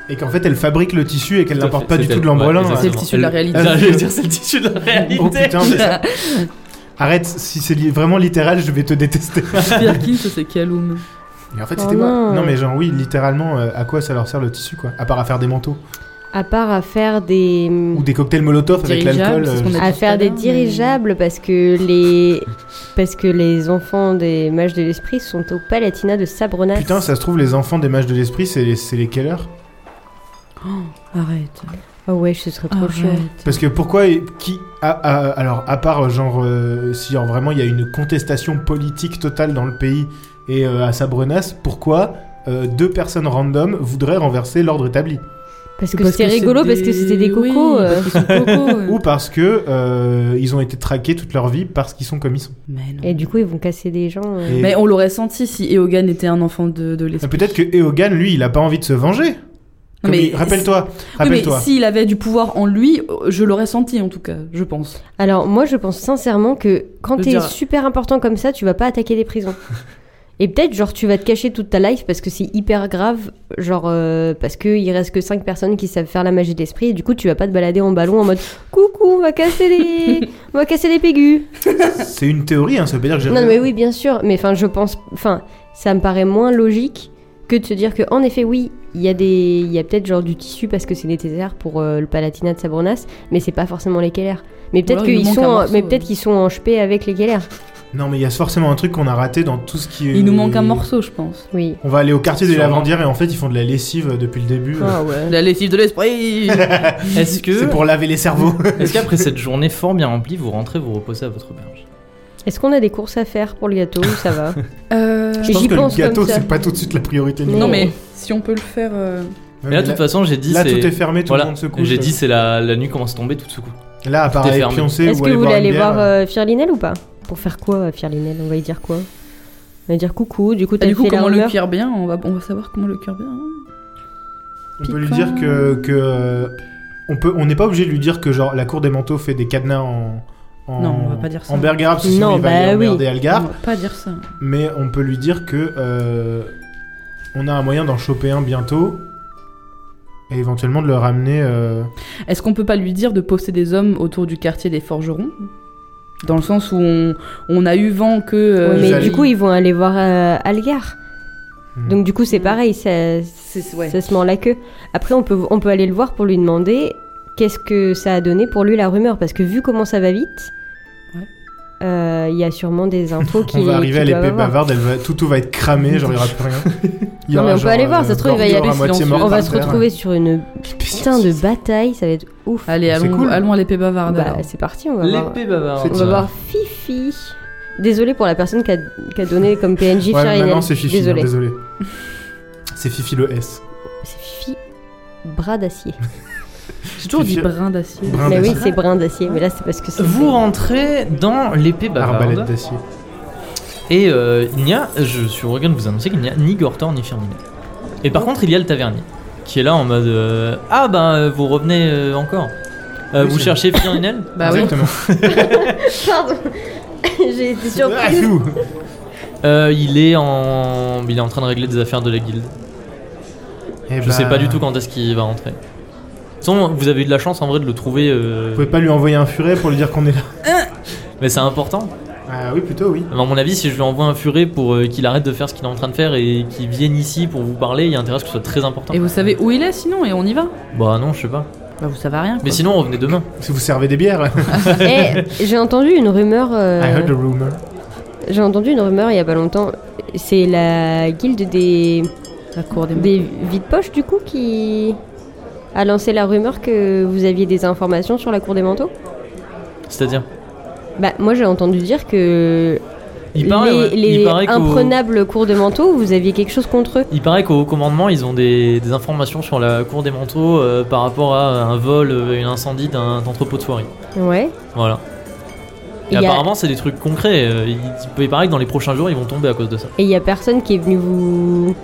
[SPEAKER 4] et qu'en fait, elle fabrique le tissu et qu'elle
[SPEAKER 1] Tout à
[SPEAKER 4] n'importe
[SPEAKER 1] fait,
[SPEAKER 4] pas du
[SPEAKER 1] c'était-
[SPEAKER 4] tout de
[SPEAKER 1] ouais,
[SPEAKER 4] l'embrelin. hein,
[SPEAKER 1] exactement.
[SPEAKER 2] C'est le tissu de la réalité.
[SPEAKER 1] Ah, J'allais dire c'est le tissu de la réalité.
[SPEAKER 4] Oh putain, mais ça- Arrête, si c'est li- vraiment littéral, je vais te détester.
[SPEAKER 2] Birkin, ça c'est Kaloum.
[SPEAKER 4] Mais en fait,
[SPEAKER 3] Oh
[SPEAKER 4] c'était quoi
[SPEAKER 3] non.
[SPEAKER 4] Non, mais genre, oui, littéralement, euh, à quoi ça leur sert le tissu, quoi À part à faire des manteaux.
[SPEAKER 3] À part à faire des.
[SPEAKER 4] Ou des cocktails molotov avec
[SPEAKER 2] Dirigeable,
[SPEAKER 4] l'alcool.
[SPEAKER 2] c'est ce qu'on
[SPEAKER 4] euh,
[SPEAKER 2] a-
[SPEAKER 3] à
[SPEAKER 2] tout
[SPEAKER 3] faire
[SPEAKER 2] à
[SPEAKER 3] des
[SPEAKER 2] l'heure, mais-
[SPEAKER 3] dirigeables parce que les parce que les enfants des mages de l'esprit sont au Palatinat de Sabronas.
[SPEAKER 4] Putain, ça se trouve, les enfants des mages de l'esprit, c'est c'est les quelle heure
[SPEAKER 2] Arrête.
[SPEAKER 3] Ah ouais, ce serait trop chaud.
[SPEAKER 2] Arrête.
[SPEAKER 4] Parce que pourquoi et- qui ah, ah, alors à part euh, genre euh, si genre, vraiment il y a une contestation politique totale dans le pays et euh, à Sabrenas, pourquoi euh, deux personnes random voudraient renverser l'ordre établi
[SPEAKER 3] Parce que c'était rigolo parce que c'était des
[SPEAKER 2] oui,
[SPEAKER 3] cocos. euh.
[SPEAKER 2] parce qu'ils sont cocos, ouais.
[SPEAKER 4] ou parce que euh, ils ont été traqués toute leur vie parce qu'ils sont comme ils sont.
[SPEAKER 2] Mais non.
[SPEAKER 3] Et du coup, ils vont casser des gens. euh.
[SPEAKER 4] Et-
[SPEAKER 2] Mais on l'aurait senti si Eogan était un enfant de, de
[SPEAKER 4] Mais
[SPEAKER 2] l'esprit.
[SPEAKER 4] peut-être que Eogan lui, il a pas envie de se venger. Comme
[SPEAKER 2] mais
[SPEAKER 4] il- Rappelle-toi,
[SPEAKER 2] Oui, mais
[SPEAKER 4] rappelle-toi.
[SPEAKER 2] s'il avait du pouvoir en lui, euh, je l'aurais senti en tout cas, je pense.
[SPEAKER 3] Alors moi, je pense sincèrement que quand
[SPEAKER 2] Je
[SPEAKER 3] t'es
[SPEAKER 2] dirais-
[SPEAKER 3] super important comme ça, tu vas pas attaquer des prisons. Et peut-être genre tu vas te cacher toute ta life parce que c'est hyper grave, genre euh, parce que il reste que cinq personnes qui savent faire la magie de l'esprit et du coup tu vas pas te balader en ballon en mode coucou on va casser les on va casser les pégus.
[SPEAKER 4] C'est une théorie, hein, ça veut pas dire que j'ai
[SPEAKER 3] Non,
[SPEAKER 4] raison.
[SPEAKER 3] mais oui, bien sûr. Mais enfin, je pense. Enfin, ça me paraît moins logique que de se dire que, en effet, oui, il y a des, il y a peut-être genre du tissu parce que c'est nécessaire pour euh, le Palatinat de Sabronas, mais c'est pas forcément les Keller. Mais peut-être
[SPEAKER 2] alors, il nous
[SPEAKER 3] qu'ils
[SPEAKER 2] manque
[SPEAKER 3] sont,
[SPEAKER 2] un
[SPEAKER 3] en-
[SPEAKER 2] morceau,
[SPEAKER 3] mais
[SPEAKER 2] ouais.
[SPEAKER 3] peut-être qu'ils sont en chepé avec les Keller.
[SPEAKER 4] Non, mais il y a forcément un truc qu'on a raté dans tout ce qui est-
[SPEAKER 2] Il nous manque un morceau, je pense.
[SPEAKER 3] Oui.
[SPEAKER 4] On va aller au quartier des
[SPEAKER 1] Sûrement.
[SPEAKER 4] Lavandières et en fait, ils font de la lessive depuis le début.
[SPEAKER 3] Ah ouais.
[SPEAKER 2] La lessive de l'esprit
[SPEAKER 1] Est-ce que
[SPEAKER 4] C'est pour laver les cerveaux.
[SPEAKER 1] est-ce qu'après cette journée fort bien remplie vous rentrez vous reposez à votre berge
[SPEAKER 3] Est-ce qu'on a des courses à faire pour le gâteau ou Ça va.
[SPEAKER 2] Euh,
[SPEAKER 4] Je pense
[SPEAKER 3] J'y
[SPEAKER 4] que
[SPEAKER 3] pense
[SPEAKER 4] le gâteau,
[SPEAKER 3] comme ça.
[SPEAKER 4] c'est pas tout de suite la priorité. du
[SPEAKER 3] Non,
[SPEAKER 2] Non
[SPEAKER 4] monde.
[SPEAKER 2] mais si on peut le faire... euh,
[SPEAKER 1] Mais
[SPEAKER 4] Ouais,
[SPEAKER 1] là
[SPEAKER 4] mais
[SPEAKER 1] de toute façon j'ai dit
[SPEAKER 4] là,
[SPEAKER 1] c'est
[SPEAKER 4] tout est fermé, tout
[SPEAKER 1] voilà,
[SPEAKER 4] le monde se couche. euh.
[SPEAKER 1] j'ai dit c'est la la nuit commence à tomber tout de coup.
[SPEAKER 4] Là, à part
[SPEAKER 1] est
[SPEAKER 4] aller
[SPEAKER 1] fermé.
[SPEAKER 4] pioncer
[SPEAKER 3] Est-ce
[SPEAKER 4] ou
[SPEAKER 3] que vous voulez
[SPEAKER 4] une
[SPEAKER 3] aller
[SPEAKER 4] bière,
[SPEAKER 3] voir euh, Firlinel ou pas Pour faire quoi, euh, Firlinel On va y dire quoi On va lui dire coucou. Du coup,
[SPEAKER 2] bah,
[SPEAKER 3] t'as
[SPEAKER 2] du coup,
[SPEAKER 3] fait la
[SPEAKER 2] comment le
[SPEAKER 3] rumeur.
[SPEAKER 2] cuire bien on va, on va savoir comment le cuire bien. hein.
[SPEAKER 4] on peut lui
[SPEAKER 2] Piquant.
[SPEAKER 4] dire que que euh, on peut, on n'est pas obligé de lui dire que genre la cour des manteaux fait des cadenas en. en-
[SPEAKER 2] Non, on va pas dire ça.
[SPEAKER 4] En bergara, parce que sinon
[SPEAKER 3] Non,
[SPEAKER 4] il va y
[SPEAKER 3] bah oui.
[SPEAKER 4] emmerder Algar.
[SPEAKER 2] On va pas dire ça.
[SPEAKER 4] Mais on peut lui dire que euh, on a un moyen d'en choper un bientôt et éventuellement de le ramener. euh,
[SPEAKER 2] Est-ce qu'on peut pas lui dire de poster des hommes autour du quartier des forgerons Dans le sens où on, on a eu vent que... euh,
[SPEAKER 3] Ouais,
[SPEAKER 4] Ils
[SPEAKER 3] mais
[SPEAKER 4] allaient-
[SPEAKER 3] du coup, ils vont aller voir euh, Algar.
[SPEAKER 4] hmm.
[SPEAKER 3] Donc du coup, c'est pareil. Ça,
[SPEAKER 2] C'est- ouais.
[SPEAKER 3] Ça se ment la queue. Après, on peut, on peut aller le voir pour lui demander qu'est-ce que ça a donné pour lui la rumeur. Parce que vu comment ça va vite, euh,
[SPEAKER 2] Ouais.
[SPEAKER 3] il y a sûrement des infos qui.
[SPEAKER 4] on va
[SPEAKER 3] qui
[SPEAKER 4] arriver à
[SPEAKER 3] doivent
[SPEAKER 4] l'épée
[SPEAKER 3] avoir.
[SPEAKER 4] bavarde, elle va- tout, tout va être cramé, genre il n'y aura plus rien. Il y
[SPEAKER 3] Non,
[SPEAKER 4] aura
[SPEAKER 3] mais on peut
[SPEAKER 4] genre,
[SPEAKER 3] aller voir, ça
[SPEAKER 4] euh,
[SPEAKER 3] se trouve, il va y
[SPEAKER 4] Gorgor à
[SPEAKER 2] aller
[SPEAKER 4] moitié
[SPEAKER 2] silencieux.
[SPEAKER 4] mort
[SPEAKER 3] On va
[SPEAKER 4] par
[SPEAKER 3] se
[SPEAKER 4] terre.
[SPEAKER 3] retrouver sur une putain de bataille, ça va être ouf.
[SPEAKER 2] Allez,
[SPEAKER 4] C'est
[SPEAKER 2] allons,
[SPEAKER 4] cool.
[SPEAKER 2] allons à l'épée bavarde.
[SPEAKER 3] Bah,
[SPEAKER 2] alors.
[SPEAKER 3] c'est parti, on va voir.
[SPEAKER 1] L'épée bavarde.
[SPEAKER 4] C'est
[SPEAKER 3] On va voir Fifi. Désolée pour la personne qui a, qui a donné comme PNJ
[SPEAKER 4] Ouais,
[SPEAKER 3] Firinel.
[SPEAKER 4] maintenant c'est Fifi, hein, désolé.
[SPEAKER 3] Désolée.
[SPEAKER 4] désolé. C'est Fifi le S.
[SPEAKER 3] C'est Fifi, bras d'acier.
[SPEAKER 2] J'ai toujours dit
[SPEAKER 4] Fifi-
[SPEAKER 2] brin d'acier.
[SPEAKER 4] Brin
[SPEAKER 3] Mais oui,
[SPEAKER 4] d'acier.
[SPEAKER 3] c'est brin d'acier, mais là c'est parce que c'est.
[SPEAKER 1] Vous rentrez dans l'épée
[SPEAKER 4] Arbalète
[SPEAKER 1] bavarde
[SPEAKER 4] d'acier.
[SPEAKER 1] et euh, il n'y a, je suis au regret de vous annoncer qu'il n'y a ni Gortor ni Firminet. Et par contre, il y a le tavernier qui est là en mode euh, ah ben euh, vous revenez euh, encore. Euh,
[SPEAKER 4] Oui,
[SPEAKER 1] vous
[SPEAKER 4] c'est-
[SPEAKER 1] cherchez Firminel
[SPEAKER 3] Ah
[SPEAKER 2] Bah oui.
[SPEAKER 4] Exactement.
[SPEAKER 3] Pardon, j'ai été
[SPEAKER 4] Ah,
[SPEAKER 3] surprise.
[SPEAKER 4] fiou.
[SPEAKER 1] euh, Il est en, il est en train de régler des affaires de la guilde.
[SPEAKER 4] Eh
[SPEAKER 1] Je
[SPEAKER 4] bah,
[SPEAKER 1] sais pas du tout quand est-ce qu'il va rentrer. De toute façon, vous avez eu de la chance en vrai de le trouver, euh,
[SPEAKER 4] Vous pouvez pas lui envoyer un furet pour lui dire qu'on est là
[SPEAKER 1] mais c'est important.
[SPEAKER 4] Ah oui, plutôt oui.
[SPEAKER 1] À mon avis, si je lui envoie un furet pour euh, qu'il arrête de faire ce qu'il est en train de faire et qu'il vienne ici pour vous parler, il y a intérêt à ce que ce soit très important.
[SPEAKER 2] Et vous savez où il est sinon et on y va
[SPEAKER 1] Bah non, je sais pas.
[SPEAKER 2] Bah vous savez rien.
[SPEAKER 1] Mais
[SPEAKER 2] quoi.
[SPEAKER 1] sinon, revenez demain.
[SPEAKER 4] Si vous servez des bières.
[SPEAKER 3] Eh, j'ai entendu une rumeur. euh,
[SPEAKER 1] Ah,
[SPEAKER 4] I heard the rumor.
[SPEAKER 3] j'ai entendu une rumeur il y a pas longtemps. C'est la guilde des
[SPEAKER 2] la cour des,
[SPEAKER 3] des vides poches du coup qui a lancé la rumeur que vous aviez des informations sur la cour des manteaux.
[SPEAKER 1] C'est-à-dire
[SPEAKER 3] Bah moi j'ai entendu dire que
[SPEAKER 1] Il paraît,
[SPEAKER 3] les,
[SPEAKER 1] ouais.
[SPEAKER 3] les
[SPEAKER 1] Il paraît qu'au-
[SPEAKER 3] imprenables cours de manteau, vous aviez quelque chose contre eux
[SPEAKER 1] Il paraît qu'au commandement, ils ont des, des informations sur la cour des manteaux euh, par rapport à un vol, euh, un incendie d'un entrepôt de soirée.
[SPEAKER 3] Ouais.
[SPEAKER 1] Voilà. Et
[SPEAKER 3] Il y a-
[SPEAKER 1] apparemment, c'est des trucs concrets. euh, Il, il paraît que dans les prochains jours, ils vont tomber à cause de ça.
[SPEAKER 3] Et il y a personne qui est venu vous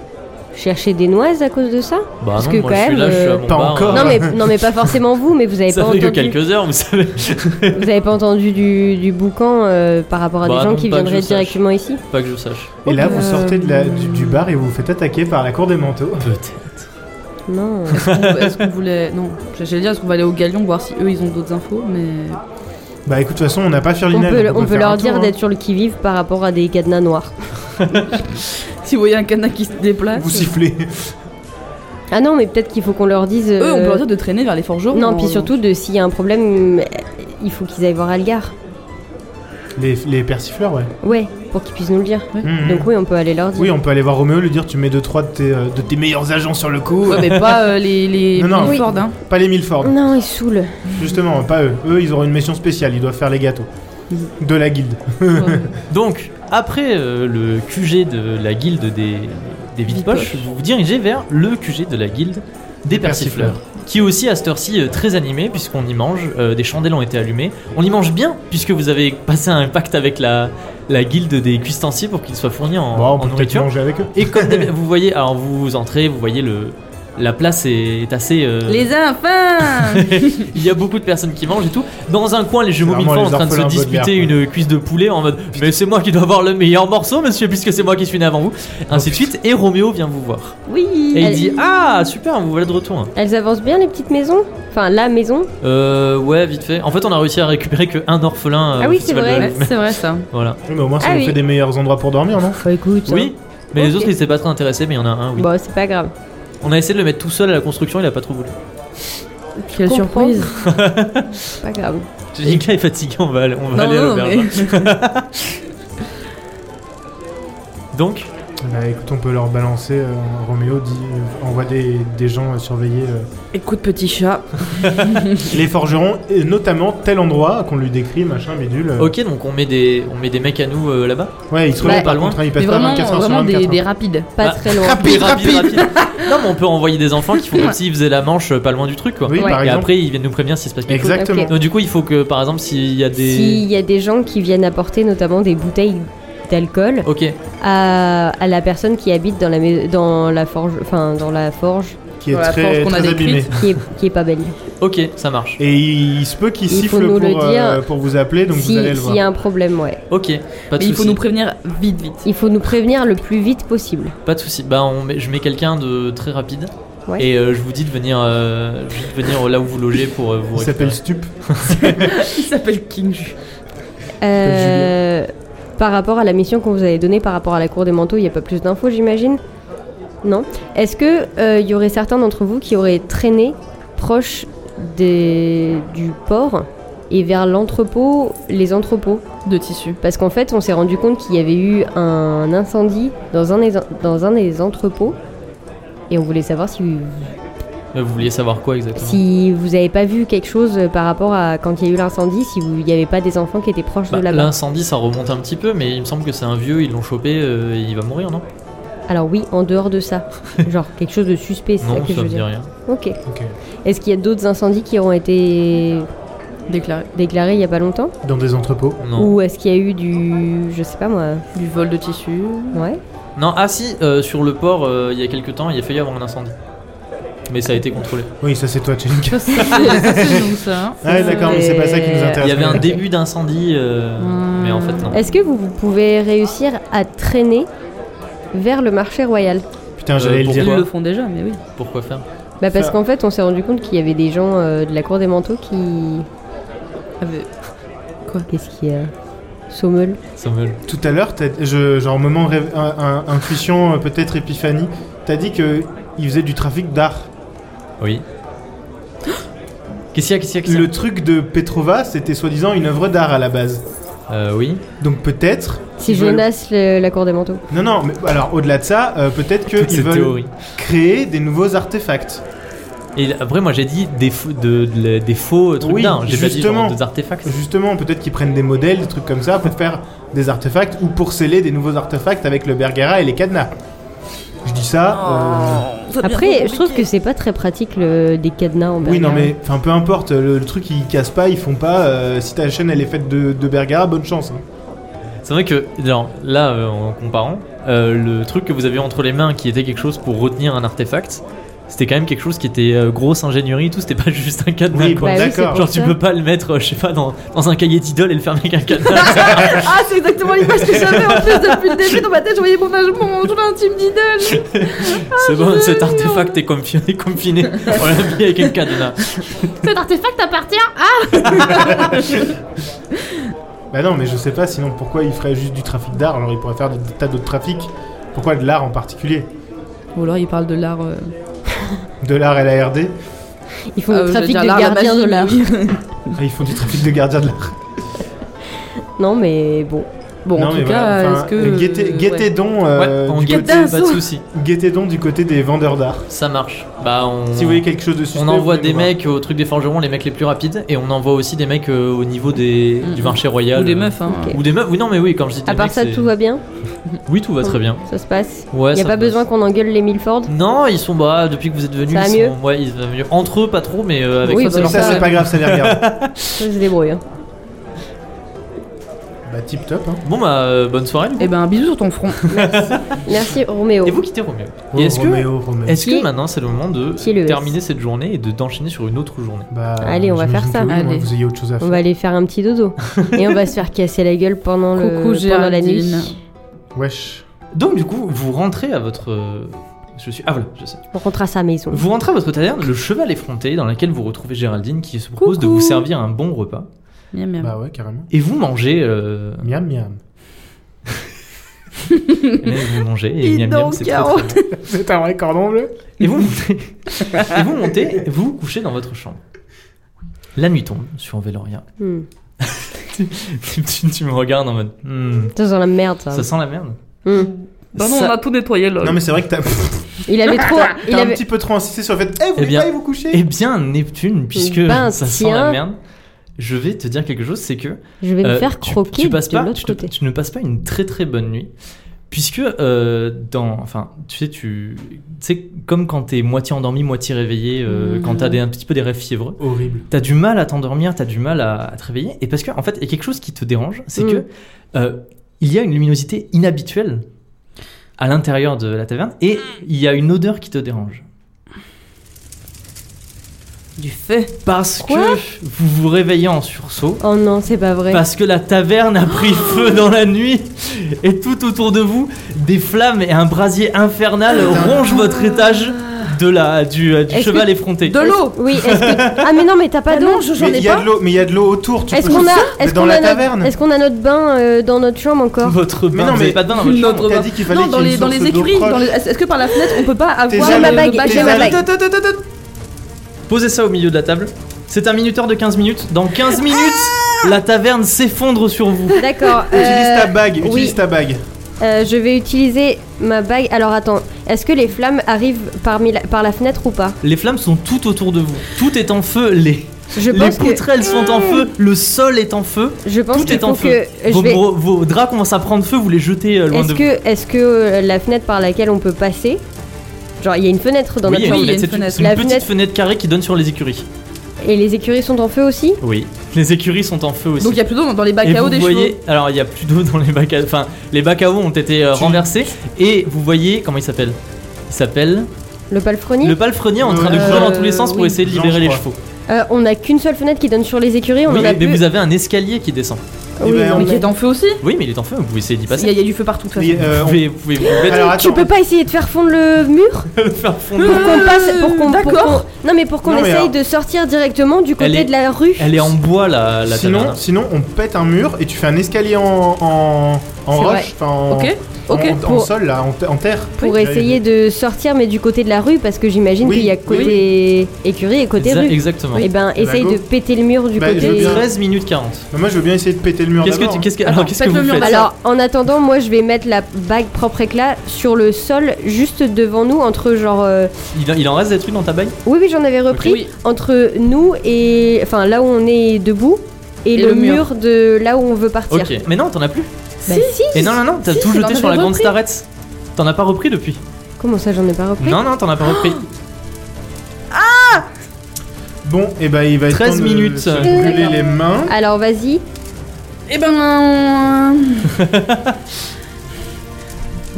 [SPEAKER 3] chercher des noises à cause de ça
[SPEAKER 1] Bah
[SPEAKER 3] Parce
[SPEAKER 1] non,
[SPEAKER 3] que
[SPEAKER 1] moi,
[SPEAKER 3] quand
[SPEAKER 1] je suis là,
[SPEAKER 3] même,
[SPEAKER 1] je suis à
[SPEAKER 3] euh,
[SPEAKER 1] mon
[SPEAKER 4] pas
[SPEAKER 1] bar,
[SPEAKER 4] encore.
[SPEAKER 1] euh,
[SPEAKER 3] non mais, non mais pas forcément vous, mais vous avez
[SPEAKER 1] ça
[SPEAKER 3] pas
[SPEAKER 1] fait que
[SPEAKER 3] entendu,
[SPEAKER 1] quelques heures, vous savez.
[SPEAKER 3] vous avez pas entendu du, du boucan euh, par rapport à
[SPEAKER 1] Bah
[SPEAKER 3] des gens
[SPEAKER 1] non,
[SPEAKER 3] qui
[SPEAKER 1] pas que je
[SPEAKER 3] viendraient
[SPEAKER 1] sache.
[SPEAKER 3] directement ici.
[SPEAKER 1] pas que je sache.
[SPEAKER 4] Et là,
[SPEAKER 2] Ok.
[SPEAKER 4] vous
[SPEAKER 3] Euh,
[SPEAKER 4] sortez de la- du, du bar et vous vous faites attaquer par la cour des manteaux.
[SPEAKER 1] Peut-être.
[SPEAKER 3] Non.
[SPEAKER 2] Est-ce qu'on voulait. Non, j'allais dire, est-ce qu'on va aller au Galion voir si eux ils ont d'autres infos, mais.
[SPEAKER 4] Bah écoute, de toute façon, on n'a pas
[SPEAKER 3] on
[SPEAKER 4] Firlinel.
[SPEAKER 3] peut,
[SPEAKER 4] donc
[SPEAKER 3] on peut
[SPEAKER 4] faire
[SPEAKER 3] leur
[SPEAKER 4] un tour,
[SPEAKER 3] dire
[SPEAKER 4] hein.
[SPEAKER 3] d'être sur le qui-vive par rapport à des cadenas noirs.
[SPEAKER 2] Si vous voyez un canard qui se déplace.
[SPEAKER 4] Vous sifflez.
[SPEAKER 3] Ah non, mais peut-être qu'il faut qu'on leur dise.
[SPEAKER 2] Eux, on peut
[SPEAKER 3] euh,
[SPEAKER 2] leur dire de traîner vers les forgerons.
[SPEAKER 3] Non,
[SPEAKER 2] en-
[SPEAKER 3] puis surtout, de s'il y a un problème, euh, il faut qu'ils aillent voir Algar.
[SPEAKER 4] Les, les persifleurs, ouais.
[SPEAKER 3] Ouais, pour qu'ils puissent nous le dire.
[SPEAKER 1] Hmm.
[SPEAKER 4] Mhm.
[SPEAKER 3] Donc oui, on peut aller leur dire.
[SPEAKER 4] Oui, on peut aller voir Roméo, lui dire tu mets 2-3 de, tes, euh, de tes meilleurs agents sur le coup.
[SPEAKER 2] Ouais, mais pas euh, les, les
[SPEAKER 4] Non, non.
[SPEAKER 2] les Ford, hein.
[SPEAKER 4] Pas les Milford,
[SPEAKER 3] Non, ils saoulent.
[SPEAKER 2] Mm.
[SPEAKER 4] justement, pas eux. Eux, ils auront une mission spéciale, ils doivent faire les gâteaux.
[SPEAKER 2] Mm.
[SPEAKER 4] De la guilde.
[SPEAKER 2] Ouais.
[SPEAKER 1] Donc, après euh, le QG de la guilde des, des vides poches, vous vous dirigez vers le QG de la guilde des persifleurs. Qui est aussi à cette heure-ci euh, très animé, puisqu'on y mange, euh, des chandelles ont été allumées. On y mange bien, puisque vous avez passé un pacte avec la, la guilde des cuistanciers pour qu'ils soient fournis en,
[SPEAKER 4] Bon, on
[SPEAKER 1] en
[SPEAKER 4] peut peut-être
[SPEAKER 1] nourriture.
[SPEAKER 4] manger avec eux.
[SPEAKER 1] Et comme d'hab- vous voyez, alors vous entrez, vous voyez le. La place est, est assez. euh,
[SPEAKER 2] Les infins
[SPEAKER 1] il y a beaucoup de personnes qui mangent et tout. Dans un coin, les jumeaux
[SPEAKER 4] vraiment
[SPEAKER 1] mille en
[SPEAKER 4] les
[SPEAKER 1] train de se
[SPEAKER 4] orphelins
[SPEAKER 1] disputer
[SPEAKER 4] Baudelaire,
[SPEAKER 1] une cuisse de poulet en mode Mais c'est moi qui dois avoir le meilleur morceau, monsieur, puisque c'est moi qui suis né avant vous.
[SPEAKER 4] Oh,
[SPEAKER 1] Ainsi de suite. Et Roméo vient vous voir.
[SPEAKER 3] Oui.
[SPEAKER 1] Et il
[SPEAKER 3] Elles,
[SPEAKER 1] dit Ah, super, vous voilà de retour.
[SPEAKER 3] elles avancent bien les petites maisons. Enfin, la maison.
[SPEAKER 1] Euh, ouais, vite fait. En fait, on a réussi à récupérer que un orphelin. euh, au
[SPEAKER 3] Ah oui, c'est
[SPEAKER 1] festival de la
[SPEAKER 2] Ouais,
[SPEAKER 1] Lune.
[SPEAKER 2] c'est vrai ça.
[SPEAKER 1] Voilà.
[SPEAKER 4] Oui, mais au moins, ça
[SPEAKER 3] Ah
[SPEAKER 4] nous
[SPEAKER 3] oui.
[SPEAKER 4] fait des meilleurs endroits pour dormir, non
[SPEAKER 3] Bah écoute.
[SPEAKER 2] hein.
[SPEAKER 1] Oui. Mais les
[SPEAKER 3] Ok.
[SPEAKER 1] autres, ils s'étaient pas très intéressés, mais il y en a un, oui.
[SPEAKER 3] Bon, c'est pas grave.
[SPEAKER 1] On a essayé de le mettre tout seul à la construction, il a pas trop voulu.
[SPEAKER 2] Quelle
[SPEAKER 3] Comprends.
[SPEAKER 2] surprise
[SPEAKER 3] C'est Pas grave.
[SPEAKER 1] J'ai dit que là, il est fatigué, on va aller, on va
[SPEAKER 2] Non,
[SPEAKER 1] aller à
[SPEAKER 2] non,
[SPEAKER 1] l'auberge.
[SPEAKER 2] mais-
[SPEAKER 1] Donc,
[SPEAKER 4] Bah écoute, on peut leur balancer. euh, Roméo dit euh, envoie des, des gens euh, surveiller euh,
[SPEAKER 2] Écoute, petit chat.
[SPEAKER 4] les forgerons, et notamment tel endroit qu'on lui décrit, machin, bidule. euh.
[SPEAKER 1] ok, donc on met des, on met des mecs à nous euh, là-bas.
[SPEAKER 4] Ouais, ils se
[SPEAKER 3] Bah,
[SPEAKER 4] relèvent par
[SPEAKER 1] pas loin.
[SPEAKER 4] contre, hein, ils
[SPEAKER 2] Mais
[SPEAKER 4] passent pas
[SPEAKER 2] vraiment,
[SPEAKER 4] 24 heures sur 24.
[SPEAKER 2] vraiment des,
[SPEAKER 4] hein.
[SPEAKER 2] des rapides.
[SPEAKER 3] Pas
[SPEAKER 1] Ah.
[SPEAKER 3] très loin.
[SPEAKER 1] Rapide, rapide, rapide. Non, mais on peut envoyer des enfants qui font comme s'ils faisaient la manche euh, pas loin du truc, quoi.
[SPEAKER 4] Oui,
[SPEAKER 3] Ouais.
[SPEAKER 4] par
[SPEAKER 1] Et
[SPEAKER 4] exemple.
[SPEAKER 1] après, ils viennent nous prévenir s'il se passe quelque chose.
[SPEAKER 4] Exactement.
[SPEAKER 3] Ok.
[SPEAKER 1] Donc, du coup, il faut que, par exemple, s'il y a des.
[SPEAKER 3] S'il y a des gens qui viennent apporter notamment des bouteilles d'alcool
[SPEAKER 1] Ok,
[SPEAKER 3] à, à la personne qui habite dans la mais- dans la forge, enfin dans la forge,
[SPEAKER 4] Qui est
[SPEAKER 2] Voilà,
[SPEAKER 4] très,
[SPEAKER 2] pense qu'on a
[SPEAKER 4] très
[SPEAKER 2] décrite.
[SPEAKER 4] abîmé.
[SPEAKER 3] qui est, qui est pas belle.
[SPEAKER 1] ok, ça marche.
[SPEAKER 4] Et il, il se peut qu'ils
[SPEAKER 3] Il faut
[SPEAKER 4] sifflent
[SPEAKER 3] nous
[SPEAKER 4] pour,
[SPEAKER 3] le
[SPEAKER 4] euh,
[SPEAKER 3] dire.
[SPEAKER 4] pour vous appeler, donc
[SPEAKER 3] Si-
[SPEAKER 4] vous allez
[SPEAKER 3] S'il
[SPEAKER 4] le voir.
[SPEAKER 3] y a un problème, ouais.
[SPEAKER 1] Ok, pas de
[SPEAKER 2] Mais il faut
[SPEAKER 1] soucis.
[SPEAKER 2] nous prévenir vite, vite.
[SPEAKER 3] Il faut nous prévenir le plus vite possible.
[SPEAKER 1] Pas de soucis. Bah, on met- je mets quelqu'un de très rapide.
[SPEAKER 3] Ouais.
[SPEAKER 1] Et euh, je vous dis de venir, euh, je dis de venir là où vous logez pour euh, vous
[SPEAKER 4] Il s'appelle
[SPEAKER 1] récupérer.
[SPEAKER 4] Stup.
[SPEAKER 2] Il s'appelle King Ju.
[SPEAKER 3] Euh, par rapport à la mission qu'on vous avait donnée, par rapport à la cour des manteaux, il n'y a pas plus d'infos, j'imagine Non Est-ce que euh, il y aurait certains d'entre vous qui auraient traîné proche des, du port et vers l'entrepôt, les entrepôts
[SPEAKER 2] De tissu.
[SPEAKER 3] Parce qu'en fait, on s'est rendu compte qu'il y avait eu un incendie dans un, des, dans un des entrepôts. Et on voulait savoir si,
[SPEAKER 1] Euh, Vous vouliez savoir quoi exactement
[SPEAKER 3] si vous n'avez pas vu quelque chose par rapport à quand il y a eu l'incendie, si vous- il n'y avait pas des enfants qui étaient proches
[SPEAKER 1] Bah,
[SPEAKER 3] de là-bas.
[SPEAKER 1] L'incendie, ça remonte un petit peu, mais il me semble que c'est un vieux, ils l'ont chopé, euh, et il va mourir, non
[SPEAKER 3] Alors oui, en dehors de ça. Genre quelque chose de suspect, c'est ça
[SPEAKER 1] Non,
[SPEAKER 3] que je
[SPEAKER 1] ça
[SPEAKER 3] veux
[SPEAKER 1] me dit
[SPEAKER 3] dire.
[SPEAKER 1] rien.
[SPEAKER 3] Ok.
[SPEAKER 4] Ok.
[SPEAKER 3] Est-ce qu'il y a d'autres incendies qui ont été
[SPEAKER 2] Déclaré.
[SPEAKER 3] déclarés il y a pas longtemps
[SPEAKER 4] Dans des entrepôts.
[SPEAKER 1] Non.
[SPEAKER 3] Ou est-ce qu'il y a eu du... je sais pas moi...
[SPEAKER 2] Du vol de tissu.
[SPEAKER 3] Ouais
[SPEAKER 1] Non, ah si, euh, sur le port, euh, il y a quelques temps, il y a failli avoir un incendie. Mais ça a été contrôlé.
[SPEAKER 4] Oui, ça c'est toi, Tchelinka.
[SPEAKER 2] Ça, c'est- ça, c'est nous, ça. hein.
[SPEAKER 4] Ah, ouais, d'accord, mais c'est pas ça qui nous
[SPEAKER 3] Euh,
[SPEAKER 4] intéresse.
[SPEAKER 1] Il y avait un
[SPEAKER 4] Ouais.
[SPEAKER 1] début d'incendie, euh,
[SPEAKER 2] Hmm.
[SPEAKER 1] mais en fait non.
[SPEAKER 3] Est-ce que vous, vous pouvez réussir à traîner vers le marché royal
[SPEAKER 4] Putain, j'allais
[SPEAKER 1] Euh,
[SPEAKER 4] le
[SPEAKER 1] pourquoi
[SPEAKER 4] dire.
[SPEAKER 2] Ils le font déjà, mais oui.
[SPEAKER 1] Pourquoi faire
[SPEAKER 3] Bah parce
[SPEAKER 4] Ça-
[SPEAKER 3] qu'en fait on s'est rendu compte qu'il y avait des gens euh, de la cour des manteaux qui...
[SPEAKER 2] Ah, mais-
[SPEAKER 3] Qu'est-ce qu'il y a Sommel
[SPEAKER 1] Samuel
[SPEAKER 4] Tout à l'heure, t'as- je, genre moment rêve- un- un- intuition, euh, peut-être épiphanie, t'as dit que il faisait du trafic d'art.
[SPEAKER 1] Oui. Qu'est-ce qu'il y a Qu'est-ce qu'il y a, qu'est-ce qu'il y
[SPEAKER 4] Le truc de Petrova, c'était soi-disant une œuvre d'art à la base.
[SPEAKER 1] a Euh, Oui.
[SPEAKER 4] Donc peut-être.
[SPEAKER 3] C'est
[SPEAKER 4] ils veulent-
[SPEAKER 3] Jonas le- la cour des manteaux.
[SPEAKER 4] Non, non, mais alors au-delà de ça, euh, peut-être
[SPEAKER 1] Toutes
[SPEAKER 4] qu'ils
[SPEAKER 1] ces
[SPEAKER 4] veulent
[SPEAKER 1] théories.
[SPEAKER 4] créer des nouveaux artefacts.
[SPEAKER 1] Et après, moi j'ai dit des, faux- de- de- des faux euh, trucs
[SPEAKER 4] Oui,
[SPEAKER 1] dingues. J'ai pas dit genre
[SPEAKER 4] justement.
[SPEAKER 1] des artefacts.
[SPEAKER 4] Justement, peut-être qu'ils prennent des modèles, des trucs comme ça, pour faire des artefacts ou pour sceller des nouveaux artefacts avec le Bergara et les cadenas. Je dis ça. euh,
[SPEAKER 2] Oh,
[SPEAKER 3] Après, je trouve que c'est pas très pratique le... des cadenas en
[SPEAKER 4] euh, Oui, non,
[SPEAKER 3] Bergara.
[SPEAKER 4] mais enfin, peu importe, le, le truc ils cassent pas, ils font pas. euh, si ta chaîne elle est faite de, de Bergara, bonne chance. hein.
[SPEAKER 1] C'est vrai que genre, là, euh, en comparant, euh, le truc que vous avez entre les mains qui était quelque chose pour retenir un artefact, c'était quand même quelque chose qui était euh, grosse ingénierie et tout. C'était pas juste un cadenas.
[SPEAKER 4] Oui,
[SPEAKER 1] quoi.
[SPEAKER 4] bon,
[SPEAKER 3] Bah oui, c'est
[SPEAKER 4] d'accord.
[SPEAKER 3] pour
[SPEAKER 1] Genre, tu
[SPEAKER 3] ça.
[SPEAKER 1] peux pas le mettre, euh, je sais pas, dans, dans un cahier d'idole et le faire avec un cadenas.
[SPEAKER 2] Ah, c'est exactement l'image que j'avais en plus depuis le début dans ma tête. Je voyais mon, mon jour intime d'idole.
[SPEAKER 1] C'est
[SPEAKER 3] Ah,
[SPEAKER 1] bon, cet artefact est confiné. confiné. On l'a mis avec un cadenas.
[SPEAKER 2] Cet artefact appartient à.
[SPEAKER 4] Bah non, mais je sais pas sinon pourquoi ils feraient juste du trafic d'art, alors ils pourraient faire des, des tas d'autres trafics. Pourquoi de l'art en particulier
[SPEAKER 2] Ou alors il parle de l'art. euh,
[SPEAKER 4] De l'art et la RD
[SPEAKER 3] Ils font
[SPEAKER 2] euh,
[SPEAKER 3] du
[SPEAKER 2] je veux
[SPEAKER 3] trafic
[SPEAKER 2] dire
[SPEAKER 3] de
[SPEAKER 2] l'art, la
[SPEAKER 3] gardiens de l'art.
[SPEAKER 2] magie, oui.
[SPEAKER 4] Ah, ils font du trafic de gardien de l'art.
[SPEAKER 3] Non, mais bon.
[SPEAKER 2] Bon,
[SPEAKER 4] non,
[SPEAKER 2] en
[SPEAKER 4] mais
[SPEAKER 2] tout cas,
[SPEAKER 4] voilà, enfin,
[SPEAKER 2] est-ce que.
[SPEAKER 4] euh, guettez,
[SPEAKER 2] euh,
[SPEAKER 4] guettez
[SPEAKER 2] ouais.
[SPEAKER 4] donc, euh,
[SPEAKER 1] ouais, on
[SPEAKER 4] du
[SPEAKER 1] guette,
[SPEAKER 4] côté-
[SPEAKER 1] pas
[SPEAKER 2] Cadenas,
[SPEAKER 1] de
[SPEAKER 2] oh.
[SPEAKER 1] soucis.
[SPEAKER 4] guettez donc du côté des vendeurs d'art.
[SPEAKER 1] Ça marche. Bah, on.
[SPEAKER 4] Si vous voyez quelque chose de suspect,
[SPEAKER 1] On
[SPEAKER 4] vous
[SPEAKER 1] envoie
[SPEAKER 4] venez
[SPEAKER 1] des
[SPEAKER 4] nous voir.
[SPEAKER 1] mecs au truc des forgerons, les mecs les plus rapides, et on envoie aussi des mecs euh, au niveau des,
[SPEAKER 3] Mm-hmm.
[SPEAKER 2] Mm.
[SPEAKER 1] du marché royal.
[SPEAKER 2] Ou des
[SPEAKER 1] euh,
[SPEAKER 2] meufs, hein.
[SPEAKER 3] Ok.
[SPEAKER 1] Ou des meufs, oui, non, mais oui, quand je dis des
[SPEAKER 3] À part
[SPEAKER 1] mecs,
[SPEAKER 3] ça,
[SPEAKER 1] c'est-
[SPEAKER 3] tout va bien
[SPEAKER 1] Oui, tout va très bien.
[SPEAKER 3] Ça se passe
[SPEAKER 1] Ouais,
[SPEAKER 3] Il a
[SPEAKER 1] ça
[SPEAKER 3] pas
[SPEAKER 1] passe.
[SPEAKER 3] besoin qu'on engueule les Milford
[SPEAKER 1] Non, ils sont bah depuis que vous êtes venus,
[SPEAKER 3] Ça va
[SPEAKER 1] ils
[SPEAKER 3] mieux
[SPEAKER 1] sont ouais, ils vont mieux. Entre eux, pas trop, mais euh, avec
[SPEAKER 3] Oui,
[SPEAKER 1] ça,
[SPEAKER 3] bah,
[SPEAKER 1] c'est leur
[SPEAKER 4] Ça, c'est
[SPEAKER 1] problème.
[SPEAKER 4] pas grave, ça les regarde.
[SPEAKER 3] Ça se débrouille. hein.
[SPEAKER 4] bah, tip top. Hein.
[SPEAKER 1] Bon bah euh, bonne soirée. du coup.
[SPEAKER 2] Eh ben, un bisou sur ton front.
[SPEAKER 3] Merci Roméo.
[SPEAKER 1] Et vous quittez Roméo.
[SPEAKER 4] Oh,
[SPEAKER 1] Et est-ce que
[SPEAKER 4] Roméo, Roméo.
[SPEAKER 1] est-ce que
[SPEAKER 3] Qui-
[SPEAKER 1] maintenant c'est le moment de
[SPEAKER 3] Qui est le S
[SPEAKER 1] terminer cette journée et de d'enchaîner sur une autre journée
[SPEAKER 4] Bah,
[SPEAKER 3] Allez, on va
[SPEAKER 4] j'imagine
[SPEAKER 3] faire ça.
[SPEAKER 4] que oui, au moins,
[SPEAKER 2] Allez.
[SPEAKER 4] Vous ayez autre chose à
[SPEAKER 3] On
[SPEAKER 4] faire.
[SPEAKER 3] va aller faire un petit dodo. Et on va se faire casser la gueule pendant, le...
[SPEAKER 2] Coucou,
[SPEAKER 3] pendant la
[SPEAKER 2] Géraldine.
[SPEAKER 3] nuit.
[SPEAKER 4] Wesh.
[SPEAKER 1] Donc du coup, vous rentrez à votre euh, je suis ah voilà, je sais.
[SPEAKER 3] On rentre à sa maison.
[SPEAKER 1] Vous rentrez à votre taverne, le cheval effronté dans laquelle vous retrouvez Géraldine qui se propose de
[SPEAKER 2] Coucou.
[SPEAKER 1] vous servir un bon repas
[SPEAKER 2] Miam, miam.
[SPEAKER 4] Bah ouais, carrément.
[SPEAKER 1] et vous mangez euh,
[SPEAKER 4] Miam, miam.
[SPEAKER 1] et vous mangez et
[SPEAKER 2] Dis
[SPEAKER 1] miam miam
[SPEAKER 2] donc,
[SPEAKER 1] c'est très, très
[SPEAKER 2] Caro.
[SPEAKER 1] bon.
[SPEAKER 4] C'est un vrai cordon bleu
[SPEAKER 1] Et vous montez, et vous montez, et vous vous couchez dans votre chambre. La nuit tombe sur Véloria.
[SPEAKER 3] Hmm.
[SPEAKER 1] tu, tu me regardes en mode. Hmm,
[SPEAKER 3] Ça sent la merde, ça.
[SPEAKER 1] ça sent la merde.
[SPEAKER 3] Hmm.
[SPEAKER 2] Pardon,
[SPEAKER 1] Ça-
[SPEAKER 2] on a tout nettoyé là.
[SPEAKER 4] Non, mais c'est vrai que t'as
[SPEAKER 3] Il avait trop. Il
[SPEAKER 4] Ah, t'as un
[SPEAKER 3] avait...
[SPEAKER 4] petit peu trop insisté sur le fait. Eh,
[SPEAKER 1] Eh
[SPEAKER 4] vous voulez
[SPEAKER 1] bien-
[SPEAKER 4] pas aller vous coucher
[SPEAKER 1] Eh bien, Neptune, puisque
[SPEAKER 3] Ben,
[SPEAKER 1] ça sent
[SPEAKER 3] tiens.
[SPEAKER 1] la merde, je vais te dire quelque chose c'est que.
[SPEAKER 3] Je vais me
[SPEAKER 1] euh,
[SPEAKER 3] faire
[SPEAKER 1] tu-
[SPEAKER 3] croquer
[SPEAKER 1] tu passes
[SPEAKER 3] de
[SPEAKER 1] pas-
[SPEAKER 3] l'autre
[SPEAKER 1] tu te-
[SPEAKER 3] côté.
[SPEAKER 1] tu ne passes pas une très très bonne nuit. Puisque, euh, dans, enfin, tu sais, tu, tu sais, comme quand t'es moitié endormi, moitié réveillé, euh,
[SPEAKER 2] Mhm.
[SPEAKER 1] quand t'as des- un petit peu des rêves fiévreux,
[SPEAKER 4] Horrible.
[SPEAKER 1] T'as du mal à t'endormir, t'as du mal à, à te réveiller. Et parce que, en fait, il y a quelque chose qui te dérange, c'est
[SPEAKER 3] Mm.
[SPEAKER 1] que euh, il y a une luminosité inhabituelle à l'intérieur de la taverne et il y a une odeur qui te dérange.
[SPEAKER 2] Du fait.
[SPEAKER 1] Parce
[SPEAKER 3] Quoi
[SPEAKER 1] que vous vous réveillez en sursaut,
[SPEAKER 3] Oh non, c'est pas vrai.
[SPEAKER 1] parce que la taverne a pris
[SPEAKER 3] Oh.
[SPEAKER 1] feu dans la nuit et tout autour de vous, des flammes et un brasier infernal rongent votre étage de la, du, euh, du
[SPEAKER 3] Ah. Est-ce
[SPEAKER 1] cheval effronté.
[SPEAKER 2] De l'eau
[SPEAKER 3] Oui, est-ce que. Ah, mais non, mais t'as pas
[SPEAKER 2] Ah
[SPEAKER 3] d'eau
[SPEAKER 2] non, je- j'en
[SPEAKER 4] Mais
[SPEAKER 2] ai
[SPEAKER 4] il y a
[SPEAKER 2] pas.
[SPEAKER 4] de l'eau, mais il y a de l'eau autour. tu
[SPEAKER 3] Est-ce
[SPEAKER 4] peux-
[SPEAKER 3] qu'on a,
[SPEAKER 4] Mais
[SPEAKER 3] est-ce
[SPEAKER 4] dans
[SPEAKER 3] qu'on
[SPEAKER 4] la
[SPEAKER 3] a
[SPEAKER 4] taverne.
[SPEAKER 3] notre, est-ce qu'on a notre bain euh, dans notre chambre encore
[SPEAKER 1] Votre bain,
[SPEAKER 4] non,
[SPEAKER 1] vous
[SPEAKER 4] mais-
[SPEAKER 1] avez pas de bain dans votre chambre.
[SPEAKER 2] Notre
[SPEAKER 4] T'as
[SPEAKER 2] bain.
[SPEAKER 4] dit qu'il fallait
[SPEAKER 2] Non, dans
[SPEAKER 4] qu'il y ait
[SPEAKER 2] les,
[SPEAKER 4] une
[SPEAKER 2] dans
[SPEAKER 4] source
[SPEAKER 2] les
[SPEAKER 4] d'eau
[SPEAKER 2] écuries,
[SPEAKER 4] proche.
[SPEAKER 2] dans les- est-ce est-ce que par la fenêtre on peut pas avoir.
[SPEAKER 4] Tes
[SPEAKER 2] le
[SPEAKER 4] ailes,
[SPEAKER 3] ma bague,
[SPEAKER 2] le
[SPEAKER 3] j'ai
[SPEAKER 2] bagage
[SPEAKER 4] ma bague.
[SPEAKER 2] Attends, attends, attends, attends.
[SPEAKER 1] Posez ça au milieu de la table. C'est un minuteur de 15 minutes. Dans 15
[SPEAKER 3] Ah.
[SPEAKER 1] minutes, la taverne s'effondre sur vous.
[SPEAKER 3] D'accord.
[SPEAKER 4] Utilise
[SPEAKER 3] euh,
[SPEAKER 4] ta bague,
[SPEAKER 3] oui.
[SPEAKER 4] utilise ta bague.
[SPEAKER 3] euh, je vais utiliser ma bague. Alors attends, est-ce que les flammes arrivent parmi la- par la fenêtre ou pas
[SPEAKER 1] Les flammes sont tout autour de vous. Tout est en feu. Les,
[SPEAKER 3] Je
[SPEAKER 1] les
[SPEAKER 3] pense que
[SPEAKER 1] poutrelles sont en feu. Le sol est en feu.
[SPEAKER 3] je pense
[SPEAKER 1] Tout
[SPEAKER 3] qu'il
[SPEAKER 1] est en
[SPEAKER 3] faut
[SPEAKER 1] feu.
[SPEAKER 3] que je
[SPEAKER 1] Vos,
[SPEAKER 3] vais.
[SPEAKER 1] vos- vos draps commencent à prendre feu. Vous les jetez euh, loin
[SPEAKER 3] Est-ce
[SPEAKER 1] de
[SPEAKER 3] que est-ce que euh, la fenêtre par laquelle on peut passer Genre il y a une fenêtre dans
[SPEAKER 1] vous. Oui,
[SPEAKER 3] notre
[SPEAKER 1] il y a une
[SPEAKER 3] chambre
[SPEAKER 2] il y a une
[SPEAKER 1] fenêtre. C'est-
[SPEAKER 2] fenêtre.
[SPEAKER 1] c'est une
[SPEAKER 3] La
[SPEAKER 1] petite
[SPEAKER 3] fenêtre-
[SPEAKER 1] fenêtre carrée qui donne sur les écuries.
[SPEAKER 3] et les écuries sont en feu aussi
[SPEAKER 1] Oui. Les écuries sont en feu aussi.
[SPEAKER 2] Donc il y a plutôt dans- dans les bacs
[SPEAKER 1] et
[SPEAKER 2] à eau
[SPEAKER 1] vous
[SPEAKER 2] des
[SPEAKER 1] voyez,
[SPEAKER 2] chevaux.
[SPEAKER 1] alors il y a plus d'eau dans les bacs à eau. Enfin, les bacs à eau ont été euh,
[SPEAKER 4] Tu-
[SPEAKER 1] renversés. Et vous voyez, comment il s'appelle Il s'appelle
[SPEAKER 3] Le palefrenier
[SPEAKER 1] le palefrenier en train de
[SPEAKER 4] Euh,
[SPEAKER 1] courir dans tous les sens pour
[SPEAKER 2] oui.
[SPEAKER 1] essayer de
[SPEAKER 4] Jean,
[SPEAKER 1] libérer
[SPEAKER 4] je
[SPEAKER 1] les
[SPEAKER 4] crois.
[SPEAKER 1] chevaux.
[SPEAKER 3] Euh, On a qu'une seule fenêtre qui donne sur les écuries. On
[SPEAKER 1] Oui,
[SPEAKER 3] en a
[SPEAKER 1] mais
[SPEAKER 3] plus.
[SPEAKER 1] vous avez un escalier qui descend.
[SPEAKER 4] Eh
[SPEAKER 3] Oui,
[SPEAKER 4] ben,
[SPEAKER 3] non,
[SPEAKER 4] on-
[SPEAKER 2] Mais
[SPEAKER 3] mais-
[SPEAKER 2] qui est en feu aussi
[SPEAKER 1] Oui, mais il est en feu, vous pouvez essayer d'y
[SPEAKER 2] Il y, a-
[SPEAKER 1] passer.
[SPEAKER 2] il y a du feu partout de toute
[SPEAKER 4] Mais,
[SPEAKER 2] façon.
[SPEAKER 4] euh,
[SPEAKER 1] Vous
[SPEAKER 4] on-
[SPEAKER 1] pouvez, vous pouvez vous mettre
[SPEAKER 4] Alors attends, Euh,
[SPEAKER 3] Tu peux pas essayer de faire fondre le mur
[SPEAKER 1] faire fondre.
[SPEAKER 3] pour qu'on passe, pour qu'on, pour
[SPEAKER 2] D'accord.
[SPEAKER 3] qu'on- non mais pour qu'on
[SPEAKER 4] Non, mais
[SPEAKER 3] essaye
[SPEAKER 4] alors-
[SPEAKER 3] de sortir directement du
[SPEAKER 1] Elle
[SPEAKER 3] côté
[SPEAKER 1] est-
[SPEAKER 3] de la rue.
[SPEAKER 1] Elle est en bois la, la
[SPEAKER 4] sinon,
[SPEAKER 1] taverne.
[SPEAKER 4] sinon, on pète un mur et tu fais un escalier en, en, En
[SPEAKER 3] C'est
[SPEAKER 4] roche, enfin, en,
[SPEAKER 2] Ok,
[SPEAKER 4] en-
[SPEAKER 2] ok.
[SPEAKER 4] en- en
[SPEAKER 3] Pour-
[SPEAKER 4] sol, là, en, te- en terre.
[SPEAKER 3] Pour
[SPEAKER 4] Oui.
[SPEAKER 3] essayer de sortir, mais du côté de la rue, parce que j'imagine
[SPEAKER 4] Oui,
[SPEAKER 3] qu'il y a côté écurie et côté
[SPEAKER 1] Exa-
[SPEAKER 3] rue.
[SPEAKER 1] Exactement.
[SPEAKER 3] Et ben,
[SPEAKER 4] Eh ben,
[SPEAKER 3] essaye
[SPEAKER 4] go.
[SPEAKER 3] de péter le mur du
[SPEAKER 4] Bah, je veux
[SPEAKER 3] côté.
[SPEAKER 4] bien.
[SPEAKER 1] 13 minutes 40.
[SPEAKER 4] Mais moi, je veux bien essayer de péter le mur.
[SPEAKER 1] Qu'est-ce que,
[SPEAKER 4] d'abord,
[SPEAKER 1] tu-
[SPEAKER 4] hein.
[SPEAKER 1] qu'est-ce que, alors,
[SPEAKER 2] Attends,
[SPEAKER 1] qu'est-ce que
[SPEAKER 2] faites
[SPEAKER 1] vous
[SPEAKER 2] le mur
[SPEAKER 1] faites
[SPEAKER 3] Alors, en attendant, moi, je vais mettre la bague propre éclat sur le sol, juste devant nous, entre genre. euh,
[SPEAKER 1] il, il en reste des trucs dans ta bague
[SPEAKER 3] Oui, oui, j'en avais repris.
[SPEAKER 2] Oui.
[SPEAKER 3] Entre nous et. Enfin, là où on est debout, et, le, mur. de là où on veut partir.
[SPEAKER 1] Ok. Mais non, t'en as plus.
[SPEAKER 3] Bah, si.
[SPEAKER 1] Et non, non, non, t'as
[SPEAKER 2] Si,
[SPEAKER 1] tout
[SPEAKER 2] j'en
[SPEAKER 1] jeté
[SPEAKER 2] avais
[SPEAKER 1] sur la grande
[SPEAKER 2] repris.
[SPEAKER 1] starette. T'en as pas repris depuis
[SPEAKER 3] Comment ça, j'en ai pas repris
[SPEAKER 1] Non, non, t'en as pas repris.
[SPEAKER 3] Oh.
[SPEAKER 4] Bon, et ben, il va être
[SPEAKER 1] 13
[SPEAKER 4] temps de
[SPEAKER 1] minutes.
[SPEAKER 4] se brûler les mains.
[SPEAKER 3] Alors, vas-y.
[SPEAKER 2] Eh ben. on-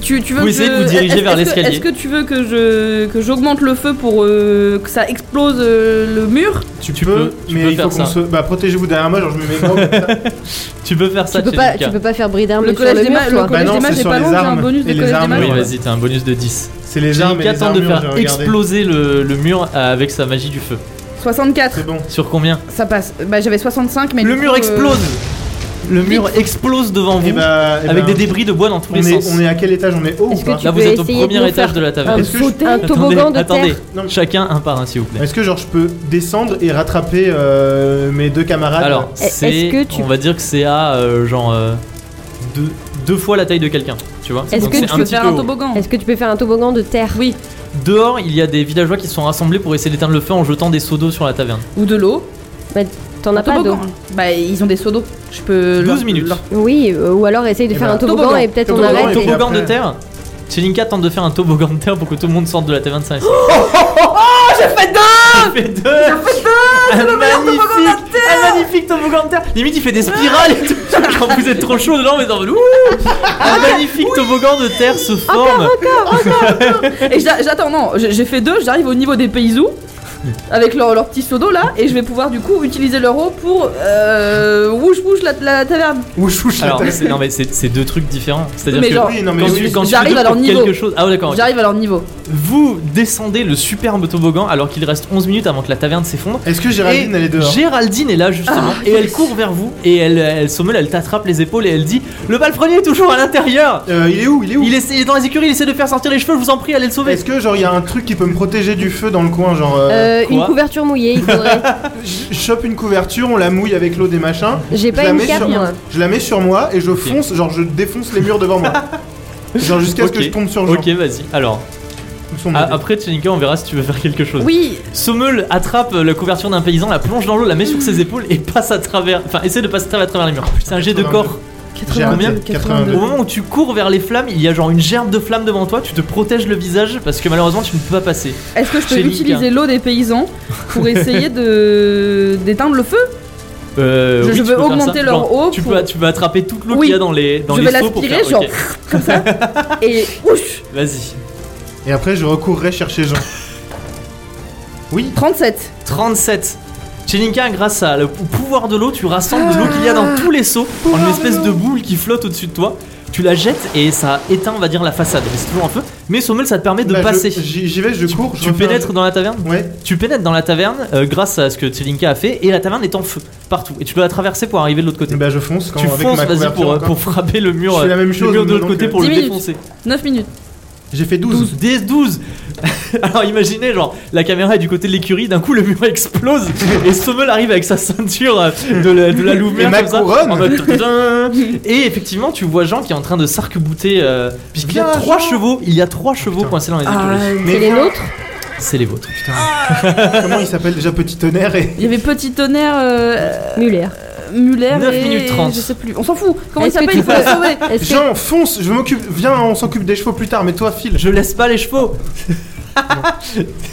[SPEAKER 2] tu, tu veux
[SPEAKER 1] Vous
[SPEAKER 2] que
[SPEAKER 1] essayez de
[SPEAKER 2] je-
[SPEAKER 1] vous diriger
[SPEAKER 2] est-ce-
[SPEAKER 1] vers
[SPEAKER 2] est-ce que-
[SPEAKER 1] l'escalier.
[SPEAKER 2] Est-ce que tu veux que je que j'augmente le feu pour euh, que ça explose euh, le mur
[SPEAKER 4] Tu,
[SPEAKER 1] Ah, Tu
[SPEAKER 4] peux,
[SPEAKER 1] peux- tu
[SPEAKER 4] mais
[SPEAKER 1] peux
[SPEAKER 4] il
[SPEAKER 1] faire
[SPEAKER 4] faut qu'on
[SPEAKER 1] ça.
[SPEAKER 4] se. Bah, protégez-vous derrière moi, genre, je me mets grand comme ça.
[SPEAKER 1] Tu peux faire ça,
[SPEAKER 3] Tu peux,
[SPEAKER 1] chez
[SPEAKER 3] pas,
[SPEAKER 1] Lucas.
[SPEAKER 3] tu peux pas faire briller d'armes
[SPEAKER 2] Le
[SPEAKER 3] sur le
[SPEAKER 2] collège des
[SPEAKER 3] mur,
[SPEAKER 2] ma- le
[SPEAKER 3] toi.
[SPEAKER 2] collège- des
[SPEAKER 4] Bah non,
[SPEAKER 2] mages,
[SPEAKER 4] c'est
[SPEAKER 2] j'ai
[SPEAKER 4] sur
[SPEAKER 2] pas
[SPEAKER 4] les
[SPEAKER 2] long, j'ai un
[SPEAKER 4] armes
[SPEAKER 2] bonus de
[SPEAKER 4] et les
[SPEAKER 2] collège des
[SPEAKER 4] armes.
[SPEAKER 2] mages.
[SPEAKER 1] Oui,
[SPEAKER 4] ouais.
[SPEAKER 1] vas-y, t'as un bonus de 10.
[SPEAKER 4] C'est les
[SPEAKER 1] J'ai
[SPEAKER 4] armes et les
[SPEAKER 1] qu'à de
[SPEAKER 4] armures, j'ai
[SPEAKER 1] faire
[SPEAKER 4] regardé.
[SPEAKER 1] exploser le, le mur euh, avec sa magie du feu.
[SPEAKER 2] 64,
[SPEAKER 4] C'est bon.
[SPEAKER 1] Sur combien
[SPEAKER 2] ça passe. Bah j'avais 65, mais
[SPEAKER 1] Le
[SPEAKER 2] du
[SPEAKER 1] mur
[SPEAKER 2] coup, euh,
[SPEAKER 1] explose Le mur explose devant
[SPEAKER 4] Et
[SPEAKER 1] vous,
[SPEAKER 4] bah, et
[SPEAKER 1] avec
[SPEAKER 4] bah,
[SPEAKER 1] des débris de bois dans tous
[SPEAKER 4] on
[SPEAKER 1] les
[SPEAKER 4] est,
[SPEAKER 1] sens.
[SPEAKER 4] on est à quel étage On est haut ou
[SPEAKER 3] Est-ce que
[SPEAKER 4] pas
[SPEAKER 3] tu-
[SPEAKER 1] Là, vous
[SPEAKER 3] peux
[SPEAKER 1] êtes au
[SPEAKER 3] essayer de
[SPEAKER 1] premier
[SPEAKER 3] nous
[SPEAKER 1] étage
[SPEAKER 3] faire
[SPEAKER 1] de la
[SPEAKER 3] Un,
[SPEAKER 1] taverne.
[SPEAKER 4] Est-ce que je-
[SPEAKER 3] saut- un
[SPEAKER 1] Attendez,
[SPEAKER 3] toboggan de
[SPEAKER 1] attendez.
[SPEAKER 3] terre.
[SPEAKER 4] Non, mais-
[SPEAKER 1] Chacun un par un, s'il vous plaît.
[SPEAKER 4] Est-ce que genre je peux descendre et rattraper euh, mes deux camarades
[SPEAKER 1] Alors,
[SPEAKER 3] Eh, Est-ce
[SPEAKER 1] c'est,
[SPEAKER 3] que tu-
[SPEAKER 1] on va dire que c'est à euh, genre euh, deux, deux fois la taille de quelqu'un, tu vois.
[SPEAKER 3] Est-ce
[SPEAKER 1] Donc
[SPEAKER 3] que
[SPEAKER 1] c'est
[SPEAKER 3] tu
[SPEAKER 1] un
[SPEAKER 2] Je peux
[SPEAKER 1] petit
[SPEAKER 2] faire
[SPEAKER 1] peu
[SPEAKER 2] un
[SPEAKER 1] haut.
[SPEAKER 2] toboggan.
[SPEAKER 3] Est-ce que tu peux faire un toboggan de terre
[SPEAKER 2] Oui,
[SPEAKER 1] Dehors, il y a des villageois qui se sont rassemblés pour essayer d'éteindre le feu en jetant des seaux d'eau sur la taverne.
[SPEAKER 2] ou de l'eau.
[SPEAKER 3] T'en as pas d'eau
[SPEAKER 2] Toboggan. Bah ils ont des seaux d'eau. Je
[SPEAKER 1] 12
[SPEAKER 2] peux. Euh, leur-
[SPEAKER 1] minutes.
[SPEAKER 2] leur-
[SPEAKER 3] Oui, euh, ou alors essaye de
[SPEAKER 4] Eh
[SPEAKER 3] faire
[SPEAKER 4] ben,
[SPEAKER 3] un toboggan,
[SPEAKER 2] toboggan.
[SPEAKER 3] et peut-être on
[SPEAKER 4] Toboggan,
[SPEAKER 1] Toboggan,
[SPEAKER 3] arrête.
[SPEAKER 4] et
[SPEAKER 1] toboggan
[SPEAKER 4] après-
[SPEAKER 1] de terre Chelinka tente de faire un toboggan de terre pour que tout le monde sorte de la taverne 5. Oh, j'ai fait deux J'ai fait deux Un magnifique Un magnifique toboggan de terre Limite, il fait des spirales et tout Quand vous êtes trop chaud dedans, mais en mode ouh Un magnifique toboggan de terre se forme
[SPEAKER 2] Et j'a- j'attends, non, j'ai j'ai fait deux, j'arrive au niveau des paysous. Avec leur, leur petit seau d'eau là, et je vais pouvoir du coup utiliser leur eau pour euh, wouche wouche la, la taverne.
[SPEAKER 4] Ouch, ouch,
[SPEAKER 1] Alors,
[SPEAKER 4] la
[SPEAKER 1] c'est- non mais c'est c'est deux trucs différents. C'est-à-dire
[SPEAKER 2] Mais
[SPEAKER 1] que
[SPEAKER 2] genre,
[SPEAKER 4] Oui, non, mais
[SPEAKER 1] quand
[SPEAKER 4] oui,
[SPEAKER 1] tu, quand tu
[SPEAKER 2] j'arrive
[SPEAKER 1] veux
[SPEAKER 2] à leur
[SPEAKER 1] pour
[SPEAKER 2] niveau.
[SPEAKER 1] quelque chose... Ah ouais, d'accord. ok.
[SPEAKER 2] J'arrive à leur niveau.
[SPEAKER 1] Vous descendez le superbe toboggan alors qu'il reste 11 minutes avant que la taverne s'effondre.
[SPEAKER 4] Est-ce que Géraldine
[SPEAKER 1] Et
[SPEAKER 4] elle est dehors
[SPEAKER 1] Géraldine est là justement et elle court vers vous et elle, elle sommeule, elle t'attrape les épaules et elle dit Le balfrenier est toujours à l'intérieur
[SPEAKER 4] Euh, Il est où Il est où
[SPEAKER 1] il, essaie- il est dans les écuries, il essaie de faire sortir les cheveux, je vous en prie, allez le sauver
[SPEAKER 4] Est-ce que genre il y a un truc qui peut me protéger du feu dans le coin Genre, euh,
[SPEAKER 3] Euh, une
[SPEAKER 1] Quoi
[SPEAKER 3] couverture mouillée, il faudrait.
[SPEAKER 4] je chope une couverture, on la mouille avec l'eau des machins.
[SPEAKER 3] J'ai
[SPEAKER 4] je
[SPEAKER 3] pas
[SPEAKER 4] la
[SPEAKER 3] une hein.
[SPEAKER 4] mets
[SPEAKER 3] cape,
[SPEAKER 4] sur-
[SPEAKER 3] moi.
[SPEAKER 4] Je la mets sur moi et je fonce, genre je défonce les murs devant moi. genre jusqu'à ce que
[SPEAKER 1] Ok.
[SPEAKER 4] je tombe sur Jean.
[SPEAKER 1] Ok, Ah, vas-y. Alors,
[SPEAKER 4] Ou son
[SPEAKER 1] a-
[SPEAKER 4] bébé.
[SPEAKER 1] après Tchelinka, on verra si tu veux faire quelque chose.
[SPEAKER 2] Oui,
[SPEAKER 1] Sommeul attrape la couverture d'un paysan, la plonge dans l'eau, la met sur ses épaules et passe à travers. Enfin, essaie de passer à travers, à travers les
[SPEAKER 4] Oh,
[SPEAKER 1] murs. C'est un jet de
[SPEAKER 4] 82.
[SPEAKER 1] corps.
[SPEAKER 4] J'ai
[SPEAKER 2] 82,
[SPEAKER 4] raté.
[SPEAKER 2] 82.
[SPEAKER 4] 82.
[SPEAKER 1] Au moment où tu cours vers les flammes, il y a genre une gerbe de flammes devant toi, tu te protèges le visage parce que malheureusement tu ne peux pas passer.
[SPEAKER 2] Est-ce que je peux
[SPEAKER 1] Chez Link,
[SPEAKER 2] utiliser l'eau des paysans pour essayer de d'éteindre le feu
[SPEAKER 1] Euh,
[SPEAKER 2] Je- je
[SPEAKER 1] tu
[SPEAKER 2] veux
[SPEAKER 1] peux faire
[SPEAKER 2] augmenter
[SPEAKER 1] ça.
[SPEAKER 2] leur
[SPEAKER 1] Genre,
[SPEAKER 2] eau
[SPEAKER 1] Tu,
[SPEAKER 2] pour-
[SPEAKER 1] peux, tu peux attraper toute l'eau
[SPEAKER 2] Oui.
[SPEAKER 1] qu'il y a dans les dans
[SPEAKER 2] Je
[SPEAKER 1] les
[SPEAKER 2] vais
[SPEAKER 1] seaux pour
[SPEAKER 2] l'aspirer,
[SPEAKER 1] faire.
[SPEAKER 2] genre
[SPEAKER 1] ok,
[SPEAKER 2] comme ça, et ouche
[SPEAKER 1] Vas-y.
[SPEAKER 4] Et après je recourrai chercher Jean. Oui
[SPEAKER 2] 37.
[SPEAKER 1] 37. Chelinka, grâce à le pou- pouvoir de l'eau, tu rassembles de l'eau qu'il y a
[SPEAKER 2] Ah.
[SPEAKER 1] dans tous les seaux en une espèce de boule qui flotte au-dessus de toi. Tu la jettes et ça éteint, on va dire, la façade. Mais c'est toujours en feu. Mais Sommel, ça te permet de
[SPEAKER 4] Bah, je-
[SPEAKER 1] passer.
[SPEAKER 4] J'y j'y vais, je
[SPEAKER 1] Tu-
[SPEAKER 4] cours. je
[SPEAKER 1] tu
[SPEAKER 4] refais un-
[SPEAKER 1] pénètres dans la taverne
[SPEAKER 4] Ouais.
[SPEAKER 1] Tu pénètres dans la taverne euh, grâce à ce que Tselinka a fait et la taverne est en feu partout et tu dois la traverser pour arriver de l'autre côté.
[SPEAKER 4] Et bah je fonce quand
[SPEAKER 1] tu
[SPEAKER 4] avec
[SPEAKER 1] fonces,
[SPEAKER 4] ma
[SPEAKER 1] vas-y,
[SPEAKER 4] couverture.
[SPEAKER 1] pour, euh,
[SPEAKER 4] encore.
[SPEAKER 1] pour frapper le mur,
[SPEAKER 4] Je fais la
[SPEAKER 1] euh,
[SPEAKER 4] même
[SPEAKER 1] le
[SPEAKER 4] chose,
[SPEAKER 1] mur
[SPEAKER 4] mais
[SPEAKER 1] de l'autre
[SPEAKER 4] donc,
[SPEAKER 1] côté
[SPEAKER 4] euh,
[SPEAKER 1] pour le
[SPEAKER 2] 10 minutes.
[SPEAKER 1] défoncer.
[SPEAKER 2] Neuf 9 minutes.
[SPEAKER 4] J'ai fait 12.
[SPEAKER 1] 12, 10, 12 Alors imaginez, genre, la caméra est du côté de l'écurie, d'un coup le mur explose et Sommel arrive avec sa ceinture euh, de la, de la Louvre
[SPEAKER 4] Et ma
[SPEAKER 1] comme ça,
[SPEAKER 4] couronne.
[SPEAKER 1] en mode tadadam. Et effectivement, tu vois Jean qui est en train de s'arc-bouter. euh, puisqu'il y a
[SPEAKER 4] Bien,
[SPEAKER 1] trois
[SPEAKER 4] Jean. Oh,
[SPEAKER 1] chevaux, il y a trois chevaux coincés dans les
[SPEAKER 2] Ah.
[SPEAKER 1] écuries.
[SPEAKER 3] C'est les nôtres
[SPEAKER 1] C'est les vôtres.
[SPEAKER 4] Comment il s'appelle déjà Petit Tonnerre et...
[SPEAKER 2] Il y avait petit tonnerre euh,
[SPEAKER 3] Muller.
[SPEAKER 2] euh, Muller.
[SPEAKER 1] 9
[SPEAKER 2] et-
[SPEAKER 1] minutes 30.
[SPEAKER 2] Je sais plus. On s'en fout. Comment il
[SPEAKER 3] Est-ce que
[SPEAKER 2] s'appelle
[SPEAKER 3] tu
[SPEAKER 2] Il faut le
[SPEAKER 3] peux-
[SPEAKER 2] sauver.
[SPEAKER 3] Est-ce que-
[SPEAKER 4] Jean, fonce, je m'occupe. Viens, on s'occupe des chevaux plus tard, mais toi, file.
[SPEAKER 1] Je laisse pas les chevaux